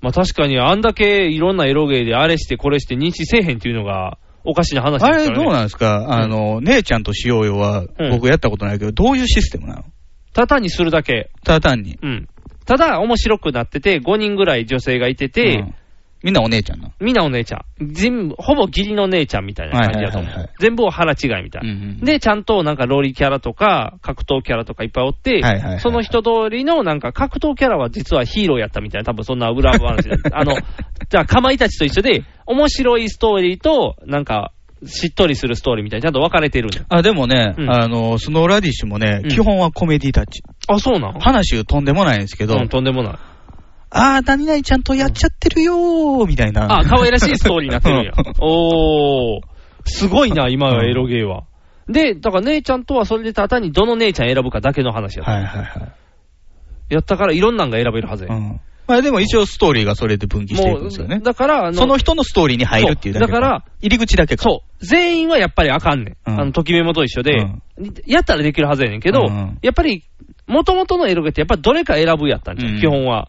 S3: まあ確かにあんだけいろんなエロゲーであれしてこれして認知せえへんっていうのがおかしな話です
S2: あ
S3: からね。
S2: れどうなんですかあの、姉ちゃんとしようよは
S3: うん
S2: 僕やったことないけど、どういうシステムなの
S3: ただ単にするだけ。
S2: ただ単に。
S3: うん。ただ面白くなってて、5人ぐらい女性がいてて、
S2: うんみんなお姉ちゃんなの。
S3: みんなお姉ちゃん。全部、ほぼ義理の姉ちゃんみたいな感じだと
S2: はいは
S3: 思
S2: いはいは
S3: う。全部を腹違いみたいな。で、ちゃんとなんかローリーキャラとか、格闘キャラとかいっぱいおっ
S2: い
S3: て
S2: はいはいは、い
S3: その人通りのなんか格闘キャラは実はヒーローやったみたいな、多分そんな裏話 であの、じゃあ、かまいたちと一緒で、面白いストーリーと、なんか、しっとりするストーリーみたいな、ちゃんと分かれてるんだよ
S2: あ、でもね、
S3: うん
S2: あの、スノーラディッシュもね、
S3: うん
S2: 基本はコメディタッチ。
S3: あ、そうなん
S2: 話とんでもないんですけど、
S3: うん、とんでもない。
S2: あー、何々ちゃんとやっちゃってるよー、みたいな。
S3: あ、可愛らしいストーリーになってるんや
S2: う。ん
S3: おー、すごいな、今はエロゲーは。で、だから姉ちゃんとはそれでただ単にどの姉ちゃん選ぶかだけの話やった。
S2: はいはいはい。
S3: やったからいろんなんが選べるはずや。
S2: うん。まあでも一応ストーリーがそれで分岐してい
S3: も
S2: くんですよ
S3: う、
S2: ね。
S3: だから、あ
S2: その人のストーリーに入るっていうだけ
S3: そうだから、
S2: 入り口だけか。
S3: そう、全員はやっぱりあかんね
S2: う
S3: ん。
S2: ん
S3: あの、ときめもと一緒で、
S2: うん
S3: やったらできるはずやねんけど、
S2: うん
S3: やっぱり、元々のエロゲってやっぱりどれか選ぶやったんじゃん、
S2: うん
S3: 基本は。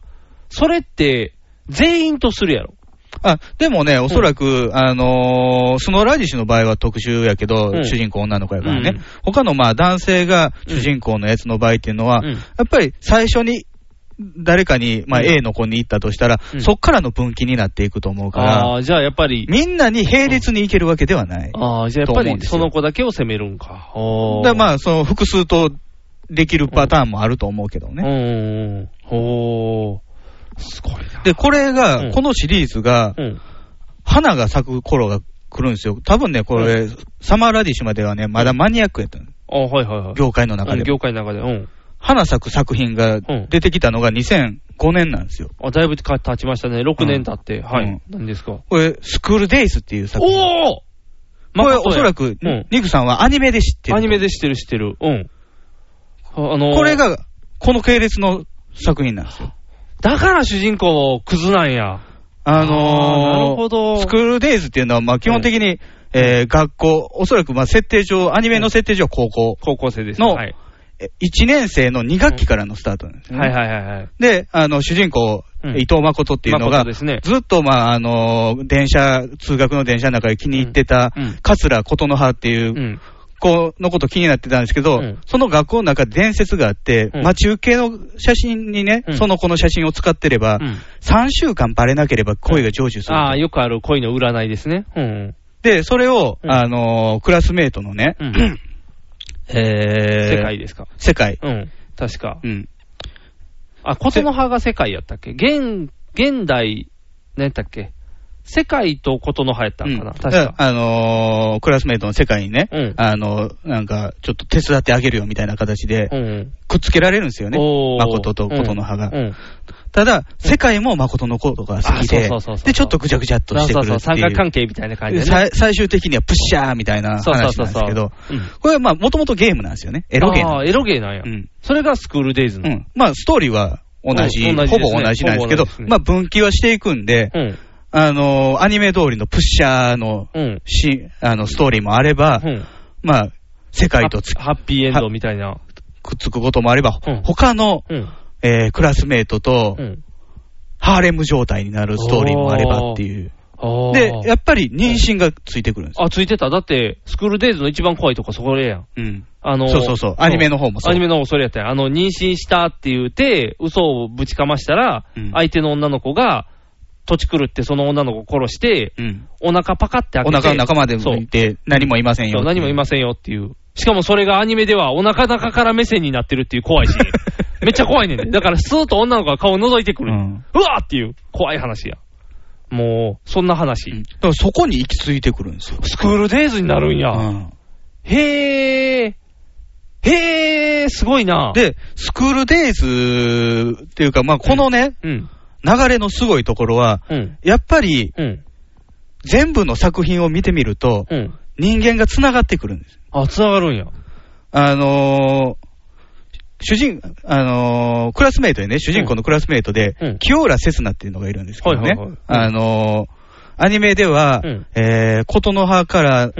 S3: それって、全員とするやろ。
S2: あ、でもね、おそらく、あのースノーラディッシュの場合は特殊やけど、
S3: うん
S2: 主人公女の子やからね。
S3: うん
S2: 他のまあ男性が主人公のやつの場合っていうのは、
S3: うん
S2: やっぱり最初に、誰かに、まあ
S3: うん
S2: A の子に行ったとしたら、
S3: うん
S2: そっからの分岐になっていくと思うから、
S3: ああー、じゃあやっぱり、
S2: みんなに並列に行けるわけではない。
S3: ああ、じゃあやっ
S2: と
S3: ぱ
S2: 思うん
S3: り
S2: ですよ
S3: その子だけを責めるんか。おー
S2: だからまあ、その複数とできるパターンもあると思うけど
S3: うんう
S2: ね。
S3: んうん。おー、すごいな。
S2: で、これ
S3: うん
S2: が、このシリーズが、
S3: うん。
S2: 花が咲く頃が来るんですよ。多分ね、これ、サマーラディッシュまではね、まだマニアックやったの。
S3: あはいはいはい。
S2: 業界の中
S3: うん
S2: で。
S3: 業界の中で。うん。
S2: 花咲く作品が
S3: ん
S2: 出てきたのが2005年なんですよ。
S3: あ、だいぶか経ちましたね。6年経って。は
S2: う
S3: い
S2: ん。
S3: 何ですか
S2: これ、スクールデイズっていう作品。
S3: おお
S2: これ、おそらく、
S3: うん
S2: ニクさんはアニメで知ってる。
S3: アニメで知ってる知ってる。うん。ああのー
S2: これ、が、この系列の作品なんですよ。
S3: だから主人公、クズなんや。
S2: あ
S3: あーなる
S2: の
S3: ほど
S2: ー、スクールデイズっていうのは、まあ、基本的に、えー学校、おそらく、まあ、設定上、アニメの設定上は高校、
S3: 高校生です。
S2: の
S3: はい。
S2: 1年生の2学期からのスタートなんですね。
S3: はいはいはいはい。
S2: で、あの、主人公、
S3: うん
S2: 伊藤誠っていうの
S3: 誠
S2: が、
S3: ですね
S2: ずっと、まあ、あの、電車、通学の電車の中で気に入ってた
S3: うんうん、。
S2: 桂琴の葉っていううん校のこと気になってたんですけど、その学校の中で伝説があって、待ち受けの写真にね、その子の写真を使ってれば、3週間バレなければ恋が成就する。
S3: ああ、よくある恋の占いですね。うん。
S2: で、それを、あのークラスメートのね、えー
S3: 世界ですか。
S2: 世界。
S3: うん。確か。
S2: うん。
S3: あ、ことの葉が世界やったっけ現、現代、何やったっけ世界とことの葉やったんかな、
S2: だ
S3: 確か。
S2: からあのークラスメートの世界にね、あのーなんか、ちょっと手伝ってあげるよみたいな形で、くっつけられるんですよね、
S3: おー
S2: 誠と琴の葉が。
S3: うん
S2: ただ、世界も誠のことが好き
S3: あ
S2: で
S3: そうそうそうそう、
S2: で、ちょっとぐちゃぐちゃっとしてくるってい
S3: そううそうそう三角関係みたいな感じでね
S2: でさ最終的にはプッシャーみたいな話なんですけど、
S3: そうそうそう
S2: これはまあ、もともとゲームなんですよね。エロゲーなん
S3: あ
S2: で
S3: ーエロゲーなんや。それがスクールデイズの。
S2: うんまあ、ストーリーは同じ、
S3: うん同じです
S2: ほ
S3: ね
S2: ぼ同じなんですけど
S3: ほぼ同じで、すね
S2: まあ、分岐はしていくんで、あのーアニメ通りのプッシャーのし、あのストーリーもあれば、まあ、世界とつ
S3: ハッピーエンドみたいな。
S2: くっつくこともあれば、他の、
S3: うん
S2: えークラスメートと、
S3: うん
S2: ハーレム状態になるストーリーもあればっていう。
S3: おー
S2: で、やっぱり妊娠がついてくるんですよ。
S3: あ、ついてた。だって、スクールデイズの一番怖いとこそこやん。
S2: うん。
S3: あのー
S2: そうそうそうアニメの方もそう
S3: アニメの方もそれやったんやあの、妊娠したって言うて、嘘をぶちかましたら、相手の女の子が、土地狂ってその女の子を殺して、
S2: うん
S3: お腹パカって開
S2: お
S3: けて。
S2: 腹の中まで
S3: そう
S2: 向いて何もいません
S3: そ
S2: よ。
S3: う何もいませんよっていう。しかもそれがアニメではお腹中から目線になってるっていう 怖いし、めっちゃ怖いねんで。だからスーッと女の子が顔を覗いてくる。うわーっていう怖い話や。もう、そんな話。
S2: だからそこに行き着いてくるんですよ。
S3: スクールデイズになるんや。
S2: うん
S3: へー。へー、すごいな。
S2: で、スクールデイズっていうか、まあ、このね、
S3: うん
S2: 流れのすごいところは、
S3: うん
S2: やっぱり、
S3: うん
S2: 全部の作品を見てみると、
S3: うん
S2: 人間が繋がってくるんです。
S3: あ、つながるんや。
S2: あのー主人、あのークラスメイトでね、主人公のクラスメイトで、清浦せつなっていうのがいるんですけど
S3: はい
S2: ね
S3: はいはいうん、
S2: あのーアニメでは、えー、琴の葉から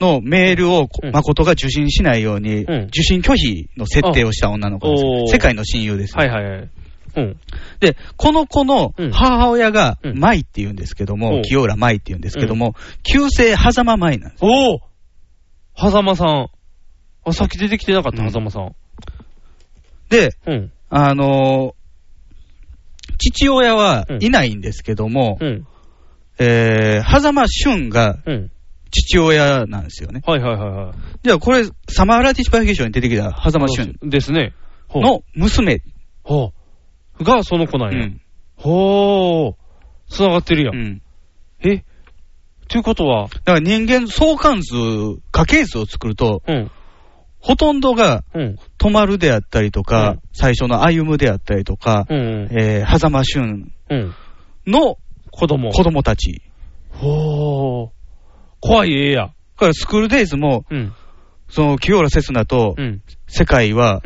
S2: のメールを、誠が受信しないように、受信拒否の設定をした女の子なんです
S3: お
S2: よ
S3: ー
S2: 世界の親友ですよ。
S3: はいはいはい。うん。
S2: で、この子の母親が、舞って言うんですけど
S3: お
S2: も、
S3: う
S2: 清浦舞って言うんですけども、旧姓狭間舞なんです。
S3: おお狭間さん。あ、さっき出てきてなかった、狭間さん。
S2: で、
S3: うん
S2: あのー父親はいないんですけども、えー、狭間俊が父親なんですよね。
S3: はいはいはいはい。
S2: じゃあこれ、サマーラティシパイ劇場に出てきた狭間俊
S3: ですね。
S2: の娘。
S3: ほう。がその子なんや。
S2: うん
S3: ほう。繋がってるやん。えということ
S2: だ
S3: は、
S2: から人間相関図、家系図を作ると、ほとんどが、止まるであったりとか、最初の歩むであったりとか、えー、狭間俊の
S3: 子供
S2: 子供たち。
S3: ほう。怖い絵や。
S2: だからスクールデイズも、その清原せつなと、世界は、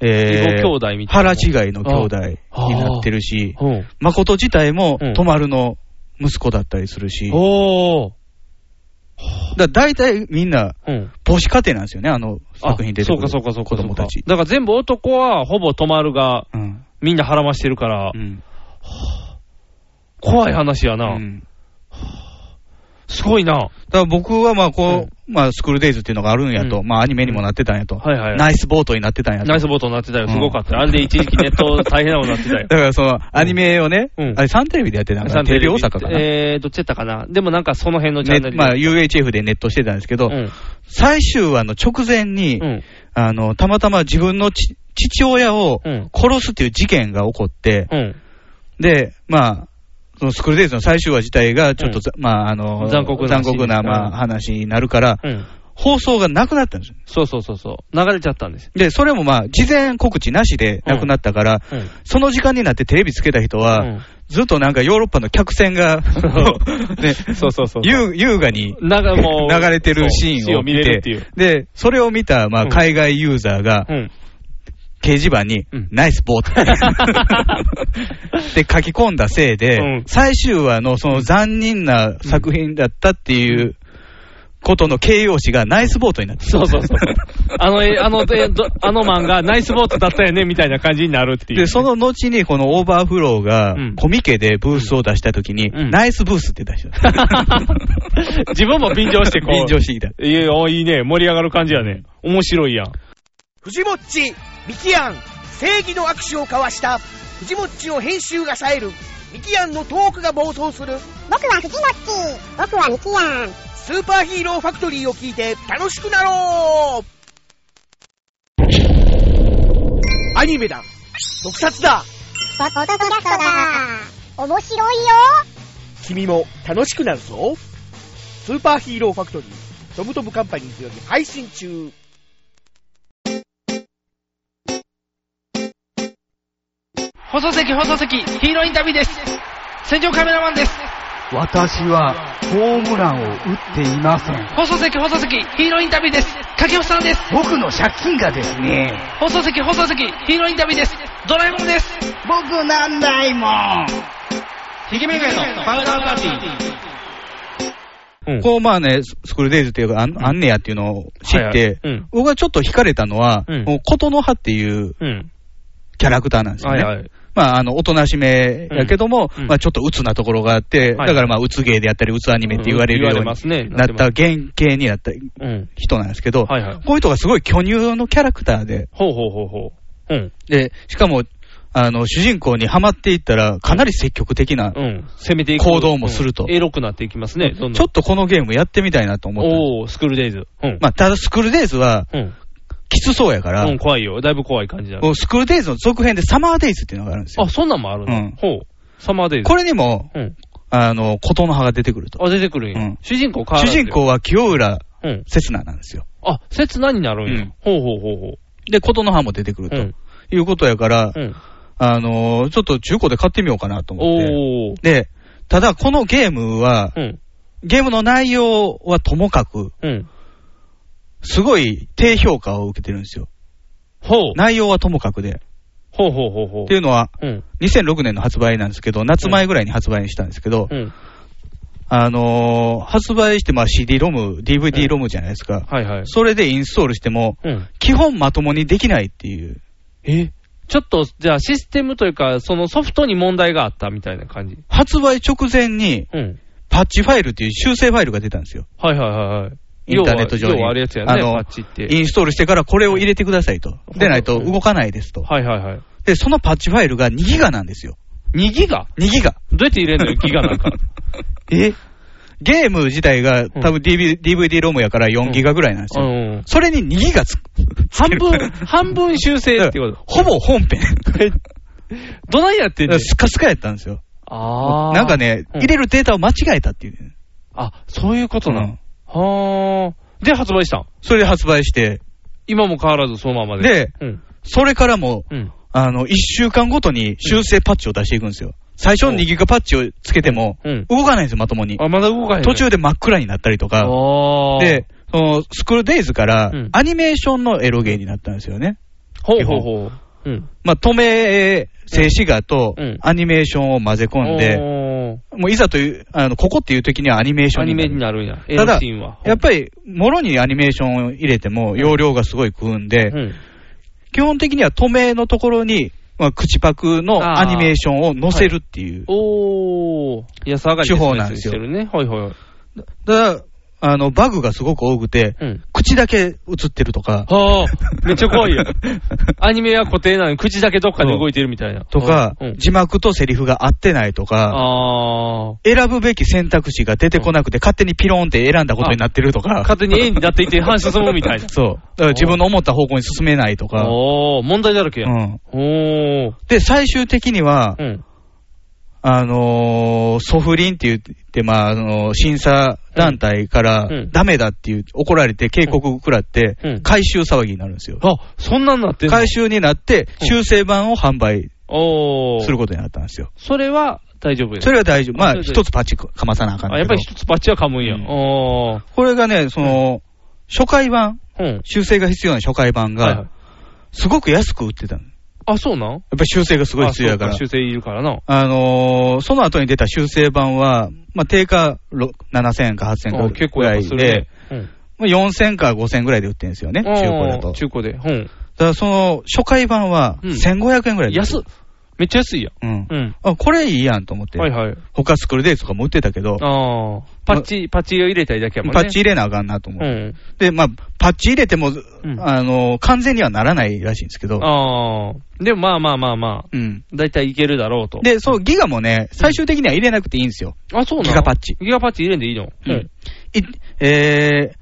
S3: 異母兄弟みたい
S2: 腹違いの兄弟になってるし、誠自体も、泊まるの息子だったりするし、
S3: おー。
S2: だから大体みんな、母子家庭なんですよね、あの作品出て
S3: そ
S2: く
S3: うか
S2: る
S3: そうかそうか
S2: 子
S3: そう
S2: 供
S3: か
S2: たち。。
S3: だから全部男はほぼ止まるが、みんな腹ましてるから、はあ怖い話やな。すごいな。
S2: だから僕はまあこう、まあスクールデイズっていうのがあるんやと、まあアニメにもなってたんやと、
S3: はいはい
S2: ナイスボートになってたんやと。
S3: ナイスボートになってたよ。
S2: うん
S3: すごかった。あれで一時期ネット 大変なことになってたよ
S2: だ。からそのアニメをね、あれサンテレビでやってたのかなテレビ大阪かな。
S3: えー、どっちやったかな。でもなんかその辺のチャン
S2: ね
S3: ネルで。
S2: まあ、UHF でネットしてたんですけど、最終話の直前に、あのたまたま自分のち父親を殺すっていう事件が起こって、で、まあ、そのスクールデイズの最終話自体が、ちょっとざ、まあ、あの
S3: 残酷な話
S2: なま
S3: うん
S2: あ、話になるから、
S3: ん
S2: 放送がなくなったんですよ。
S3: そうそうそうそう。流れちゃったんです。
S2: で、それもまあ、事前告知なしでなくなったから、その時間になってテレビつけた人は、ずっとなんかヨーロッパの客船が、 ね、
S3: そうそうそう。
S2: 優優雅に
S3: なんかもう
S2: 流れてるシ
S3: そうシ
S2: ー
S3: ーン
S2: ン
S3: を
S2: を
S3: 見
S2: 見
S3: れ
S2: て、
S3: るっていう
S2: で、それを見た、まあ、海外ユーザーが、掲示板に、ナイス ボートって書き込んだせいで、最終話のその残忍な作品だったっていうことの形容詞がナイスボートになって
S3: そうそ うそう。あの、えあの、えどあのマンがナイスボートだったよね、みたいな感じになるっていう。
S2: で、その後に、このオーバーフローが、コミケでブースを出したときに、ナイスブースって出した。
S3: 自分も便乗してこう。
S2: 便乗してきた。
S3: いや、おいいね。盛り上がる感じやね。面白いやん。
S12: 藤もっち、ミキアン、正義の握手を交わした、藤もっちの編集が冴える、ミキアンのトークが暴走する。僕は藤もっち、僕はミキアン。スーパーヒーローファクトリーを聞いて楽しくなろうアニメだ特撮だ
S13: そ、そだそだそだ面白いよ
S12: 君も楽しくなるぞスーパーヒーローファクトリー、トムトムカンパニーズより配信中。
S14: 放送席、放送席、ヒーローインタビューです。戦場カメラマンです。
S7: 私はホームランを打っていません。
S14: 放送席、放送席、ヒーローインタビューです。掛布さんです。
S7: 僕の借金がですね、
S14: 放送席、放送席、ヒーローインタビューです。ドラえもんです。僕なんないもん。ひげめがのパウダーパーティー。
S2: こう、まあね、ススクールデイズっていうか、あんあんねやっていうのを知っ
S3: はいはい
S2: て、僕がちょっと惹かれたのは、もう琴の葉っていう
S3: うん。
S2: キャラクターなんですよね。
S3: はいはい
S2: まあ、あの、おとなしめやけども、まあ、ちょっと鬱なところがあって、
S3: はい
S2: だからまあ、鬱芸であったり、鬱アニメって言われるよう
S3: うん言われ
S2: にな
S3: ま
S2: っ
S3: すね
S2: た原型になった
S3: うん。
S2: 人なんですけど、
S3: はいはい
S2: こういう人がすごい巨乳のキャラクターで、
S3: ほうほうほうほう。うん。
S2: で、しかも、あの、主人公にハマっていったら、かなり積極的な
S3: うん。攻めていく。
S2: 行動もすると
S3: うんエロくなっていきますね。どん
S2: ち
S3: ど
S2: ょ
S3: ん。
S2: っとこのゲームやってみたいなと思って。
S3: おー、スクールデイズ。うん。
S2: まあ、ただスクールデイズは、
S3: うん。
S2: きつそうやから、
S3: うん、怖いよ。だいぶ怖い感じだね
S2: もう。スクールデイズの続編でサマーデイズっていうのがあるんですよ。
S3: あ、そんなんもあるの
S2: うん
S3: ほう。サマーデイズ。
S2: これにも、
S3: うん。
S2: あの、琴の葉が出てくると。
S3: あ、出てくるんや
S2: うん
S3: 主人公変わ
S2: 主
S3: らんで
S2: 人公は清浦
S3: うん。
S2: 刹那なんですよ。
S3: あ、刹那になるんや。ほうほうほうほう。
S2: で、琴の葉も出てくると、
S3: うん
S2: いうことやから、
S3: うん。
S2: あのーちょっと中古で買ってみようかなと思って。
S3: おー。
S2: で、ただこのゲームは、
S3: うん。
S2: ゲームの内容はともかく、
S3: うん。
S2: すごい低評価を受けてるんですよ。
S3: ほう。
S2: 内容はともかくで。
S3: ほうほうほうほう。
S2: っていうのは、
S3: うん。
S2: 2006年の発売なんですけど、夏前ぐらいに発売したんですけど、
S3: うん。
S2: あのー発売してまあ CD ロム、DVD ロムじゃないですか。
S3: はいはい。
S2: それでインストールしても、
S3: うん。
S2: 基本まともにできないっていう。
S3: えちょっと、じゃあシステムというか、そのソフトに問題があったみたいな感じ。
S2: 発売直前に、
S3: うん。
S2: パッチファイルっていう修正ファイルが出たんですよ。
S3: はいはいはいはい。
S2: インターネット上に。
S3: 要は要はあれやつやね、
S2: あの
S3: パッチって。
S2: インストールしてからこれを入れてくださいと。でないと動かないですと。
S3: はいはいはい。
S2: で、そのパッチファイルが2ギガなんですよ。
S3: 2ギガ
S2: 2ギガ。
S3: どうやって入れん のよ、ギガなんか。
S2: えゲーム自体が多分 DV DVD ロムやから4ギガぐらいなんですよ。
S3: うん。
S2: それに2ギガつく。
S3: 半分、半分修正ってこと。
S2: ほぼ本編。
S3: どないやってんの
S2: スカスカやったんですよ。
S3: あー。
S2: なんかね、
S3: うん
S2: 入れるデータを間違えたっていうね。
S3: あ、そういうことな
S2: う
S3: の。
S2: ん
S3: はー。で、発売したん
S2: それで発売して、
S3: 今も変わらずそのままで。
S2: で、
S3: うん。
S2: それからも、
S3: うん。
S2: あの、1週間ごとに修正パッチを出していくんですよ。最初の2ギガパッチをつけても、
S3: うん。
S2: 動かないんですよ、まともに。
S3: あ、まだ動かへん。
S2: 途中で真っ暗になったりとか。
S3: あー。
S2: で、そのスクールデイズから
S3: うん
S2: アニメーションのエロゲーになったんですよね。
S3: ほう
S2: 基
S3: ほう
S2: 本
S3: ほう。うん。
S2: まあ、止め、静止画とアニメーションを混ぜ込んで、
S3: で、
S2: もういざという、あの、ここっていう時にはアニメーショ
S3: ア
S2: ン
S3: ニ
S2: にな
S3: メ
S2: る
S3: に。なるんや。エ
S2: た
S3: ロ
S2: だ
S3: シーンは。
S2: やっぱり、もろにアニメーションを入れても、容量がすごい食うんで、
S3: うん。
S2: 基本的には止めのところに、まあ、口パクの
S3: あー
S2: アニメーションを載せるっていう。
S3: おー。安上がり
S2: 手法なんですよ
S3: 説明してるね。はいはい。
S2: ただ、あの、バグがすごく多くて、
S3: うん。
S2: 口だけ映ってるとか、
S3: はー。めっちゃ怖いよ。 アニメは固定なのに口だけどっかで動いてるみたいな。
S2: とか、
S3: うん。
S2: 字幕とセリフが合ってないとか、
S3: あー。
S2: 選ぶべき選択肢が出てこなくて、勝手にピローンって選んだことになってるとか。。
S3: 勝手に A になっていって半進むみたい な
S2: そう。だから自分の思った方向に進めないとか。
S3: おー、問題だらけや
S2: う。ん。
S3: おー。
S2: で、最終的には、
S3: うん。
S2: あのーソフリンって言って、まあ、あのー審査団体から
S3: うんうん
S2: ダメだっていう、怒られて警告を食らって
S3: うん、
S2: 回収騒ぎになるんですよ。
S3: あ、そんなんなってんの
S2: 回収になって、修正版を販売
S3: おー。
S2: することになったんですよ。
S3: それは大丈夫や
S2: それは大丈夫。まあ、
S3: それで
S2: 一つパチかまさなあかんねんけ
S3: あ、やっ
S2: ど
S3: ぱり一つバッチは噛むんや。おー。
S2: これがね、その、初回版、
S3: うん。
S2: 修正が必要な初回版
S3: はいは
S2: が
S3: い、
S2: すごく安く売ってたの。
S3: あ、そうなん
S2: やっぱり修正がすごい必要やから
S3: あそう修正いるからな。
S2: あのーその後に出た修正版は、まあ、定価ろ7000円か8000
S3: あ
S2: 円か
S3: 結
S2: ぐ
S3: 構やっ
S2: ら
S3: ぱ
S2: い
S3: するね
S2: で、。まあ、4000か5000ぐらいで売ってるんですよね、中古だと。
S3: うん中古で。うん。
S2: だからその初回版は1500円ぐらいで、
S3: 安っめっちゃ安いやん。
S2: うん
S3: うん。
S2: あ、これいいやんと思って、
S3: はいはい。
S2: 他スクールデイズとかも売ってたけど、
S3: ああ。パッチ、パッチを入れたりだけやもんね。
S2: パッチ入れなあかんなと思って、
S3: うん。
S2: で、まあ、パッチ入れても、あのー完全にはならないらしいんですけど、
S3: ああ。でもまあまあまあまあ。
S2: うん。
S3: だいたいいけるだろうと。
S2: で、そう、ギガもね、最終的には入れなくていいんですよ。
S3: あ、そうなの
S2: ギガパッチ。
S3: ギガパッチ入れんでいいの
S2: うんいえ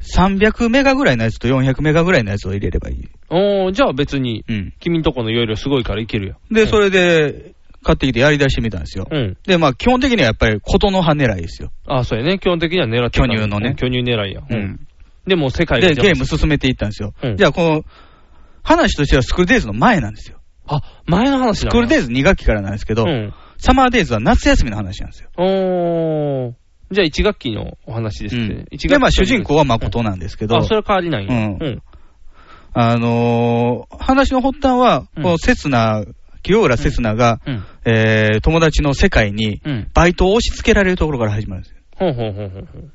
S2: ー、300メガぐらいのやつと400メガぐらいのやつを入れればいい。
S3: おー、じゃあ別に、君んとこのいろいろすごいからいけるよ。
S2: で、それで、買ってきてやり出してみたんですよ。
S3: うん。
S2: で、まあ、基本的にはやっぱり、琴の葉狙いですよ。
S3: あ、そうやね。基本的には狙ってた
S2: 巨乳のね
S3: うん巨乳狙いや。
S2: うん。
S3: で、もう世界が
S2: で、
S3: 邪
S2: ゲ
S3: 魔
S2: ー
S3: す
S2: ム
S3: る
S2: 進めていったんですよ。
S3: うん
S2: じゃあ、この、話としてはスクールデイズの前なんですよ。
S3: あ、前の話
S2: ス
S3: だ
S2: クールデイズ2学期からなんですけど、
S3: うん
S2: サマーデイズは夏休みの話なんですよ。
S3: おー。じゃあ1学期のお話ですね。一学期
S2: で、まあ、主人公は誠なんですけど、
S3: あ、それは変わりないんや
S2: うんあのー話の発端は、このセスナ、清浦セスナが、
S3: うんうん
S2: えー友達の世界に
S3: うん、
S2: バイトを押し付けられるところから始まるんですよ。
S3: ほうほうほうほうほう。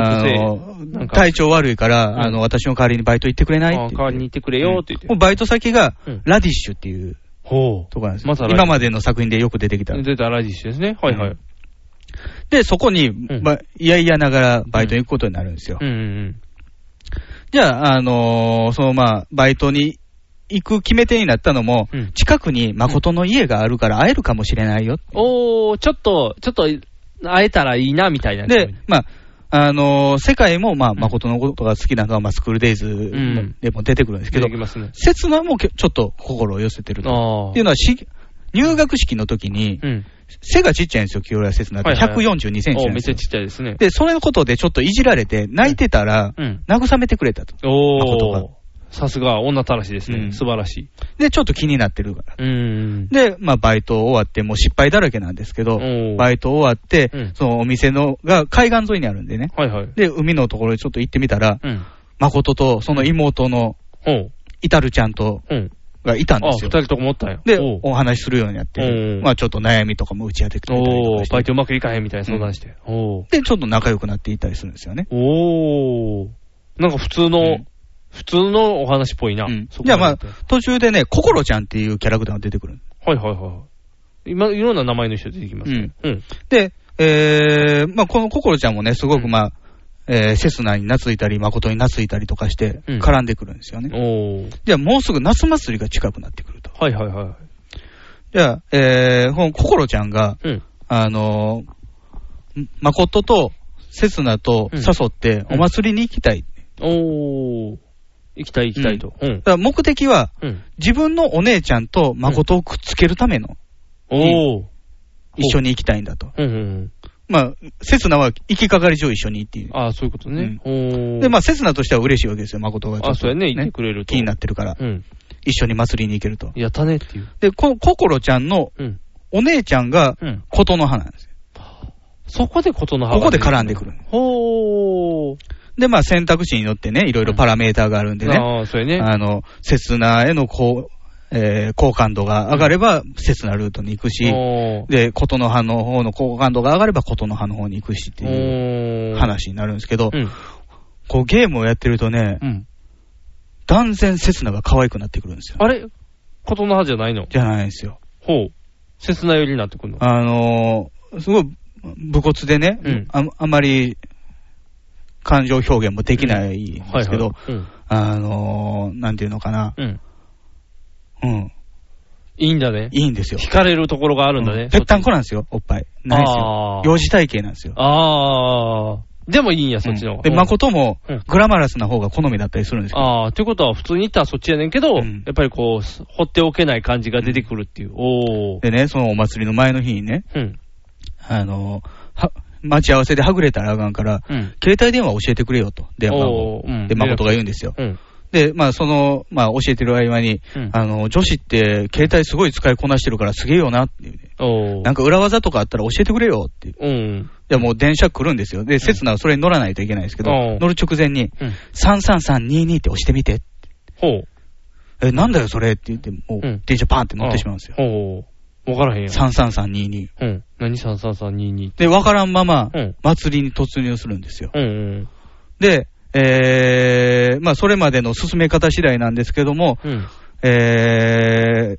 S2: あ
S3: 制
S2: の
S3: なんか
S2: 体調悪いから、あの、私の代わりにバイト行ってくれない
S3: あ
S2: って
S3: 代わりに行ってくれよって言って。
S2: もうバイト先が
S3: うん、
S2: ラディッシュっていう
S3: ほ
S2: とこなんですよ
S3: またラディッシュ
S2: 今までの作品でよく出てきた。
S3: う。出たラジシですね。はいはい。
S2: で、そこに、ま、いやいやながらバイトに行くことになるんですよ。
S3: うんうん
S2: じゃあ、あのーそのまあ、バイトに行く決め手になったのも、近くに誠の家があるから会えるかもしれないよ。
S3: うん。おー、ちょっと、ちょっと、会えたらいいな、みたいな。
S2: で、まあ、あのー世界も、まあ、誠のことが好きなのは、まあ、スクールデイズ
S3: ん
S2: でも出てくるんですけ
S3: 出
S2: ど
S3: てき、ますね。
S2: 刹那もけちょっと心を寄せてると。
S3: あ
S2: っていうのはし、入学式の時に、
S3: ん
S2: 背がちっちゃいんですよ、清浦刹那って。
S3: はいはいはい
S2: 142センチ
S3: お
S2: な
S3: ー
S2: んで
S3: めっ
S2: す
S3: ちゃ
S2: よ。
S3: ちっちゃいですね。
S2: で、それのことでちょっといじられて、泣いてたら、
S3: うん。
S2: 慰めてくれたと。
S3: お
S2: 誠
S3: ー。さすが、女たらしです
S2: う
S3: ね。
S2: ん
S3: 素晴らしい。
S2: で、ちょっと気になってるから。
S3: うーん。
S2: で、まあ、バイト終わって、もう失敗だらけなんですけど
S3: ー、
S2: バイト終わって、
S3: うん
S2: そのお店のが海岸沿いにあるんでね。
S3: はいはい。
S2: で、海のところにちょっと行ってみたら、
S3: うん。
S2: 誠とその妹の
S3: ほう。
S2: イタルちゃんと
S3: うん。
S2: がいたんで
S3: あ、
S2: す
S3: 二
S2: よ。
S3: 人とも持ったんや。
S2: で、
S3: おう
S2: お話しするようになって
S3: う、ん
S2: まあちょっと悩みとかも打ち明けてくれたりと
S3: お
S2: か
S3: ー、
S2: して
S3: バイトうまくいかへんみたいな相談して。おー。
S2: で、ちょっと仲良くなっていったりするんですよね。
S3: おー。なんか普通の、普通のお話っぽいな。そこ
S2: じゃあま
S3: ま
S2: あ
S3: で言う、
S2: 途中でね、心ちゃんっていうキャラクターが出てくる。
S3: とはいはいはい。今、いろんな名前の人出てきますね。うん。
S2: で、えー、まあこの心ちゃんもね、すごくまあ、えー、セスナに懐いたり、誠に懐いたりとかして、
S3: うん
S2: 絡んでくるんですよね。
S3: おー。
S2: じゃあもうすぐ夏祭りが近くなってくると。
S3: はいはいはい。
S2: じゃあ、えー、この心ちゃんが、
S3: うん。
S2: あのー、誠と、セスナと誘って、お祭りに行きたい。
S3: おー。行きたい行きたいと。うん
S2: だ。から目的は、
S3: うん。
S2: 自分のお姉ちゃんと誠をくっつけるための、
S3: おー。
S2: 一緒に行きたいんだと。
S3: うんうんうん。
S2: まあ、セスナは行きかかり上一緒にっていう。
S3: ああ、そういうことね。おー。
S2: で、まあ、セスナとしては嬉しいわけですよ、誠がちょっと。
S3: あそうやね行ってくれると
S2: 気になってるから、
S3: うん。
S2: 一緒に祭りに行けると。
S3: やったねっていう。
S2: で、この心ちゃんの
S3: うん。
S2: お姉ちゃんが
S3: うん。
S2: 琴の葉なんですよ。
S3: そこでことの葉
S2: ここで絡
S3: ん
S2: んでくる。
S3: ほー。
S2: で、まあ、選択肢によってね、いろいろパラメーターがあるんでね、
S3: ああ、そうやね。
S2: あの、セスナへのこう、えー好感度が上がれば、セスナルートに行くし、
S3: おー。
S2: で、琴の葉の方の好感度が上がれば、琴の葉の方に行くしっていう
S3: おー。
S2: 話になるんですけど、
S3: うん。
S2: こうゲームをやってるとね、
S3: うん
S2: 断然刹那が可愛くなってくるんですよ。
S3: あれことの葉じゃないの
S2: じゃないんですよ。
S3: ほう。切な寄りになってくるの
S2: あのーすごい武骨でね、
S3: うん
S2: あ、あまり感情表現もできないんですけど、
S3: はいはいうん
S2: あのーなんていうのかな、
S3: うん。
S2: うん、
S3: いいんだね。
S2: いいんですよ。
S3: 惹かれるところがあるんだね。
S2: ぺったんこなんですよ、おっぱい。ないです
S3: あ
S2: よ。
S3: ー
S2: 幼児体型なんですよ。
S3: あー。でもいいんや、そっちの方が。
S2: で、
S3: うん
S2: 誠も
S3: うん
S2: グラマラスな方が好みだったりするんですけど、
S3: ああ、ということは普通に言ったらそっちやねんけど、やっぱりこう、す放っておけない感じが出てくるっていう。おー。
S2: でね、そのお祭りの前の日にね、
S3: うん。
S2: あのーは待ち合わせではぐれたらあかんから、
S3: うん。
S2: 携帯電話教えてくれよと、電話
S3: お
S2: を
S3: ーうん。
S2: で、誠が言うんですよ。
S3: うん。
S2: で、まあ、その、まあ、教えてる合間に、
S3: うん
S2: あの、女子って携帯すごい使いこなしてるからすげえよなっていうね。
S3: おー
S2: なんか裏技とかあったら教えてくれよっていう。
S3: うん。
S2: で、もう電車来るんですよ。で、刹那はそれに乗らないといけないんですけど、
S3: うん
S2: 乗る直前に、
S3: うん
S2: 33322って押してみて。
S3: ほう。
S2: え、なんだよそれって言って、もう、電車パーンって乗ってしまうんですよ。
S3: おおわからへんやん。
S2: 33322。
S3: うん。何33322って。
S2: で、わからんまま、祭りに突入するんですよ。
S3: うんうん。
S2: で、えー、まあ、それまでの進め方次第なんですけども、
S3: うん。
S2: えー、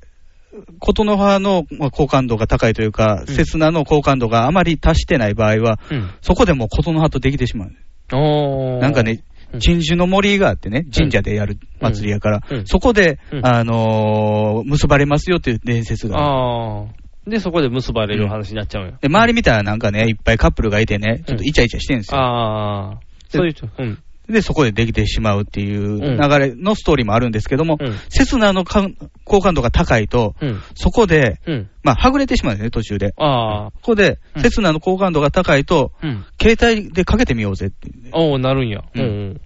S2: 琴の葉のまあ好感度が高いというか、刹那の好感度があまり達してない場合は、
S3: うん。
S2: そこでもう琴の葉とできてしまう。
S3: おー
S2: なんか、ね、鎮守の森があってね、神社でやる祭りやから、
S3: うんうん
S2: そこで、
S3: うん
S2: あのー結ばれますよっていう伝説がある。
S3: ああ。で、そこで結ばれる話になっちゃうんや。
S2: で、周り見たらなんかね、いっぱいカップルがいてね、ちょっとイチャイチャしてるんですよ。
S3: ああ。そういう人、うん。
S2: で、そこでできてしまうっていう流れのストーリーもあるんですけども、
S3: うん
S2: 刹那のか好感度が高いと、
S3: うん。
S2: そこで、
S3: うん。
S2: まあ、はぐれてしまうんですね、途中で。
S3: ああ。
S2: ここで、刹那の好感度が高いと、
S3: うん。
S2: 携帯でかけてみようぜって。
S3: おおなるんや。うんんうん。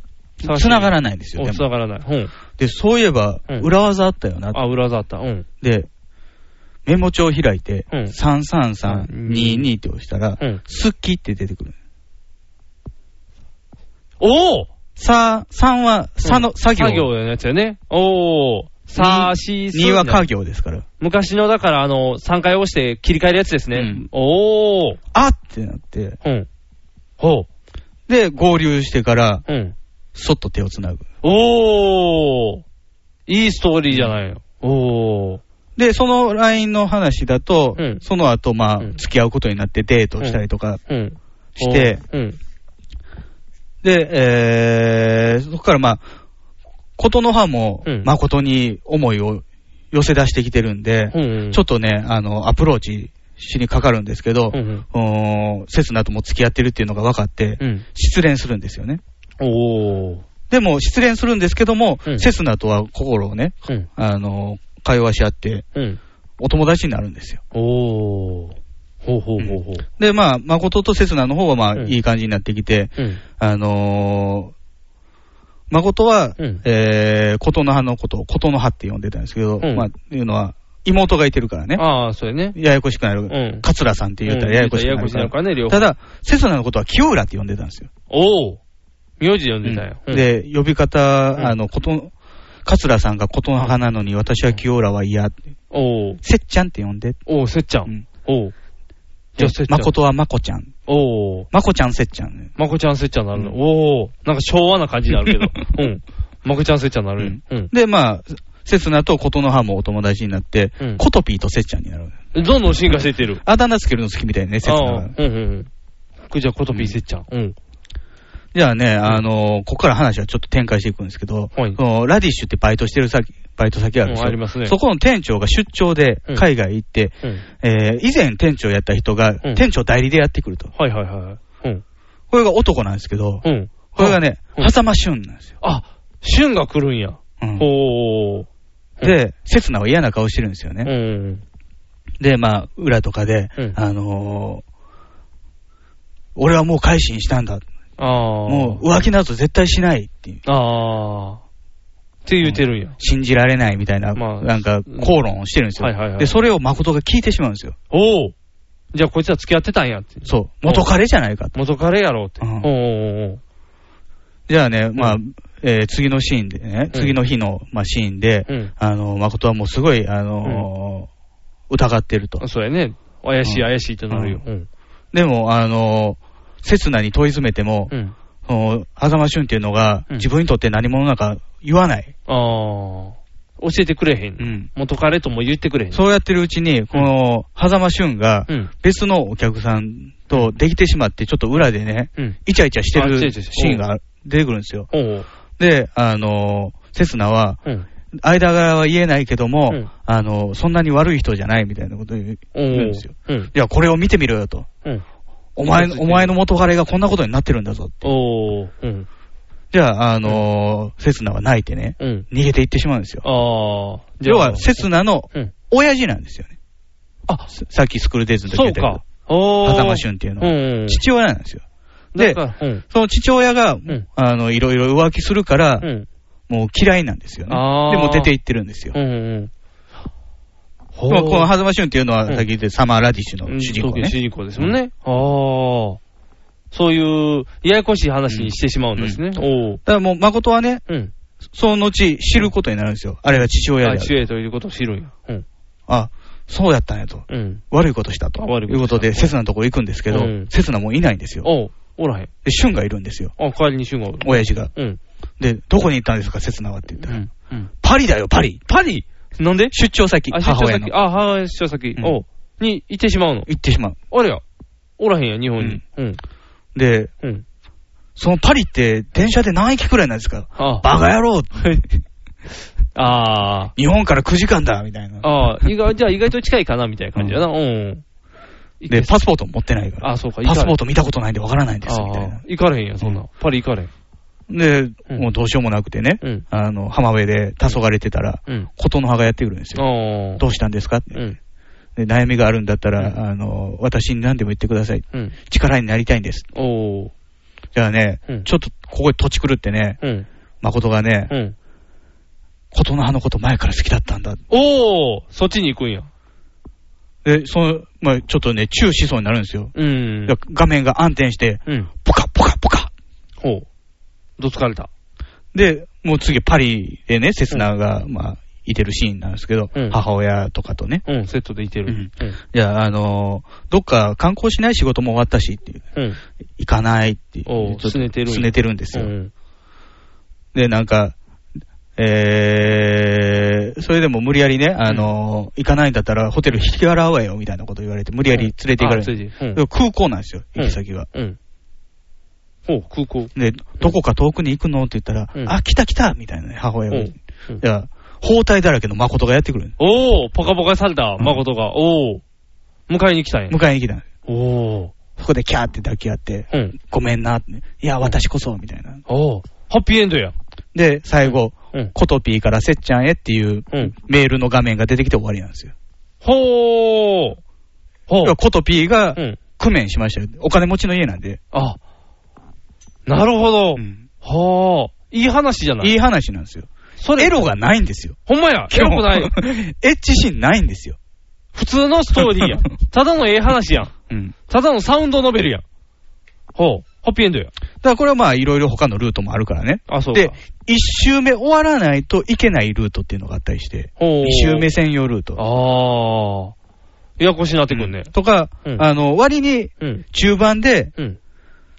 S2: 繋がらないんですよ
S3: お
S2: でも
S3: 繋がらない。うん。
S2: で、そういえば、
S3: うん
S2: 裏技あったよな。
S3: あ、裏技あった。うん。
S2: で、メモ帳開いて、
S3: うん
S2: 33322って押したら、好きって出てくる。
S3: おお
S2: さ、3は、さの、作業。
S3: 作業のやつよね。おおさあ、し、
S2: 2は家業ですから。
S3: 昔の、だから、あの、3回押して切り替えるやつですね。おー。
S2: あってなって。
S3: うん。ほう。
S2: で、合流してから、
S3: うん。
S2: そっと手をつなぐ。
S3: おー。いいストーリーじゃないの。おー。
S2: で、その LINE の話だと、
S3: うん
S2: その後、まあ、付き合うことになってデートしたりとか
S3: うん。
S2: して、
S3: おー、うん。
S2: で、えー、そこからまあ、琴の葉も
S3: うん、
S2: 誠に思いを寄せ出してきてるんで、
S3: うん
S2: ちょっとね、あの、アプローチしにかかるんですけど、
S3: うん
S2: うーん、刹那とも付き合ってるっていうのが分かって、
S3: うん。
S2: 失恋するんですよね。
S3: おー。
S2: でも、失恋するんですけども、
S3: うん
S2: 刹那とは心をね、
S3: うん。
S2: あの、会話し合って、
S3: うん。
S2: お友達になるんですよ。
S3: おー。ほうほうほうほう。
S2: で、まあ、誠と刹那の方は、まあ、いい感じになってきて、
S3: うん。
S2: あのー、誠は、
S3: うん
S2: えー、琴の葉のことを琴の葉って呼んでたんですけど、
S3: うん
S2: まあ、いうのは、妹がいてるからね、
S3: ああ、そうやね。
S2: ややこしくなる、
S3: うん
S2: 桂さんって言ったらややこしくな
S3: う
S2: る
S3: ん言うたらややこしくなる
S2: か
S3: から
S2: ら、
S3: ね両方
S2: ただ、刹那のことは清浦って呼んでたんですよ。
S3: おー。名字呼んでたよ。うん、
S2: で、呼び方、あの、こと、桂さんが琴の葉なのに、私は清浦は嫌って、
S3: おー。
S2: せっちゃんって呼んで、
S3: おー、せっちゃん。おー。じゃあせっちゃん
S2: 誠はまこちゃん、
S3: おー。
S2: まこちゃんせっちゃんね。
S3: まこちゃんせっちゃんなるの。おー。なんか昭和な感じにな るけど。うん。まこちゃんせっちゃんなるよ。うん。
S2: で、まあ、刹那と琴の葉もお友達になって、
S3: うん
S2: コトピーとせっちゃんになる。
S3: どんどん進化していってる。
S2: あだ名つけるの好きみたいね、刹那
S3: あ
S2: が
S3: あ。うんうんうん。じゃあ、コトピーせっちゃん。うん。
S2: じゃあね、あのーここから話はちょっと展開していくんですけど、
S3: はい
S2: そのラディッシュってバイトしてる先、バイト先あるんですよ。
S3: うんありますね
S2: そこの店長が出張で
S3: うん
S2: 海外行って、
S3: うん。
S2: えー以前店長やった人が、
S3: うん
S2: 店長代理でやってくると。
S3: はいはいはい。うん。
S2: これが男なんですけど、
S3: うん。
S2: これがね、
S3: うん
S2: 狭間俊なんですよ。
S3: あ、旬が来るんや。
S2: うん
S3: おー。
S2: で、刹那は嫌な顔してるんですよね。
S3: うん。
S2: で、まあ、裏とかで、
S3: うん
S2: あのー俺はもう改心したんだ。
S3: ああ。
S2: もう浮気など絶対しないっていう。
S3: ああ。って言うてるんや。
S2: 信じられないみたいな、
S3: まあ
S2: なんか口論をしてるんですよ。
S3: はいはいはい
S2: で、それを誠が聞いてしまうんですよ。
S3: おー。じゃあ、こいつは付き合ってたんやって。
S2: そう。元彼じゃないかと。
S3: 元カレやろうって。お
S2: うん
S3: ーおーおー。
S2: じゃあね、まあ、えー次のシーンでね、
S3: うん
S2: 次の日の、まあ、シーンで、
S3: うん
S2: あの、誠はもうすごい、あのー疑ってると。
S3: そうやね。怪しい怪しいってなるよ。うん。
S2: でも、あのー、刹那に問い詰めても、
S3: うん。
S2: その、狭間俊っていうのが、
S3: うん
S2: 自分にとって何者なのか言わない。
S3: ああ。教えてくれへん。
S2: うん
S3: 元カレとも言ってくれへん。
S2: そうやってるうちに、この、狭間俊が
S3: う、ん。
S2: 別のお客さんとできてしまって、ちょっと裏でね、
S3: うん。
S2: イチャイチャして
S3: あ
S2: る
S3: イチャイチャして
S2: シーンが出てくるんですよ。
S3: おー。
S2: で、あの、セスナは、
S3: うん。
S2: 間柄は言えないけども、
S3: うん
S2: あの、そんなに悪い人じゃないみたいなことを言う
S3: おー
S2: 言うんですよ。
S3: うん。
S2: いや、これを見てみろよと。
S3: うん。
S2: お前
S3: う
S2: の、
S3: ん
S2: お前の元彼がこんなことになってるんだぞって。
S3: おー。うん。
S2: じゃあ、あの、セスナは泣いてね、
S3: うん。
S2: 逃げていってしまうんですよ。
S3: ああ。
S2: 要は、セスナの
S3: うん。
S2: 親父なんですよね。
S3: あ、
S2: ささっきスクールデイズの時
S3: そ
S2: 言
S3: う
S2: ったけど
S3: か。。おー。
S2: 風間俊っていうのは
S3: うん。
S2: 父親なんですよ。
S3: だ
S2: で
S3: から、うん。
S2: その父親が、
S3: ん
S2: あの、いろいろ浮気するから、
S3: うん。
S2: もう嫌いなんですよね。
S3: あー
S2: でも出て行ってるんですよ。
S3: うん。うん。ほ
S2: まあこのハズマシュンっていうのは、
S3: うん
S2: さっき言ったサマーラディッシュの主人公
S3: うん
S2: ね
S3: 主。人公ですもんね。ああ。そういう、ややこしい話にしてしまうんですね。おー
S2: ただもう、誠はね、
S3: うん。
S2: その後知ることになるんですよ。あれが父親
S3: あ
S2: である。
S3: 父親ということを知るんや。うん。
S2: あ、そうやったんやと。
S3: うん。
S2: 悪いことしたと。
S3: 悪い
S2: いうことで、刹那のとこ行くんですけど
S3: うん、
S2: 刹那もういないんですよ。
S3: おう、おらへん。
S2: で、シュンがいるんですよ。
S3: あ、代わりに集合。
S2: 親父が。
S3: うん。
S2: で、どこに行ったんですか、刹那はって言ったら。
S3: うん。
S2: パリだよ、パリ
S3: パリなんで
S2: 出張先、
S3: あ、出
S2: 母
S3: 張
S2: 親
S3: 先。
S2: の。
S3: あ、母親出張先。
S2: うん
S3: おう。に行ってしまうの。
S2: 行ってしまう。
S3: あれや。おらへんや、日本に。うん。
S2: で、
S3: うん。
S2: そのパリって電車で何駅くらいなんですか
S3: ああ
S2: バカ野 郎
S3: ああ。
S2: 日本から9時間だみたいな。
S3: ああ、意外、じゃあ意外と近いかな、みたいな感じだな。うん。
S2: で、パスポート持ってないから。
S3: あ、そうか、
S2: パスポート見たことないんでわからないんです、みたいな。
S3: ああ、行かれへんや、そんな。パリ行かれへん。
S2: で、もうどうしようもなくてね、
S3: うん
S2: あの、浜辺で黄昏れてたら、
S3: うん。
S2: 琴の葉がやってくるんですよ。
S3: ああ。
S2: どうしたんですかって。
S3: うん。
S2: で悩みがあるんだったら、あの、私に何でも言ってください。
S3: うん。
S2: 力になりたいんです。
S3: おー。
S2: じゃあね、
S3: うん
S2: ちょっとここで土地狂ってね、
S3: うん。
S2: 誠がね、
S3: うん。
S2: 琴の葉のこと前から好きだったんだ。
S3: おーそっちに行くんや。
S2: で、その、まあちょっとね、チューしそうになるんですよ。
S3: うん
S2: だ。から画面が暗転して、
S3: うん。
S2: ポカポカポカ。
S3: ほう。どつかれた。
S2: で、もう次パリでね、セスナが、まあいてるシーンなんですけど、
S3: うん
S2: 母親とかとね。
S3: うん、セットでいてる。
S2: じゃあ、あのーどっか観光しない仕事も終わったしっていう、
S3: うん。
S2: 行かないっていう、
S3: おう
S2: ちょっと
S3: 拗ねてるんや
S2: 拗ねてるんですよ。
S3: うん。
S2: で、なんか、えー、それでも無理やりね、あのー行かないんだったらホテル引き払わよみたいなこと言われて、無理やり連れて行かれ
S3: あ
S2: る、
S3: 連れてうん
S2: でも空港なんですよ、行き先が。
S3: うん。ほう、空港。
S2: で、どこか遠くに行くのって言ったら、
S3: うん
S2: あ、来た来たみたいなね、母親が。
S3: お
S2: いう
S3: うん
S2: や、包帯だらけの誠がやってくる。
S3: おーポカポカされた、誠が。おー迎えに来たんや。
S2: 迎えに来たの
S3: おー
S2: そこでキャーって抱き合って、
S3: うん。
S2: ごめんなって、いや、私こそ、みたいな。
S3: おーハッピーエンドや。
S2: で、最後、
S3: うん。
S2: コトピーからせっちゃんへっていう
S3: うん。
S2: メールの画面が出てきて終わりなんですよ。
S3: ほーほ
S2: 要
S3: う
S2: は。コトピーが
S3: うん。
S2: 工面しましたよ。お金持ちの家なんで。
S3: あ、なるほど。
S2: ん
S3: はあ。いい話じゃない。
S2: いい話なんですよ。
S3: それ
S2: エロがないんですよ。
S3: ほんまや。エロくない。
S2: エッチシーンないんですよ。
S3: 普通のストーリーや。ただのええ話やん。
S2: うん。
S3: ただのサウンドノベルやん。ほう。ハッピーエンドや。
S2: だからこれはまあ、いろいろ他のルートもあるからね。
S3: あ、そうか。
S2: で、一周目終わらないといけないルートっていうのがあったりして、
S3: ほう。
S2: 一周目専用ルート。
S3: ああ。ややこしになってくんね。
S2: とか、
S3: うん
S2: あの、割に
S3: うん。
S2: 中盤で、
S3: うん。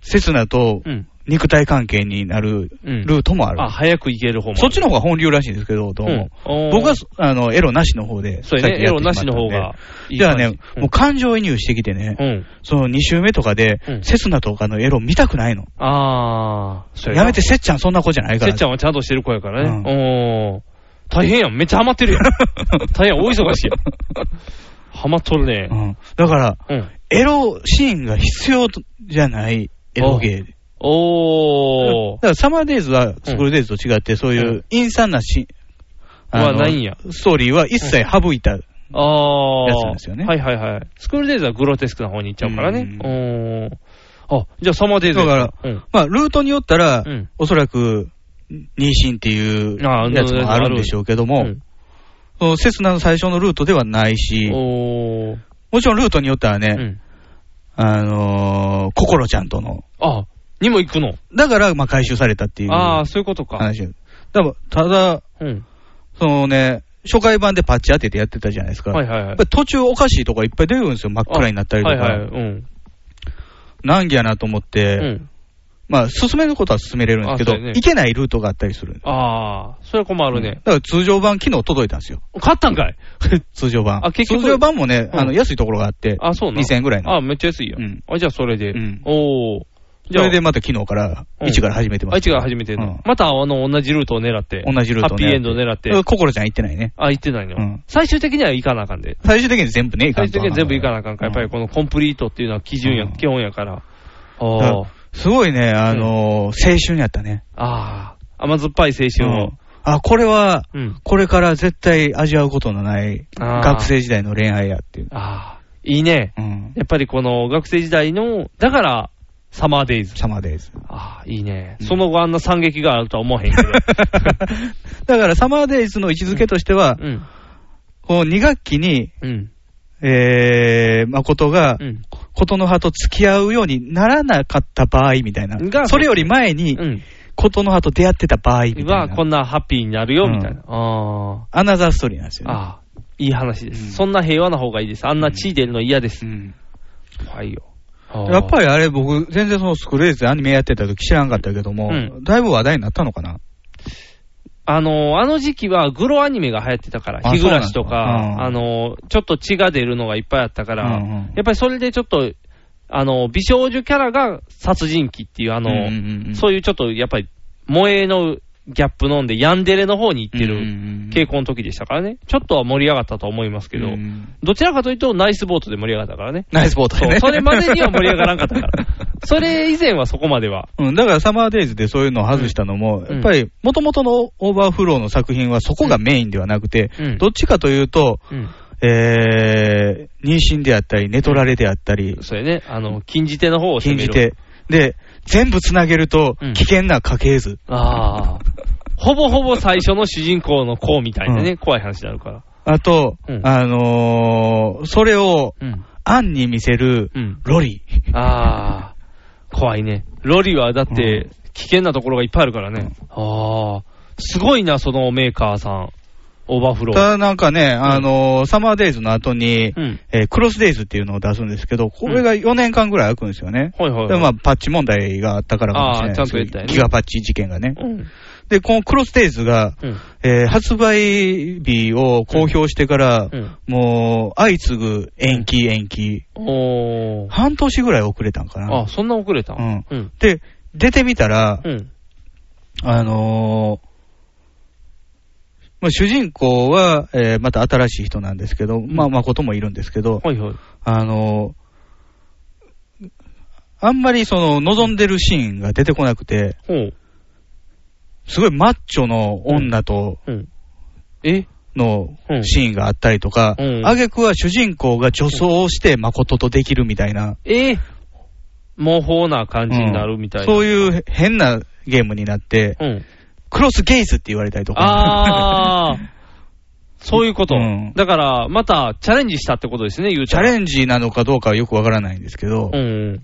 S2: セスナと
S3: うん。
S2: 肉体関係になる
S3: うん。
S2: ルートもある。
S3: あ、早く行ける方も。
S2: そっちの方が本流らしいんですけど、どうも。
S3: うんおー
S2: 僕はそ、あの、エロなしの方で、
S3: そう
S2: さ
S3: や
S2: っき
S3: ね。エ
S2: やっ
S3: ロ
S2: て
S3: な
S2: しま
S3: し
S2: った
S3: の
S2: んで
S3: 方がいい
S2: じゃあ
S3: 感じ。
S2: ね、もう感情移入してきてね、
S3: うん。うん。
S2: その2周目とかで、
S3: うん
S2: セスナとかのエロ見たくないの。
S3: ああ。そう
S2: や
S3: な
S2: めて、せっちゃんそんな子じゃないか
S3: せ
S2: ら。
S3: っちゃ
S2: ん
S3: んはちゃんとしてる子やからね。おー。大変やん。めっちゃハマってるやん。大変やん。大忙しいやん。ハマっとるね。
S2: うん。だから、
S3: うん。
S2: エロシーンが必要じゃないエロゲーで。だ
S3: おー。
S2: からサマーデイズはスクールデイズと違って、そういうう陰惨なシーン、
S3: は
S2: の
S3: ないんや。
S2: ストーリーは一切省いた。
S3: ああ。
S2: やつなんですよね
S3: はいはいはい。スクールデイズはグロテスクな方に行っちゃうからね。おー。あ、じゃあサマーデイズ。
S2: だから
S3: うん。
S2: まあ、ルートによったら、
S3: うん
S2: おそらく、妊娠っていう
S3: あー
S2: やつもあるんでしょうけども、
S3: うん
S2: そのセスナの最初のルートではないし、
S3: おー。
S2: もちろんルートによっては
S3: う
S2: ね、
S3: ん。
S2: あのー、心ちゃんとの、
S3: あ、にも行くの。
S2: だから、まあ、回収されたっていう
S3: ああ、
S2: 話。
S3: そういうことか。
S2: だからただ、
S3: うん。
S2: そのね、初回版でパッチ当ててやってたじゃないですか。
S3: はいはいは
S2: や
S3: い
S2: っぱ。り途中おかしいとこいっぱい出るんですよ。真っ暗になったりとか。
S3: はいはい。うん。
S2: 難儀やなと思って、
S3: うん。
S2: まあ、進めることは進めれるんですけど、
S3: あそうやね
S2: 行けないルートがあったりする。
S3: ああ、それ困るね
S2: だ。から通常版、昨日届いたんですよ。
S3: 勝った んかい
S2: 通常版。
S3: あ結局
S2: 通常版もね、
S3: うん
S2: あの安いところがあって、
S3: あ、そうなの
S2: 2000円ぐらいの。
S3: あ、めっちゃ安いよ
S2: うん。
S3: あ、じゃあそれで
S2: うん。
S3: おー。
S2: それでまた昨日から、
S3: うん
S2: 1から始めてます。
S3: あ、違う、初めて
S2: うん
S3: の。また、あの、同じルートを狙って。
S2: 同じルート
S3: ハ
S2: を狙っ
S3: ッ
S2: て
S3: ピーエンドを狙って。
S2: 心ちゃん行ってないね。
S3: あ、行ってないの
S2: うん。
S3: 最終的には行かなあかんで。
S2: 最終的に全部ね、行かんと
S3: 最終的には全部行かなあかんから、やっぱりこのコンプリートっていうのは基準や、基本やから。おー。
S2: すごいね、あのー青春やったね。
S3: ああ、甘酸っぱい青春
S2: う
S3: を
S2: ん。あ、これは、
S3: うん。
S2: これから絶対味わうことのない
S3: あー
S2: 学生時代の恋愛やっていう。
S3: ああ、いいね。
S2: うん。
S3: やっぱりこの学生時代の、だから、サマーデイズ。
S2: サマーデイズ。
S3: ああ、いいね。その後あんな惨劇があるとは思わへんけど。
S2: だからサマーデイズの位置づけとしては、
S3: うん。
S2: こう2学期に、
S3: うん。
S2: えー、誠が
S3: う、ん。
S2: 琴の葉と付き合うようにならなかった場合みたいな
S3: が、
S2: それより前に
S3: う、ん。
S2: 琴の葉と出会ってた場合みたいな
S3: は、こんなハッピーになるよ、みたいな。あ
S2: アナザーストーリーなんですよね。
S3: あー、いい話です、そんな平和な方がいいです。あんな血出るの嫌です。怖いよ。
S2: やっぱりあれ、僕、全然そのスクレーズでアニメやってた時知らんかったけども、
S3: うん
S2: だいぶ話題になったのかな。
S3: あのー、あの時期はグロアニメが流行ってたから、
S2: あ
S3: 日暮らしとか、
S2: そう
S3: あのー、ちょっと血が出るのがいっぱいあったから、やっぱりそれでちょっと、あのー、美少女キャラが殺人鬼っていう、あのー、
S2: うんうんうん
S3: そういうちょっとやっぱり、萌えのギャップ飲んで、ヤンデレの方に行ってる傾向の時でしたからね、ちょっとは盛り上がったと思いますけど、どちらかというと、ナイスボートで盛り上がったからね。
S2: ナイスボート でね
S3: そうそれまでには盛り上がらんかった から。それ以前はそこまでは。
S2: うん、だからサマーデイズでそういうのを外したのも、やっぱり元々のオーバーフローの作品はそこがメインではなくて、
S3: うん
S2: どっちかというと、
S3: うん
S2: えー、妊娠であったり、寝取られであったり、
S3: それね、あの、禁じ手の方を攻
S2: 禁
S3: め
S2: じ
S3: る。
S2: て、で、全部つなげると
S3: うん、
S2: 危険な家系図。
S3: ああ。ほぼほぼ最初の主人公の子みたいなね、怖い話になるから。
S2: あと、あのーそれを、アンに見せるロリ。
S3: ああ。怖いね。ロリはだって、危険なところがいっぱいあるからね。ああ。すごいな、そのメーカーさん。オーバーフロ
S2: た
S3: ー。
S2: だなんかね、あのーサマーデイズの後に、えークロスデイズっていうのを出すんですけど、これが4年間ぐらい空くんですよね。
S3: はいはいはい
S2: でまあ、パッチ問題があったからかもしれないですけど
S3: あーちゃんとやったよね
S2: ギガパッチ事件がね。
S3: うん。
S2: で、このクロスデイズが、
S3: うん
S2: えー発売日を公表してから、もう、相次ぐ延期延期、
S3: おー。
S2: 半年ぐらい遅れたんかな。
S3: あ、そんな遅れた
S2: うん
S3: うん。
S2: で、出てみたら、
S3: うん。
S2: あのーまあ、主人公は、えーまた新しい人なんですけど、まあ、誠もいるんですけど、
S3: はいはい。
S2: あのーあんまりその望んでるシーンが出てこなくて、
S3: ほう。
S2: すごいマッチョの女と
S3: うん。え
S2: のシーンがあったりとか、挙句は主人公が女装をして誠とできるみたいな、
S3: えー、模倣な感じになるみたいな。
S2: そういう変なゲームになって、
S3: うん
S2: クロスゲイズって言われたりとか。
S3: ああ、そういうこと。
S2: うん
S3: だから、またチャレンジしたってことですね、言 う
S2: チ
S3: た
S2: ャ
S3: ら
S2: レンジなのかどうかはよくわからないんですけど、
S3: うん。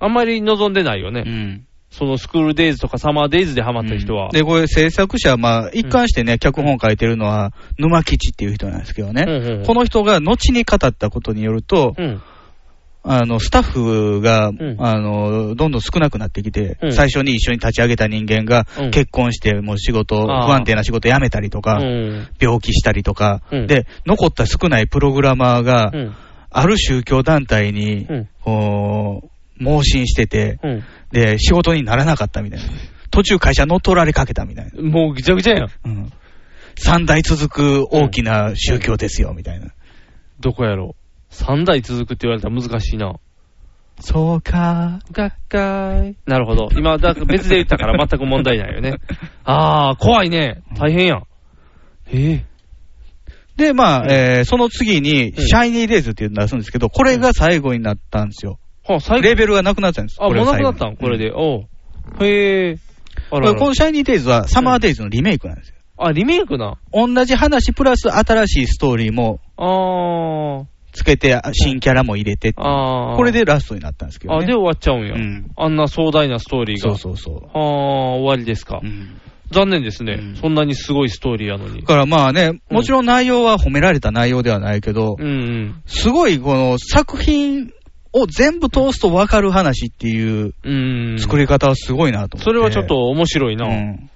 S3: あんまり望んでないよね。そのスクールデイズとかサマーデイズでハマった人は。
S2: で、これ制作者、まあ、一貫してね、脚本書いてるのは、沼吉っていう人なんですけどね、
S3: うんうん
S2: この人が後に語ったことによると、
S3: うん。
S2: あの、スタッフが、あの、どんどん少なくなってきて、
S3: うん
S2: 最初に一緒に立ち上げた人間が
S3: うん、
S2: 結婚して、もう仕事、不
S3: あー
S2: 安定な仕事辞めたりとか、
S3: うん
S2: 病気したりとか、
S3: うん
S2: で、残った少ないプログラマーが、
S3: うん
S2: ある宗教団体に、
S3: ん
S2: こう、盲信してて、
S3: うん
S2: で、仕事にならなかったみたいな。途中会社乗っ取られかけたみたいな。
S3: もうぐちゃぐちゃやん。
S2: 三代続く大きな宗教ですよ、みたいな。
S3: どこやろう。3代続くって言われたら難しいな。
S2: そうか。
S3: 学会。なるほど。今、だ別で言ったから全く問題ない よね。ああ、怖いね。大変やん。え
S2: で、まあ、えーその次に、シャイニーデイズっていうのを出すんですけど、これが最後になったんですよ。
S3: は最後
S2: レベルがなくなったんです。
S3: あ、
S2: これ
S3: もう
S2: が
S3: なく
S2: 最後
S3: なったんこれで。おう。へえ。あ
S2: こ
S3: らあ
S2: れこ
S3: ら
S2: のシャイニーデイズはサマーデイズのリメイクなんですよ。
S3: あ、リメイクな。
S2: 同じ話プラス新しいストーリーも
S3: あ
S2: つけて、あ新キャラも入れてっていう
S3: あ。ああ。
S2: これでラストになったんですけど
S3: あ、
S2: ね。
S3: で終わっちゃうんや。
S2: うん
S3: あんな壮大なストーリー
S2: そ
S3: が。
S2: うそうそう。
S3: はあ、終わりですか。残念ですね、そんなにすごいストーリーやのに
S2: だ。からまあね、もちろん内容は褒められた内容ではないけど、
S3: うん
S2: すごいこの作品を全部通すと分かる話っていう
S3: うん。うん。
S2: 作り方はすごいなと思って。
S3: それはちょっと面白いな。
S2: うん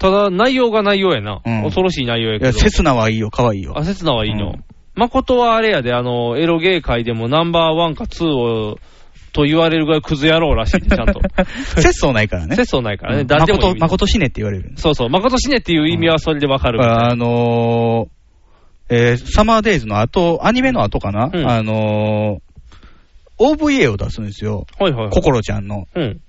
S3: ただ、内容が内容やな。
S2: うん
S3: 恐ろしい内容や
S2: い
S3: け
S2: や、
S3: ど。
S2: 刹那はいいよ、可愛いよ。
S3: あ、刹那はいいの。誠はあれやで、あの、エロゲー界でもナンバーワンかツーを、と言われるぐらいクズ野郎らしいで、ちゃんと。
S2: 節操ない からね。
S3: 節操ないからね
S2: うん
S3: 誰でもいい
S2: 誠、誠死ねって言われる。
S3: そうそう、誠死ねっていう意味はそれでわか
S2: だ
S3: る。
S2: から、あのー、えーサマーデイズの後、アニメの後かな、あのー、OVA を出すんですよ。
S3: はいはいはい
S2: ココロちゃんの。
S3: うん。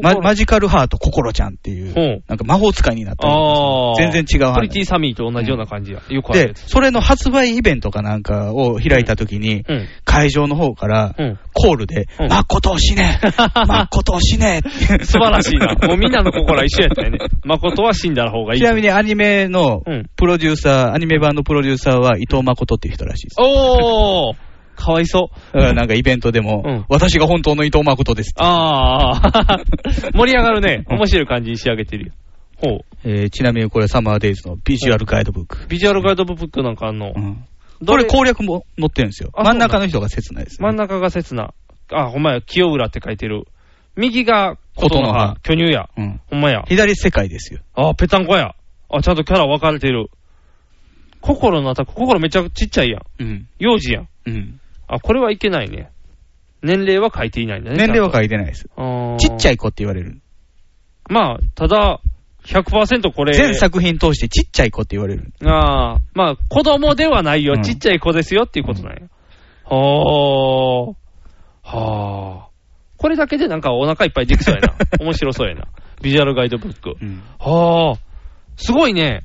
S2: まマジカルハートココロちゃんっていう、
S3: うん
S2: なんか魔法使いになった。
S3: ああ。
S2: 全然違う話
S3: プリティサミーと同じような感じや。よくある
S2: で
S3: や、つ。
S2: それの発売イベントかなんかを開いたときに、
S3: うん。
S2: 会場の方からコールで、マッコト死ね マッコト死ねって
S3: 素晴らし いな。もうみんなの心は一緒やったよね。誠は死んだら方がいい。
S2: ちなみにアニメのプロデューサー、アニメ版のプロデューサーは伊藤誠っていう人らしいです。
S3: おーかわいそう。
S2: うんなんかイベントでも、私が本当の伊藤誠ですって。
S3: ああ、 盛り上がるね。面白い感じに仕上げてるよ。ほう。
S2: えーちなみにこれ、サマーデイズのビジュアルガイドブック。
S3: ビジュアルガイドブックなんかあんの。
S2: こ
S3: ど
S2: れ
S3: れ
S2: 攻略も載ってるんですよ。
S3: あ
S2: 真ん中の人が切ないです。
S3: 真ん中が刹那。あ、ほんまや、清浦って書いてる。右が琴の葉、巨乳や。
S2: うん
S3: ほんまや。
S2: 左世界ですよ。
S3: あ、ぺたんこや。あ、ちゃんとキャラ分かれてる。心のアタック、心めっちゃちっちゃいやん。
S2: うん。
S3: 幼児やん。
S2: うん。
S3: あ、これはいけないね。年齢は書いていないんだね。
S2: 年齢は書
S3: い
S2: いてないです。
S3: て
S2: ちっちゃい子って言われる。
S3: まあ、ただ、100%これ。
S2: 全作品通してちっちゃい子って言われる。
S3: ああ、まあ、子供ではないよ、
S2: うん
S3: ちっちゃい子ですよっていうことなんや。ほー。はあ。これだけでなんかお腹いっぱいできそうや な。面白そうやな。ビジュアルガイドブック。はあ。すごいね。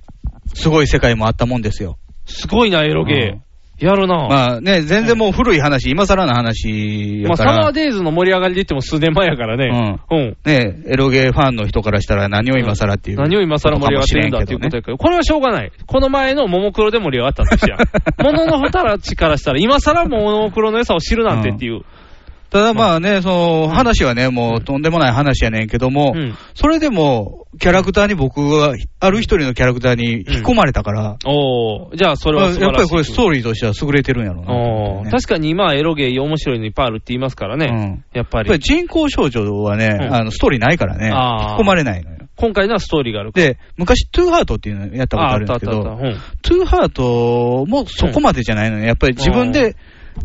S2: すごい世界もあったもんですよ。
S3: すごいな、エロゲー。やるな。ま
S2: まあね、全然もう古い話、今更の話
S3: あ、
S2: やか
S3: サ
S2: ら、
S3: マーデイズの盛り上がりで言っても数年前やからね。うん。
S2: ね、エロゲーファンの人からしたら何を今更っていう、
S3: 何を今更盛り上がってるんだっていうことやから、これはしょうがない。この前のももクロで盛り上がったんで すよ。もののふたらちからしたら、今更ももクロの良さを知るなんてっていう。
S2: ただまあね、その話はね、もうとんでもない話やねんけども、それでも、キャラクターに僕は、ある一人のキャラクターに引き込まれたから、
S3: おー、じゃあそれ
S2: まあ
S3: は素晴
S2: やっぱ
S3: ら
S2: り
S3: しい。
S2: これ、ストーリーとしては優れてるんやろうな、
S3: おー確かに今、エロゲー面白いのいっぱいあるって言いますからね。やっぱ
S2: やっぱり
S3: り。
S2: 人工少女はね、
S3: うん
S2: あのストーリーないからね、
S3: あー
S2: 引き込まれないのよ。
S3: 今回のはストーリーがあるから。
S2: で、昔、トゥーハートっていうのやったことあるんですけ
S3: ああ
S2: ど、
S3: ったあったあったうん
S2: トゥーハートもそこまでじゃないのね、やっぱり自分で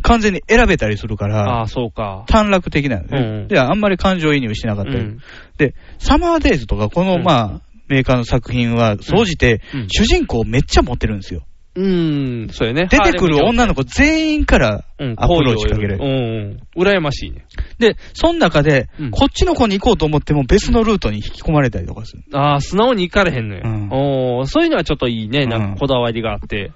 S2: 完全に選べたりするか
S3: あ
S2: ら
S3: あ、、そうか。
S2: 短絡的なのね、
S3: うんうん
S2: で、あんまり感情移入しなかったり、
S3: うん
S2: で、サマーデイズとか、この、まあ、メーカーの作品は、総じて、主人公めっちゃ持ってるんですよ。
S3: うーん、そうやね。
S2: 出てくる女
S3: の
S2: の子全員から
S3: うん
S2: アプローチかけれる。
S3: うん、うん。羨ましいね。
S2: で、その中で、こっちの子に行こうと思っても別のルートに引き込まれたりとかする。
S3: ああ、素直に行かれへんのよ。おーそういうのはちょっといいね。なんかこだわりがあって。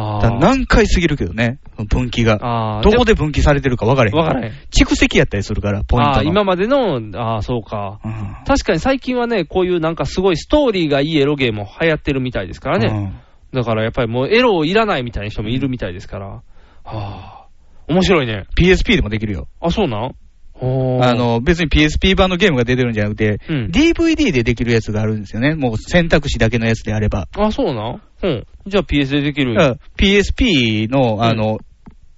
S3: あ
S2: だ
S3: あ
S2: から何回過ぎるけどね、分岐
S3: あ
S2: が
S3: ー。
S2: どこで分岐されてるか分からへん。
S3: 分からへん
S2: 蓄積やったりするから、ポイン
S3: ああ
S2: ト
S3: ー、
S2: の。
S3: 今までの、ああ、そうか、確かに最近はね、こういうなんかすごいストーリーがいいエロゲーも流行ってるみたいですからね。だからやっぱりもうエロをいらないみたいな人もいるみたいですから。はあ、面白いね。
S2: PSP でもできるよ。
S3: あ、そうなんおー
S2: あ、の、別に PSP 版のゲームが出てるんじゃなくて、DVD でできるやつがあるんですよね。もう選択肢だけのやつであれば。
S3: あ、そうなんうん。じゃあ PS でできるん
S2: だ
S3: や
S2: から PSP の、あの、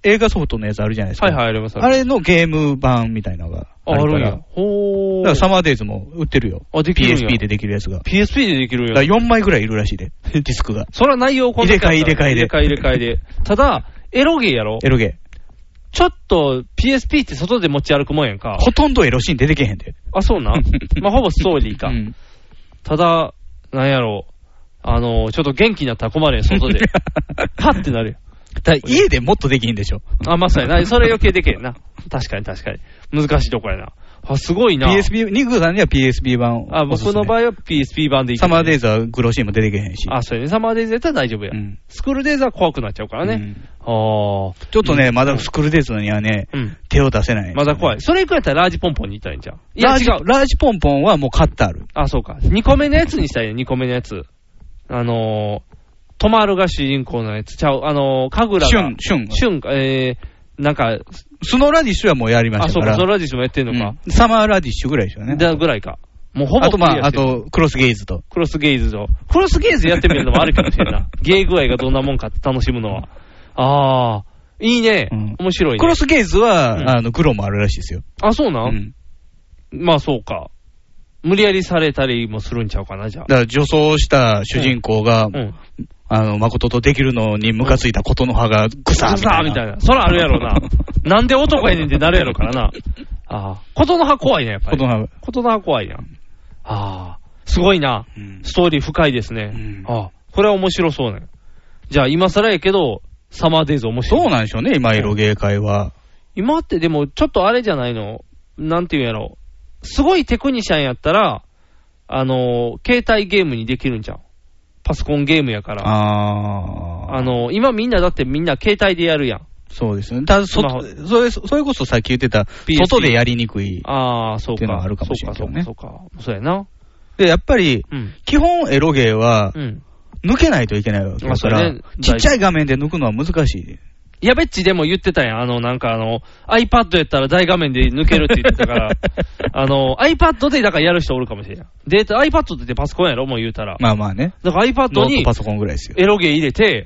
S2: 映画ソフトのやつあるじゃないですか。
S3: はいはい、あります
S2: あれのゲーム版みたいなのが
S3: あ
S2: ある
S3: る
S2: か
S3: ん
S2: ら。
S3: や。
S2: だ
S3: ほー。
S2: からサマーデイズも売ってるよ。
S3: あできるんや
S2: PSP でできるやつが。
S3: PSP でできるん
S2: だ
S3: や
S2: から4枚ぐらいいるらしいで、 ディスクが。
S3: それは内容こんだけ
S2: 入れ替え入れ替えで
S3: 入れ替え入れ替えで。ただ、エロゲーやろ
S2: エロゲ
S3: ちょっと PSP って外で持ち歩くもんやんか
S2: ー。。ほとんどエロシーン出てけへんで。
S3: あ、そ うなんまあ、ほぼストーリーか。ただ、なんやろう。あのー、ちょっと元気になったら困るやん、外 で。パッてなる
S2: だから家でもっとできへんでしょ。
S3: やん。あ、まさにな。それ余計でけえな。確かに確かに。難しいとこやな。あ、すごいな。
S2: PSP、ニグさんには PSP 版
S3: あ、僕の場合は PSP 版でいい
S2: サマーデイズはグロシーンも出てけへんし。
S3: あ、そうやね。サマーデイズやったら大丈夫や。
S2: ん
S3: スクールデイズは怖くなっちゃうからね。あー
S2: ちょっとね、まだスクールデイズにはね、手を出せない。
S3: まだ怖い。それ以降やったらラージポンポンに行ったらいいんじゃん。いや、
S2: ラー
S3: 違
S2: ジ
S3: う。
S2: ラージポンポンはもう買ってある。
S3: あ、そうか。2個目のやつにしたいね、2個目のやつ。あのー、トマールが主人公のやつ。ちゃう、あのー、カグラが。
S2: シュンシュン
S3: シュンか、えー、なんか、
S2: スノーラディッシュはもうやりまし
S3: あ、
S2: た
S3: そ
S2: か
S3: うか、
S2: ら。
S3: ゾラジシュもやってんのか。
S2: うんサマーラディッシュぐらいでしょうね。
S3: だぐらいか。もうほぼ
S2: あとま
S3: クリ
S2: あ、
S3: ア
S2: あ
S3: してる
S2: と、クロスゲイズと。
S3: クロスゲイズを。クロスゲイズやってみるのもあるかもしれん な。ゲイ具合がどんなもんかって楽しむのは。あー、いいね。面白いね。
S2: クロスゲイズは、
S3: うん
S2: あの、グロもあるらしいですよ。
S3: あ、そうなん、まあ、そうか。無理やりされたりもするんちゃうかな、じゃあ。
S2: だから、女装した主人公が、あの、誠とできるのにムカついたことの葉がグサーみたいな。
S3: みたいな。そらあるやろな。なんで男やねんってなるやろからな。ああ。ことの葉怖いね、やっぱ り。
S2: 琴の葉
S3: ことの葉怖いな。ああ。すごいな。ストーリー深いですね。ああ。これは面白そうね。じゃあ、今更やけど、サマーデイズ面白い。
S2: そうなんでしょうね、今、色芸会は。
S3: 今ってでも、ちょっとあれじゃないの。なんていうんやろ。すごいテクニシャンやったら、あのー、携帯ゲームにできるんじゃん。パソコンゲームやから。
S2: あ
S3: あのー、今みんなだってみんな携帯でやるやん。
S2: ー、そうですね。ただ、そ
S3: スマホ、
S2: それ、それこそさっき言ってた、
S3: PSP
S2: 外でやりにくい。
S3: ああ、そう
S2: っ
S3: か。
S2: ていうのはあるかもしれんけどね
S3: そうか、そうか、そうかそうやな。
S2: で、やっぱり、
S3: うん。
S2: 基本エロゲーは
S3: う、ん。
S2: 抜けないといけないわけだか
S3: まあそ
S2: ら、
S3: うね
S2: ちっちゃい画面で抜くのは難しい。
S3: やべっちでも言ってたやん。あの、なんかあの、iPad やったら大画面で抜けるって言ってた から、あの、iPad でだからやる人おるかもしれん。で、iPad ってパソコンやろもう言うたら。
S2: まあまあね。
S3: だから
S2: ノ
S3: iPad
S2: ー
S3: に
S2: トパソコンぐらいですよ。
S3: エロゲ入れて、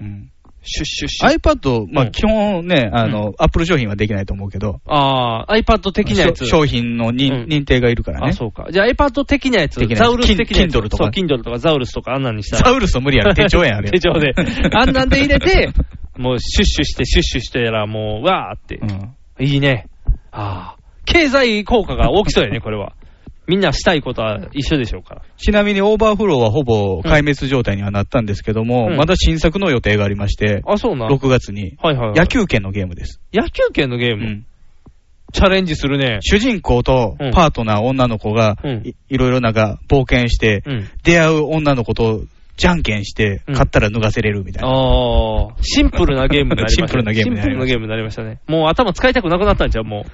S2: シュッシュッシュ。iPad、まあ基本ね、あの、アップル商品はできないと思うけど、
S3: ああ、iPad 的なやつ。
S2: 商商品の認認定がいるからね。
S3: あ、そうか。じゃあ iPad 的なやつ
S2: 的、なやつ
S3: ザウルス的なやつ。
S2: キン Kindle とかね
S3: そう、Kindle とかザウルスとかあんなんにしたら。
S2: ザウルスは無理やろ手帳やんあれ
S3: 手帳 で。あんなんで入れて、もうシュッシュして、シュッシュしてやら、もう、わーって。いいね。ああ。経済効果が大きそうやね、これは。みんなしたいことは一緒でしょうから。
S2: ちなみにオーバーフローはほぼ壊滅状態にはなったんですけども、
S3: うん
S2: まだ新作の予定がありまして、
S3: あ、そうな。
S2: 6月に、
S3: はいはいはい
S2: 野球圏のゲームです。
S3: 野球圏のゲーム、チャレンジするね。
S2: 主人公とパートナー、女の子がい、いろいろなんか冒険して、
S3: うん
S2: 出会う女の子とじゃんけんして、勝ったら脱がせれるみたいな。
S3: ああ、シンプルなゲームになりました ね。
S2: シンプルなゲームになりました
S3: シンプルなゲームになりましたね。もう頭使いたくなくなったんじゃう、も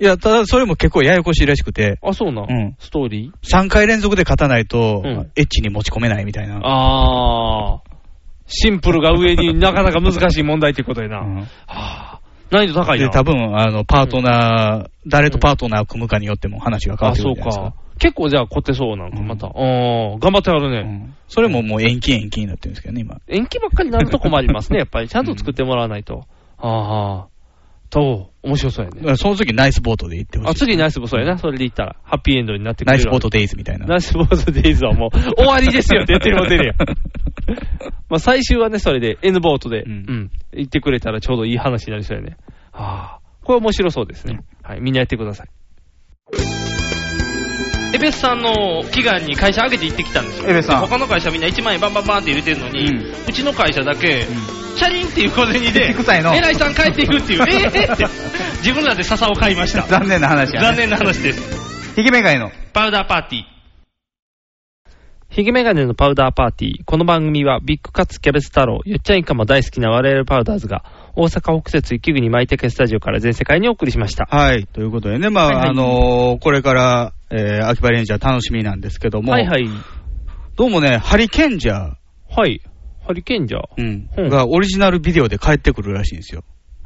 S2: いや、ただそれも結構ややこしいらしくて、
S3: う。あ、そうな。
S2: うん、
S3: ストーリー
S2: 3回連続で勝たないと、エッチに持ち込めないみたいな。
S3: ああ、シンプルが上になかなか難しい問題ってことやな。はあ、難易度高い
S2: で、
S3: な。
S2: 多分、あの、パートナー、誰とパートナーを組むかによっても話が変わ
S3: あ、
S2: ってく
S3: そ
S2: る
S3: う
S2: じゃないですか。
S3: か。結構じゃあ凝ってそうなんか、また。うん、頑張ってやるね。
S2: それももう延期延期になってるんですけどね、今。
S3: 延期ばっかりになると困り ますね、やっぱり。ちゃんと作ってもらわないと。ああ、と、面白そうやね。
S2: その時ナイスボートで行ってほしい。
S3: あ、次ナイスボーそうやな。それでいったら、ハッピーエンドになってく
S2: ナ
S3: れ
S2: イス
S3: る。
S2: ボートデイズみたいな。
S3: ナイスボートデイズはもう、終わりですよって言ってるも 出るやん。まあ最終はね、それで、N ボートで、うん、行ってくれたらちょうどいい話になりそうやね。ああ、これ面白そうですね。はい、みんなやってください。エベスさんの祈願に会社上げて行ってきたんですよ。
S7: エベスさん
S3: で他の会社みんな1万円バンバンバンって入れてるのに、うちの会社だけ、チャリンっていう小銭で、
S7: 臭いの
S3: 偉いさん帰ってい くっていう、ええって、自分らで笹を買いました。
S7: 残念な話やね
S3: 残念な話です。
S7: ひげめがいの。
S3: パウダーパーティー。ヒゲメガネのパウダーパーティー。この番組は、ビッグカツキャベツ太郎、よっちゃんいかも大好きな我々パウダーズが、大阪北節一にマイテケスタジオから全世界にお送りしました。
S2: はい、ということでね、まあ、
S3: はいはい
S2: あのーこれから、えー、秋葉レンジャー楽しみなんですけども、
S3: はいはい。
S2: どうもね、ハリケンジャー、
S3: はい。ハリケンジャー。
S2: うん、がオリジナルビデオで帰ってくるらしいんですよ。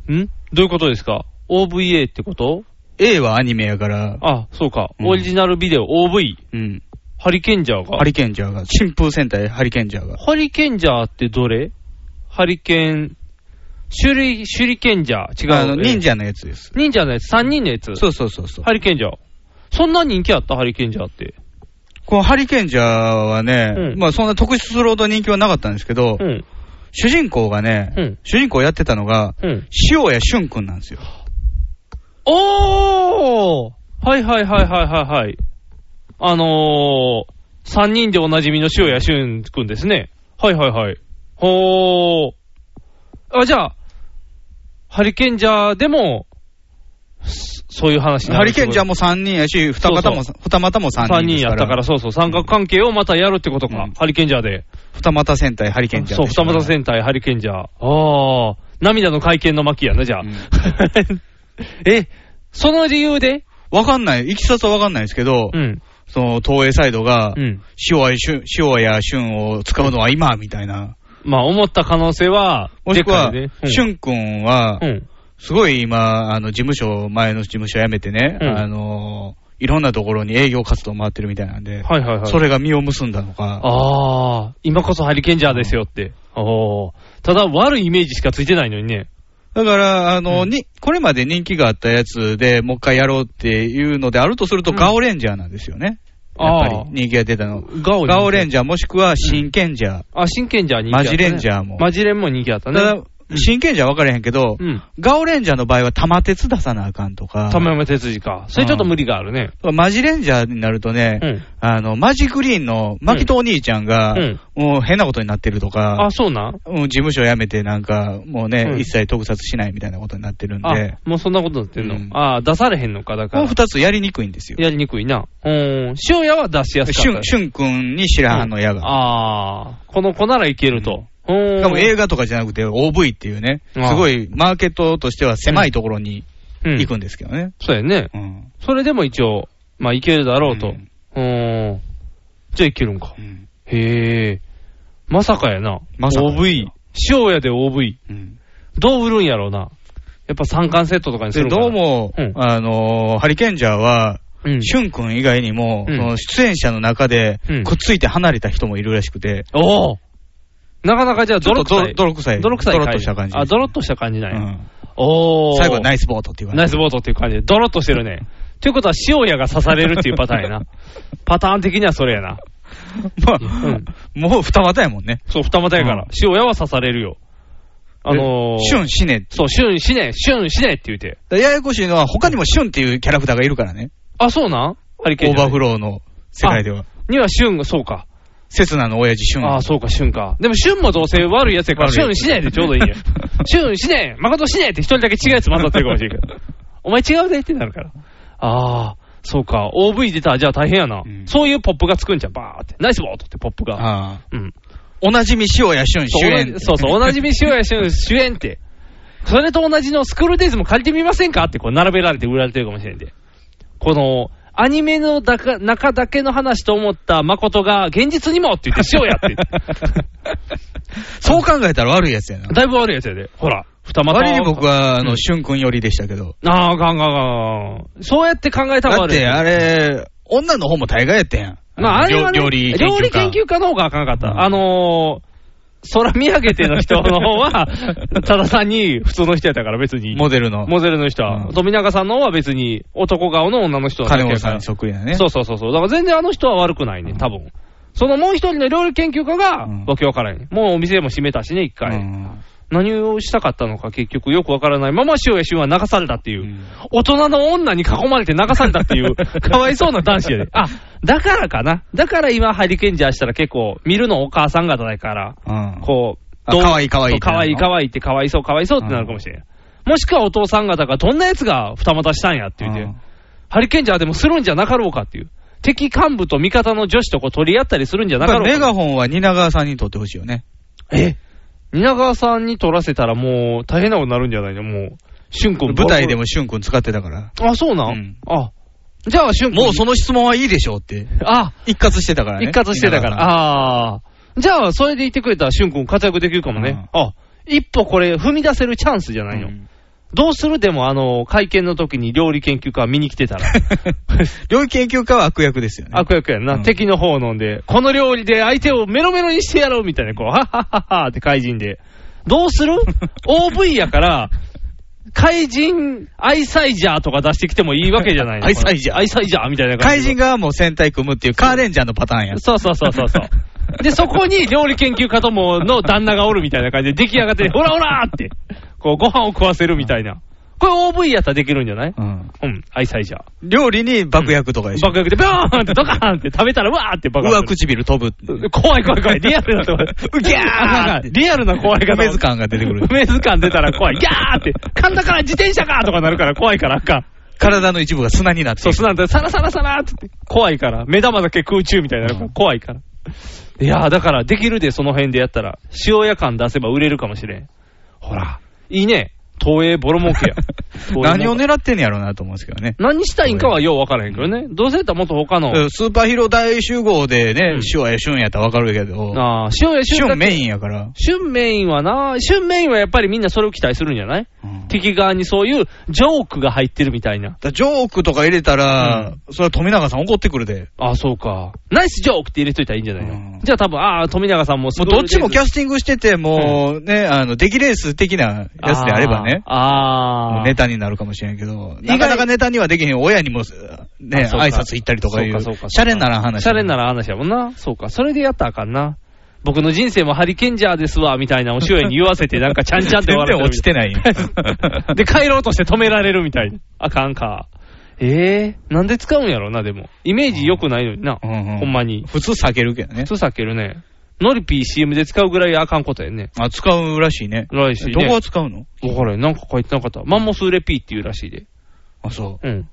S3: んどういうことですか ?OVA ってこと
S2: A はアニメやから、
S3: あ、そうか。オリジナルビデオ、OV。
S2: うん。
S3: ハリケンジャーが。
S2: ハリケンジャーが、新風戦隊ハリケンジャーが。
S3: ハリケンジャーってどれハリケン、シュリ、シュリケンジャー。違う。
S2: あの、忍者のやつです。
S3: 忍者のやつ、3人のやつ。
S2: そうそうそうそう。
S3: ハリケンジャー。そんな人気あったハリケンジャーって。
S2: このハリケンジャーはね、まあそんな特筆するほど人気はなかったんですけど、主人公がね、主人公やってたのが、塩谷俊君なんですよ。
S3: おーはいはいはいはいはいはい。あのー、3人でおなじみの塩谷俊くんですね。はいはいはい。ほー。あ、じゃあ、ハリケンジャーでも、そそういう話にな
S2: ハ
S3: る
S2: リケンジャーも3人やし、二方も、
S3: そう
S2: 二股も3
S3: 3
S2: 人で
S3: 人
S2: す
S3: や
S2: か。
S3: ったからら、そうそう、三角関係をまたやるってことか、ハリケンジャーで。
S2: 二股戦隊ハリケンジャー
S3: そう、
S2: でした
S3: 二
S2: から。
S3: 股戦隊、ハリケンジャー。ああ、涙の会見の巻やな、じゃあ。 え、その理由で
S2: わかんない。いきさつはわかんないですけど、その東映サイドが、塩谷俊、塩谷俊を使うのは今、みたいな。
S3: まあ、思った可能性は、
S2: もしくは、
S3: でかいねうん
S2: 俊君は、
S3: うん
S2: すごい今、あの、事務所、前の事務所辞めてね、
S3: うん
S2: あの、いろんなところに営業活動回ってるみたいなんで、
S3: はいはいはい
S2: それが実を結んだのか、
S3: ああ、今こそハリケンジャーですよって。おーただ、悪いイメージしかついてないのにね。
S2: だから、あの、に、これまで人気があったやつでもう一回やろうっていうのであるとすると、ガオレンジャーなんですよね。やっぱ
S3: あ
S2: り
S3: ー
S2: 人気が出たの。
S3: ガオ
S2: ガオレンジャーもしくは、真剣ジャー。
S3: あ、真剣ジャー人気あ
S2: マ
S3: ったね
S2: ジレンジャーも。
S3: マジレンも人気あった
S2: た
S3: ね。
S2: だ、真剣じゃ分からへんけど、ガオレンジャーの場合は玉鉄出さなあかんとか、
S3: 玉山哲司か。それちょっと無理があるね。
S2: マジレンジャーになるとね、あの、マジグリーンのマキトお兄ちゃんが、もう変なことになってるとか、
S3: あ、そうなん
S2: うん事務所辞めてなんか、もうね、
S3: うん
S2: 一切特撮しないみたいなことになってるん
S3: あ
S2: で、、
S3: もうそんなことになってんの、ああ、出されへんのか、だか
S2: こ
S3: ら。
S2: の二つやりにくいんですよ。
S3: やりにくいな。うーん。塩屋は出しやすか
S2: し
S3: っ
S2: ゅ
S3: た。
S2: ん、しゅんくんに白羽の矢が。
S3: ああ、この子ならいけると。うーん。
S2: しかも映画とかじゃなくて OV っていうね、
S3: ああ
S2: すごいマーケットとしては狭いところに
S3: うん
S2: 行くんですけどね。
S3: そうやね。それでも一応、まあ、いけるだろうと。うーん。じゃあ、いけるんか。へえ。まさかやな。
S2: まさか
S3: OV。塩屋で OV。どう売るんやろうな。やっぱ三冠セットとかにす
S2: で
S3: るんかな
S2: どうも、あのーハリケンジャーは、シュン君以外にも、その出演者の中で、くっついて離れた人もいるらしくて、
S3: おおなかなかじゃあ
S2: ちょっ
S3: 泥
S2: と
S3: 臭い。
S2: 泥臭い
S3: 泥臭い。
S2: 泥っとした感じ
S3: あ、ドロッとした感じなんや。おー。
S2: 最後はナイスボートっていう感じ
S3: ナイスボートっていう感じで、ドロッとしてるね。ということは、塩屋が刺されるっていうパターンや な。パターン的にはそれやな。
S2: まあ、もう二股やもんね。
S3: そう、二股やから。塩屋は刺されるよ。あのー、
S2: シュン死ね。
S3: そう、シュン死ね、シュン死ねって言うて。
S2: だややこしいのは、他にもシュンっていうキャラクターがいるからね、
S3: あ、そうなんハリケー
S2: オ
S3: ン
S2: ー
S3: じ
S2: バー
S3: ゃない
S2: フローの世界では。
S3: にはシュンが、そうか。
S2: セスナの親父、シュン。
S3: ああ、そうか、シュンか。でも、シュンもどうせ悪いやつやから、
S2: 悪い
S3: シ
S2: やつ
S3: ュンしないでちょうどいいんや。シュンしねえ誠しねえって一人だけ違うやつ混ざってるかもしれんけど。お前違うぜってなるから。ああ、そうか。OV 出たらじゃあ大変やな。そういうポップがつくんじゃん、バーって。ナイスボートってポップが。
S2: ああ
S3: うん。
S2: おなじみ塩谷俊
S3: そ
S2: 主
S3: う
S2: 演。
S3: そうそう、おなじみ塩谷俊主演って。それと同じのスクールデイズも借りてみませんかってこう並べられて売られてるかもしれんで。この、アニメのだか中だけの話と思った誠が、現実にもって言って塩や って
S2: そう考えたら悪いやつやな。
S3: だいぶ悪いやつやで。ほら、二股。
S2: 割に僕は、あ
S3: う
S2: の、
S3: ん
S2: 俊君寄りでしたけど。
S3: ああ、ガンガンガンガン。そうやって考えた
S2: だ
S3: ら
S2: っ
S3: 悪い。
S2: て、あれ、女の方も大概やったやん。
S3: まあ、あれは、ね、
S2: 料料理研
S3: 料
S2: 究
S3: 理
S2: 家
S3: 研。究家の方があかんかった。あのー、空見上げての人の方 は、ただ単に普通の人やったから別に。
S2: モデルの。
S3: モデルの人は。富永さんの方は別に男顔の女の人だけ
S2: 金本
S3: やか
S2: さん
S3: ら
S2: にそっくりだね。
S3: そうそうそうそう。だから全然あの人は悪くないね、多分。そのもう一人の料理研究家が、わけわからんね。もうお店も閉めたしね、一回。何をしたかったのか結局よくわからないまま塩谷俊は流されたっていう、大人の女に囲まれて流されたって いう、かわいそうな男子やで。あ、だからかな。だから今ハリケンジャーしたら結構見るのお母さん方だから、
S2: うん。
S3: こう、
S2: あ可愛い可愛いって
S3: か
S2: な
S3: わ
S2: る
S3: い
S2: の
S3: いかわいいってかわいそうかわいそうってなるかもしれん。もしくはお父さん方がどんなやつが二股したんやって言って、ハリケンジャーでもするんじゃなかろうかっていう。敵幹部と味方の女子とこう取り合ったりするんじゃ
S2: だ
S3: な
S2: か
S3: からろう
S2: メ
S3: か。
S2: ガホンは蜷川さんにとってほしいよね。
S3: え蜷川さんに取らせたらもう大変なことになるんじゃないのもう、俊君
S2: 舞台でも俊君使ってたから。
S3: あ、そうなん、あ、じゃあ俊君。
S2: もうその質問はいいでしょうって。
S3: あ、
S2: 一括してたからね。
S3: 一括してたから。
S2: あ
S3: ああー。じゃあ、それで言ってくれたら俊君活躍できるかもね。あ、一歩これ踏み出せるチャンスじゃないの。どうするでも、あの、会見の時に料理研究家見に来てたら。
S2: 料理研究家は悪役ですよね。
S3: 悪役やんな。敵の方飲んで、この料理で相手をメロメロにしてやろうみたいな、こう、はっはっはっはって怪人で。どうす る ?OV やから、怪人アイサイジャーとか出してきてもいいわけじゃないの
S2: アイサイジャー
S3: アイサイジャーみたいな感
S2: 怪
S3: じで。
S2: 人側も戦隊組むっていうカーレンジャーのパターンや。
S3: そうそうそうそうそう。で、そこに料理研究家ともの旦那がおるみたいな感じで出来上がって、ほらほらーって、こう、ご飯を食わせるみたいな。これ OV やったらできるんじゃない
S2: うん。
S3: うん、アイサイジャー。
S2: 料理に爆薬とかでしょ。
S3: 爆薬でビョーンってドカーンって食べたらわーって爆
S2: う
S3: 発
S2: わ唇飛ぶ。
S3: 怖い怖い怖い。リアルなとこ。ギャーリアルな壊れ方。
S2: 梅図鑑が出てくる。
S3: 梅図鑑出たら怖い。ギャーって。神田から自転車かとかなるから怖いからあかん。
S2: 体の一部が砂になって
S3: そう、砂でサラサラサラって言って。怖いから。目玉だけ空中みたいになるから怖いから。いやー、だからできるで、その辺でやったら。塩屋感出せば売れるかもしれん。ほら。いいね。東映ボロ儲けや。
S2: 何を狙ってんやろうなと思うんですけどね。
S3: 何したいんかはよう分からへんけどね。どうせやったらもっと他の。
S2: スーパーヒーロー大集合でね、塩や旬やったらわかるけど、
S3: ああ、塩や
S2: 旬
S3: だけ
S2: メインやから。
S3: 春メインはな、春メインはやっぱりみんなそれを期待するんじゃない、
S6: Mm.
S3: 敵側にそういうジョークが入ってるみたいな。
S2: だジョークとか入れたら、それは富永さん怒ってくるで。
S3: ああ、そうか。ナイスジョークって入れといたらいいんじゃないの、じゃあ多分、ああ、富永さんも
S2: も
S3: そう
S2: どっちもキャスティングしてて、もうね、あの、出来レース的なやつであればね、
S3: ああ。
S2: ネタになるかもしれんけど、
S3: 意外
S2: なかなかネタにはできへん。親にも、ね、
S3: あそうか
S2: 挨拶行ったりとかいう、
S3: そうかそうか
S2: シャレにならん話。
S3: シャレにならん話やもんな。そうか。それでやったらあかんな。僕の人生もハリケンジャーですわ、みたいなお塩屋に言わせて、なんかちゃんちゃんって笑ってるみたいな。
S2: 全然
S3: 落ちてない。 で、帰ろうとして止められるみたいな。あかんか。ええなんで使うんやろな、でも。イメージ良くないのにな。ほんまに。
S2: 普通避けるけどね。
S3: 普通避けるね。ノリピー CM で使うぐらいあかんことやね。
S2: あ、使うらしいね。
S3: らしいね。
S2: どこが使うの
S3: わからん。なんか書いてなかった。マンモスレピーっていうらしいで。
S2: あ、そ
S3: うん。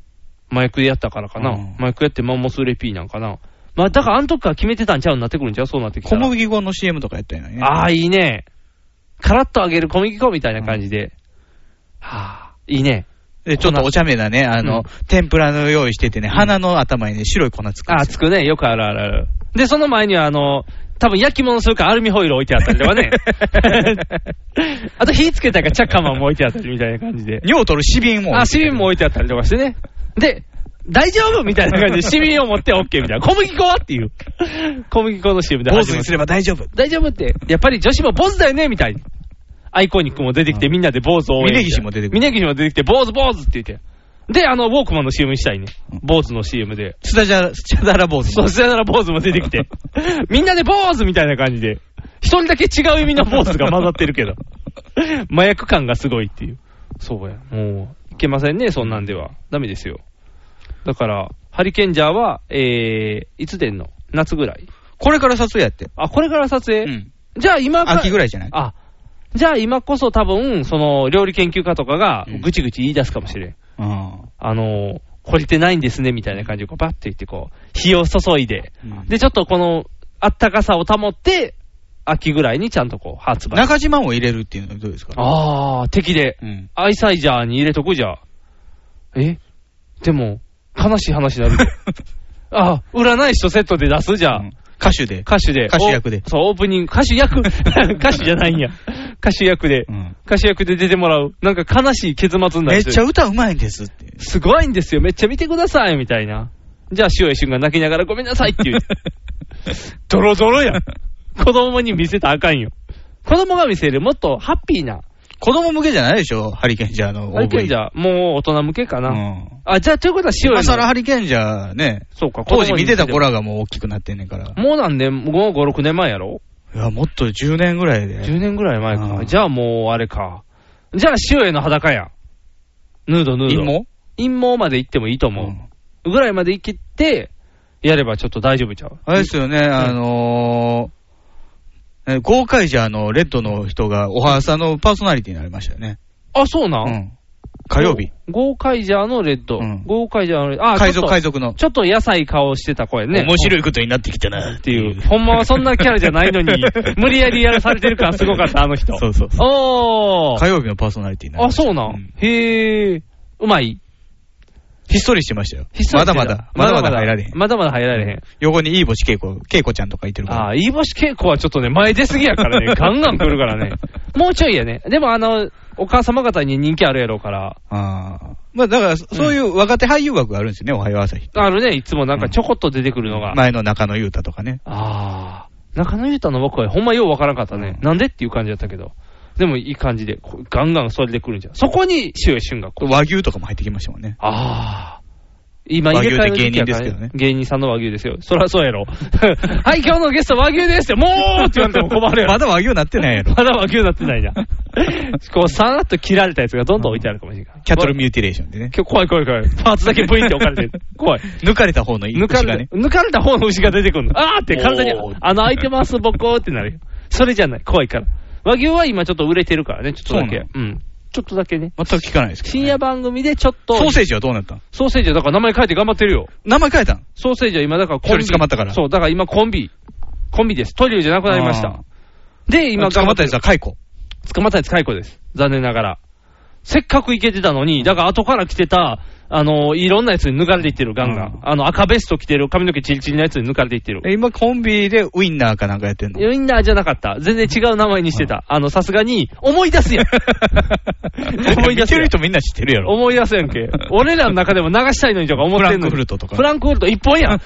S3: マイクやったからかな。
S2: うん
S3: マイクやってマンモスレピーなんかな。まあ、だからあの時から決めてたんちゃうになってくるんちゃうそうなってき
S2: 小
S3: たら。
S2: 麦粉の CM とかやったんやね。
S3: ああ、いいね。カラッと揚げる小麦粉みたいな感じで。はあ、いいね。
S2: で、ちょっとお茶目なね、あの、天ぷらの用意しててね、鼻の頭にね、白い粉つく。
S3: あ、つくね。よくあるあるある。で、その前には、あの、多分焼き物するからアルミホイル置いてあったりと かね。あと火つけたからチャッカマンも置いてあったりみたいな感じで。
S2: 尿取るシビンも置いてある
S3: あ、シビンも置いてあったりとかしてね。で、大丈夫みたいな感 じで、シビンを持って OK みたいな。小麦粉はっていう。小麦粉の CM で
S2: 坊
S3: 始
S2: 主
S3: ま
S2: に
S3: っ
S2: すれば大丈夫。
S3: 大丈夫って。やっぱり女子も坊主だよねみたいに。アイコニックも出てきて、みんなで坊主を応援して。
S2: 峯岸も出てくる
S3: 峯岸も出てきて、坊主坊主って言って。で、あの、ウォークマンの CM にしたいね。坊主の CM で。
S2: スタジャラ、スチャダラ坊主。
S3: そう、さよなら坊主も出てき て。みんなで坊主みたいな感じで。一人だけ違う意味の坊主が混ざってる けど。麻薬感がすごいっていう。そうや。もう、いけませんね、そんなんでは。ダメですよ。だから、ハリケンジャーは、えー、いつでんの夏ぐらい。
S2: これから撮影やって。
S3: あ、これから撮影、じゃあ今か
S2: 秋ぐらいじゃない
S3: あ、じゃあ今こそ多分、その、料理研究家とかが、ぐちぐち言い出すかもしれん。
S2: うん。
S3: あのー、懲りてないんですね、みたいな感じで、こう、バッて言って、こう、火を注いで、で、ちょっとこの、あったかさを保って、秋ぐらいにちゃんとこう、発売。
S2: 中島も入れるっていうのはどうですか
S3: あー、敵で、
S2: うん
S3: アイサイジャーに入れとくじゃあ。えでも、悲しい話にな るで。あ、占い師とセットで出すじゃ あ。
S2: 歌手で。
S3: 歌手で。
S2: 歌手役で
S3: おそう、オープニング、歌手役 歌手じゃないんや。歌手役で、歌手役で出てもらう。なんか悲しい結末にな
S2: めっ
S3: る
S2: ちゃ歌うまいんですって。
S3: すごいんですよ、めっちゃ見てください、みたいな。じゃあ、塩井俊が泣きながらごめんなさいって いう。ドロドロやん。子供に見せたらあかんよ。子供が見せる、もっとハッピーな。
S2: 子供向けじゃないでしょハリケンジャーの OV。
S3: ハリケンジャー、もう大人向けかな。あ、じゃあ、ということは塩井
S2: 今
S3: の
S2: 更ハリケンジャーね。
S3: そうか、
S2: 当時見てた子ら
S3: が。
S2: がもう大きくなってんねんから。
S3: もう何年、もう5、6年前やろ
S2: いや、もっと10年ぐらいで。
S3: ?10 年ぐらい前か。じゃあもう、あれか。じゃあ、塩への裸や。ヌード、ヌード。
S2: 陰
S3: 陰謀まで行ってもいいと思う。ぐらいまで行って、やればちょっと大丈夫ちゃう
S2: あれですよね、あのー、えゴーカイジャーのレッドの人が、おはさんのパーソナリティになりましたよね。
S3: あ、そうなん、
S2: 火曜日。
S3: ゴーカイジャーのレッド。ゴーカイジャーのレッド。あ、
S2: 海
S3: ちょ
S2: 賊、
S3: っと
S2: 海賊の。
S3: ちょっと野菜顔してた声ね。
S2: 面白いことになってきたなっていう。、
S3: ほんまはそんなキャラじゃないのに 無理やりやらされてる感すごかった、あの人。
S2: そうそうそう
S3: おー。
S2: 火曜日のパーソナリティになり
S3: あ、
S2: ました。
S3: そうなん、へー。うまい
S2: ひっそりしてましたよ
S3: ひっ。そり
S2: ま
S3: して
S2: だ
S3: た
S2: まだ、まだまだ入られへん。
S3: まだまだ入られへん。
S2: 横にいい星恵子、恵子ちゃんとかいてるから。
S3: ああ、飯星稽古はちょっとね、前出すぎやか らね、ガンガン来るからね。もうちょいやね。でもあの、お母様方に人気あるやろうから。
S2: ああ。まあだから、そそういう若手俳優枠があるんですよね、おはよう朝日。
S3: あるね、いつもなんかちょこっと出てくるのが。
S2: 前の中野裕太とかね。
S3: ああ、中野裕太の僕はほんまようわからんかったね。なんでっていう感じだったけど。でもいい感じで、こうガンガンそれで来るんじゃん。そこに塩井俊がこう。
S2: 和牛とかも入ってきましたもんね。
S3: ああ。今、
S2: 和
S3: 入
S2: 牛
S3: れ
S2: っ
S3: 替え
S2: て
S3: の
S2: 芸
S3: 時
S2: 人
S3: 期や
S2: で
S3: か
S2: す
S3: ら
S2: けどね
S3: ね。芸人さんの和牛ですよ。そらそうやろ。 はい、今日のゲスト和牛ですって、もうって言われても困るやろ。
S2: まだ和牛なってないや ろ。
S3: まだ和牛になってない な。こう、さらっと切られたやつがどんどん置いてあるかもしれない。
S2: キャトルミューティレーションでね。
S3: 今日怖い怖い怖い。パーツだけブインって置かれてる。怖い。
S2: 抜かれた方の
S3: 抜か
S2: 牛が
S3: れ
S2: ね。
S3: た、抜かれた方の牛が出てくるの。あーって体に
S2: おー、
S3: あの、開いてます、ボコーってなるよ。それじゃない。怖いから。和牛は今ちょっと売れてるからね、ちょっとだけ。うん。ちょっとだけね。
S2: 全く聞かないですけど。
S3: 深夜番組でちょっと。
S2: ソーセージはどうなったの
S3: ソーセージはだから名前変えて頑張ってるよ。
S2: 名前変えたの
S3: ソーセージは今だからコンビ。
S2: 一人捕まったから
S3: そう、だから今コンビ。コンビです。トリオじゃなくなりまし
S2: あ
S3: た。で、今
S2: 捕まったやつ
S3: つ。
S2: は解雇。
S3: 捕まったやつ解雇です。残念ながら。せっかくいけてたのに、だから後から来てた、あの、いろんなやつに抜かれていってる、ガンガン。あの、赤ベスト着てる、髪の毛チリチリのやつに抜かれていってる。
S2: え今コンビでウインナーかなんかやってんの
S3: ウインナーじゃなかった。全然違う名前にしてた。あの、さすがに、思い 出すやん。思い出
S2: 見
S3: す
S2: て
S3: や
S2: る
S3: ん。
S2: 人みんな知ってるやろ。
S3: 思い出すやんけ。俺らの中でも流したいのにとか思ってんの
S2: フランク
S3: に
S2: フルトとか
S3: フランクフルト一本や ん。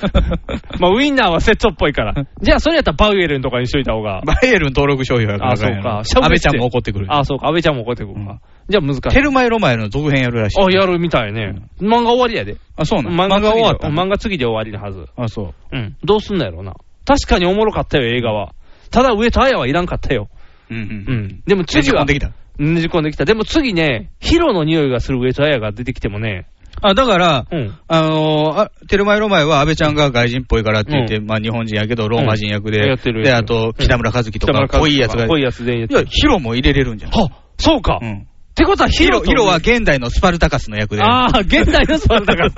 S3: まあ、ウインナーはセットっぽいから。じゃあ、それやったらバウエルンとかにしといた方が。
S2: バイエルン登録商標やから
S3: あ、そう
S2: あかんや
S3: か
S2: ろ。
S3: しゃ
S2: 安
S3: ぶり
S2: 倍
S3: し
S2: ちゃんも怒ってくる。
S3: あ、そうか。安倍ちゃんも怒ってくるか。じゃあ、難しい。
S2: テルマエロマエの続編やるらしい。
S3: あ、やるみたいね。漫画終わりやで。
S2: あ、そうなの漫
S3: 次
S2: 画
S3: で
S2: 終わったの
S3: 漫画次で終わりのはず。
S2: あ、そう。
S3: うん。どうすんのやろうな。確かにおもろかったよ、映画は。ただ、上戸彩はいらんかったよ。
S2: うんうん。
S3: うん。でも次は。
S2: ねじ込んできた。
S3: ねじ込んできた。でも次ね、ヒロの匂いがする上戸彩が出てきてもね。
S2: あ、だから、
S3: うん。
S2: あのーあ、テルマエロマエは安倍ちゃんが外人っぽいからって言って、まあ日本人やけど、ローマ人役で、
S3: うんやってる
S2: で、
S3: や
S2: あ
S3: って
S2: と、
S3: る
S2: 北村和樹と
S3: 北村
S2: か、
S3: 和樹とか
S2: 濃いやつが、
S3: 濃いやつでやっ
S2: い
S3: てる
S2: や、ヒロも入れれるんじゃないは
S3: そうか。
S2: うん
S3: ってことはヒ
S2: ヒ
S3: ロ
S2: ロ、
S3: と
S2: ヒロは現代のスパルタカスの役で。
S3: ああ、現代のスパルタ か。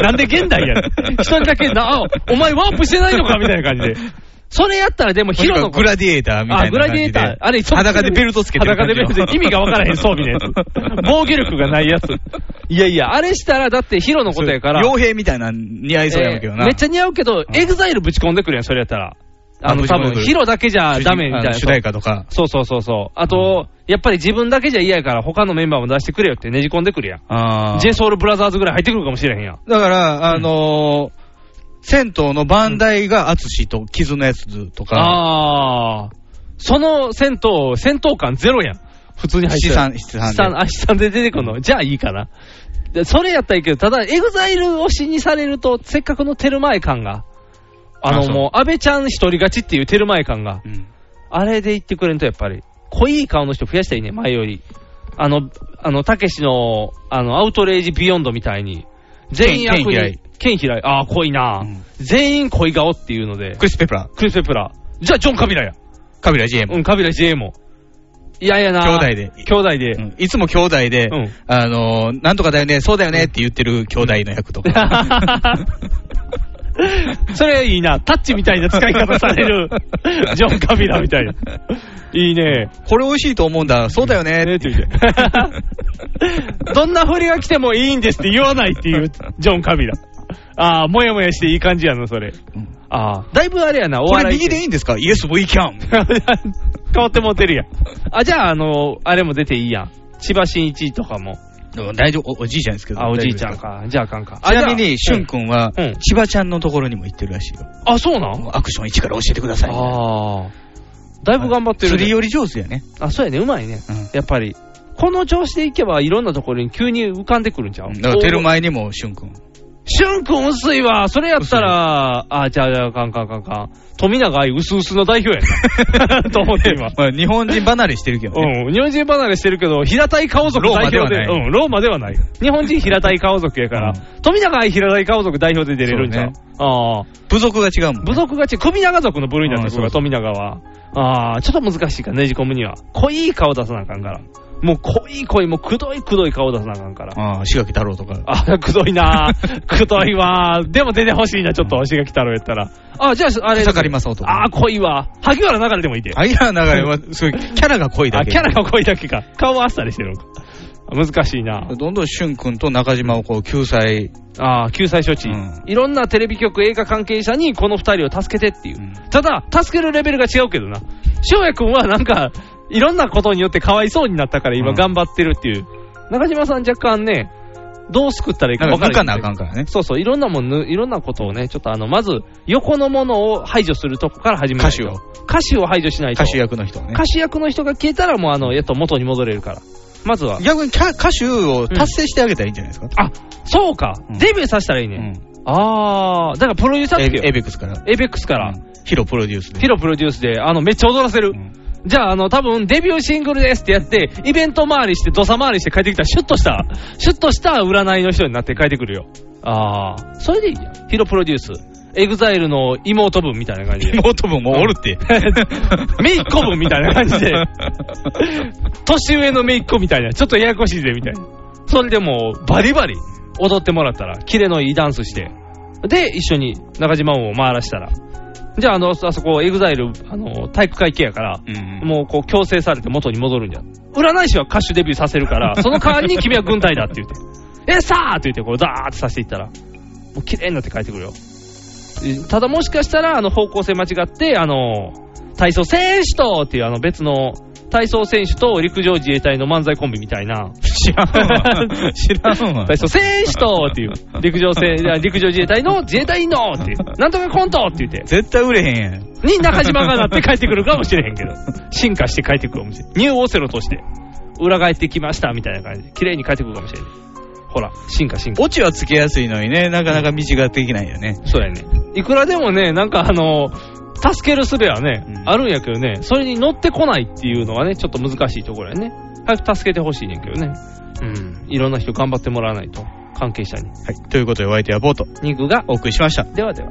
S3: なんで現代やねん。一人だけな、あお前ワープしてないのかみたいな感じで。それやったらでもヒロの
S2: もしくはグラディエーターみたいな感じで
S3: あ、グラディエーター。あれ、そう
S2: 裸でベルトつけてる
S3: 裸
S2: 感じ
S3: でベ
S2: の
S3: ルト意味がわからへん装備のやつ。防御力がない やつ。いやいや、あれしたらだってヒロのことやから。
S2: 傭兵みたいな似合いそうやんけどな。
S3: えーめっちゃ似合うけど、エグザイルぶち込んでくるやん、それやったら。あの、
S2: あ
S3: 多
S2: ブジブ
S3: 分、
S2: ジ
S3: ヒロだけじゃダメみたい
S2: あ
S3: な。
S2: の主題歌とか。
S3: そうそうそうそう。あと、やっぱり自分だけじゃ嫌やから、他のメンバーも出してくれよってねじ込んでくるやん。
S2: あー
S3: j ソ o u l b r o t h e ぐらい入ってくるかもしれへんやん。
S2: だから、あのー銭湯のバンダイが淳と傷のやつとか、
S3: ああー。その戦闘、戦闘感ゼロやん。普通に入って
S2: 七
S3: る。
S2: 三
S3: 七三あ、七三で出てくるの。じゃあいいかな。でそれやったらいいけど、ただ、エグザイル推しにされると、せっかくのテルマエ感が、あ
S2: あ
S3: の
S2: そう
S3: もう、安倍ちゃん一人勝ちっていうテルマエ感が、あれで言ってくれんと、やっぱり、濃い顔の人増やしたらいいね、前より。あの、あの、たけしの、あの、アウトレイジビヨンドみたいに、全員悪
S2: 剣嫌
S3: に
S2: い、
S3: 剣嫌い、ああ、濃いな、全員濃い顔っていうので、
S2: クリス・ペプラー、
S3: クリス・ペプラー。じゃあ、ジョン・カビラや。
S2: カビラ GM、
S3: うん、カビラ J も。いやいやな。
S2: 兄弟で。
S3: 兄弟で。
S2: いつも兄弟で、あのーなんとかだよね、そうだよねって言ってる兄弟の役とか。
S3: それいいな。タッチみたいな使い方さ れる。ジョン・カビラみたいな。いいね。
S2: これ美味しいと思うんだ。そうだよね。
S3: って言って。 どんな振りが来てもいいんですって言わないっていう、ジョン・カビラ。ああ、もやもやしていい感じやの、それ。ああ、だいぶあれやな、お
S2: これ
S3: 笑い
S2: 右でいいんですかイエス、we can。
S3: 変わってもうてるやん。あ、じゃあ、あの、あれも出ていいやん。千葉真一とかも。
S2: 大丈夫お、おじいちゃんですけど。
S3: あ、おじいちゃんか。じゃああかんか。あ
S2: ちなみ
S3: じゃ
S2: に、
S3: あ
S2: しゅんくんは、
S3: うん
S2: 千葉ちゃんのところにも行ってるらしいよ。
S3: あ、そうなん
S2: アクション1から教えてください。
S3: ああ。だいぶ頑張ってるね
S2: 釣りより上手やね。
S3: あ、そうやね、うまいね。やっぱり。この調子でいけば、いろんなところに急に浮かんでくるんちゃう
S2: だから、テル
S3: イ。
S2: マエにも、しゅんくん。
S3: しゅんくん薄いわ。それやったら、あ、じゃあ、じゃあ、かんかんかんかん。富永愛薄々の代表や な。と思って今。
S2: まあ、日本人離れしてるけどね。
S3: うん、日本人離れしてるけど、平たい顔族代表で、
S2: ローマではない
S3: うん、ローマではない。日本人平たい顔族やから、富永愛平たい顔族代表で出れるんじゃん。
S2: そ
S3: ああ。
S2: 部族が違うもん。
S3: 部族が違う。首長族の部類になってくるから、富永は。ああ、ちょっと難しいから、ねじ込むには。濃い顔出さなあかんから。もう濃い濃い、もうくどいくどい顔出さなあかんから。
S2: ああ、志垣太郎とか。
S3: あ、 くどいなーくどいわーでも出てほしいな、ちょっと、星が来たろやったら。あ、じゃあ、あれ。
S2: 草刈正雄とか
S3: あー、濃いわ。萩原流れでもいいで。
S2: 萩原流れは、すごい、キャラが濃いだ
S3: あ、
S2: け。
S3: キャラが濃いだけか。顔はあっさりしてるのか。難しいな。
S2: どんどんしゅんくんと中島をこう、救済。
S3: ああ、救済処置。いろんなテレビ局、映画関係者にこの二人を助けてっていう。ただ、助けるレベルが違うけどな。翔也くんはなんか、いろんなことによってかわいそうになったから今頑張ってるっていう。中島さん若干ね、どう救ったらいいか
S2: なん
S3: 分
S2: か
S3: か
S2: 抜か
S3: らな
S2: ないあかんからね。
S3: そうそう、いろんなもんぬ、いろんなことをね、ちょっとあの、まず、横のものを排除するとこから始めないと
S2: 歌手を。
S3: 歌手を排除しないと。
S2: 歌手役の人はね。
S3: 歌手役の人が消えたらもうあの、やっと元に戻れるから。まずは。
S2: 逆にキャ歌手を達成してあげたらいいんじゃないですか。
S3: あ、そうか。デビューさせたらいいね。あー、だからプロデューサーって
S2: エイベックスから。
S3: エベックスから。
S2: ヒロプロデュースで。
S3: ヒロプロデュースで、あの、めっちゃ踊らせる。じゃあ、あの、多分デビューシングルですってやって、イベント回りして、土佐回りして帰ってきたら、シュッとした、シュッとした占いの人になって帰ってくるよ。あー、それでいいやヒロプロデュース。エグザイルの妹分みたいな感 じで。
S2: 妹分もおるって。
S3: めいっ子分みたいな感じで。年上のめいっ子みたいな。ちょっとややこしいぜ、みたいな。それでもう、バリバリ踊ってもらったら、キレのいいダンスして。で、一緒に中島王を回らしたら。じゃあ、あの、あそこ、エグザイル、あの、体育会系やから、もうこう、強制されて元に戻るんじゃん。占い師は歌手デビューさせる から、その代わりに君は軍隊だって言って。 え、さあって言って、こう、ダーってさせていったら、もう綺麗になって帰ってくるよ。ただもしかしたら、あの、方向性間違って、あの、体操選手とっていう、あの、別の、体操選手と陸上自衛隊の漫才コンビみたいな。
S2: 知らんわ。知らんわ。
S3: 体操選手とっていう、陸上せいや陸上自衛隊の自衛隊のっていう、なんとかコントって言って、
S2: 絶対売れへんやん。
S3: に中島がなって帰ってくるかもしれへんけど、進化して帰ってくるかもしれん。ニューオセロとして、裏返ってきましたみたいな感じで、綺麗に帰ってくるかもしれん。ほら、進化進化。
S2: オチはつけやすいのにね、なかなか道ができないよね。
S3: そうやね。いくらでもね、なんかあの、助ける術はね、あるんやけどね、それに乗ってこないっていうのはね、ちょっと難しいところやね。早く助けてほしいねんけどね。うん。いろんな人頑張ってもらわないと、関係者に。
S2: はい。ということで、お相手はボート。
S3: 肉が
S2: お送りしました。
S3: ではでは。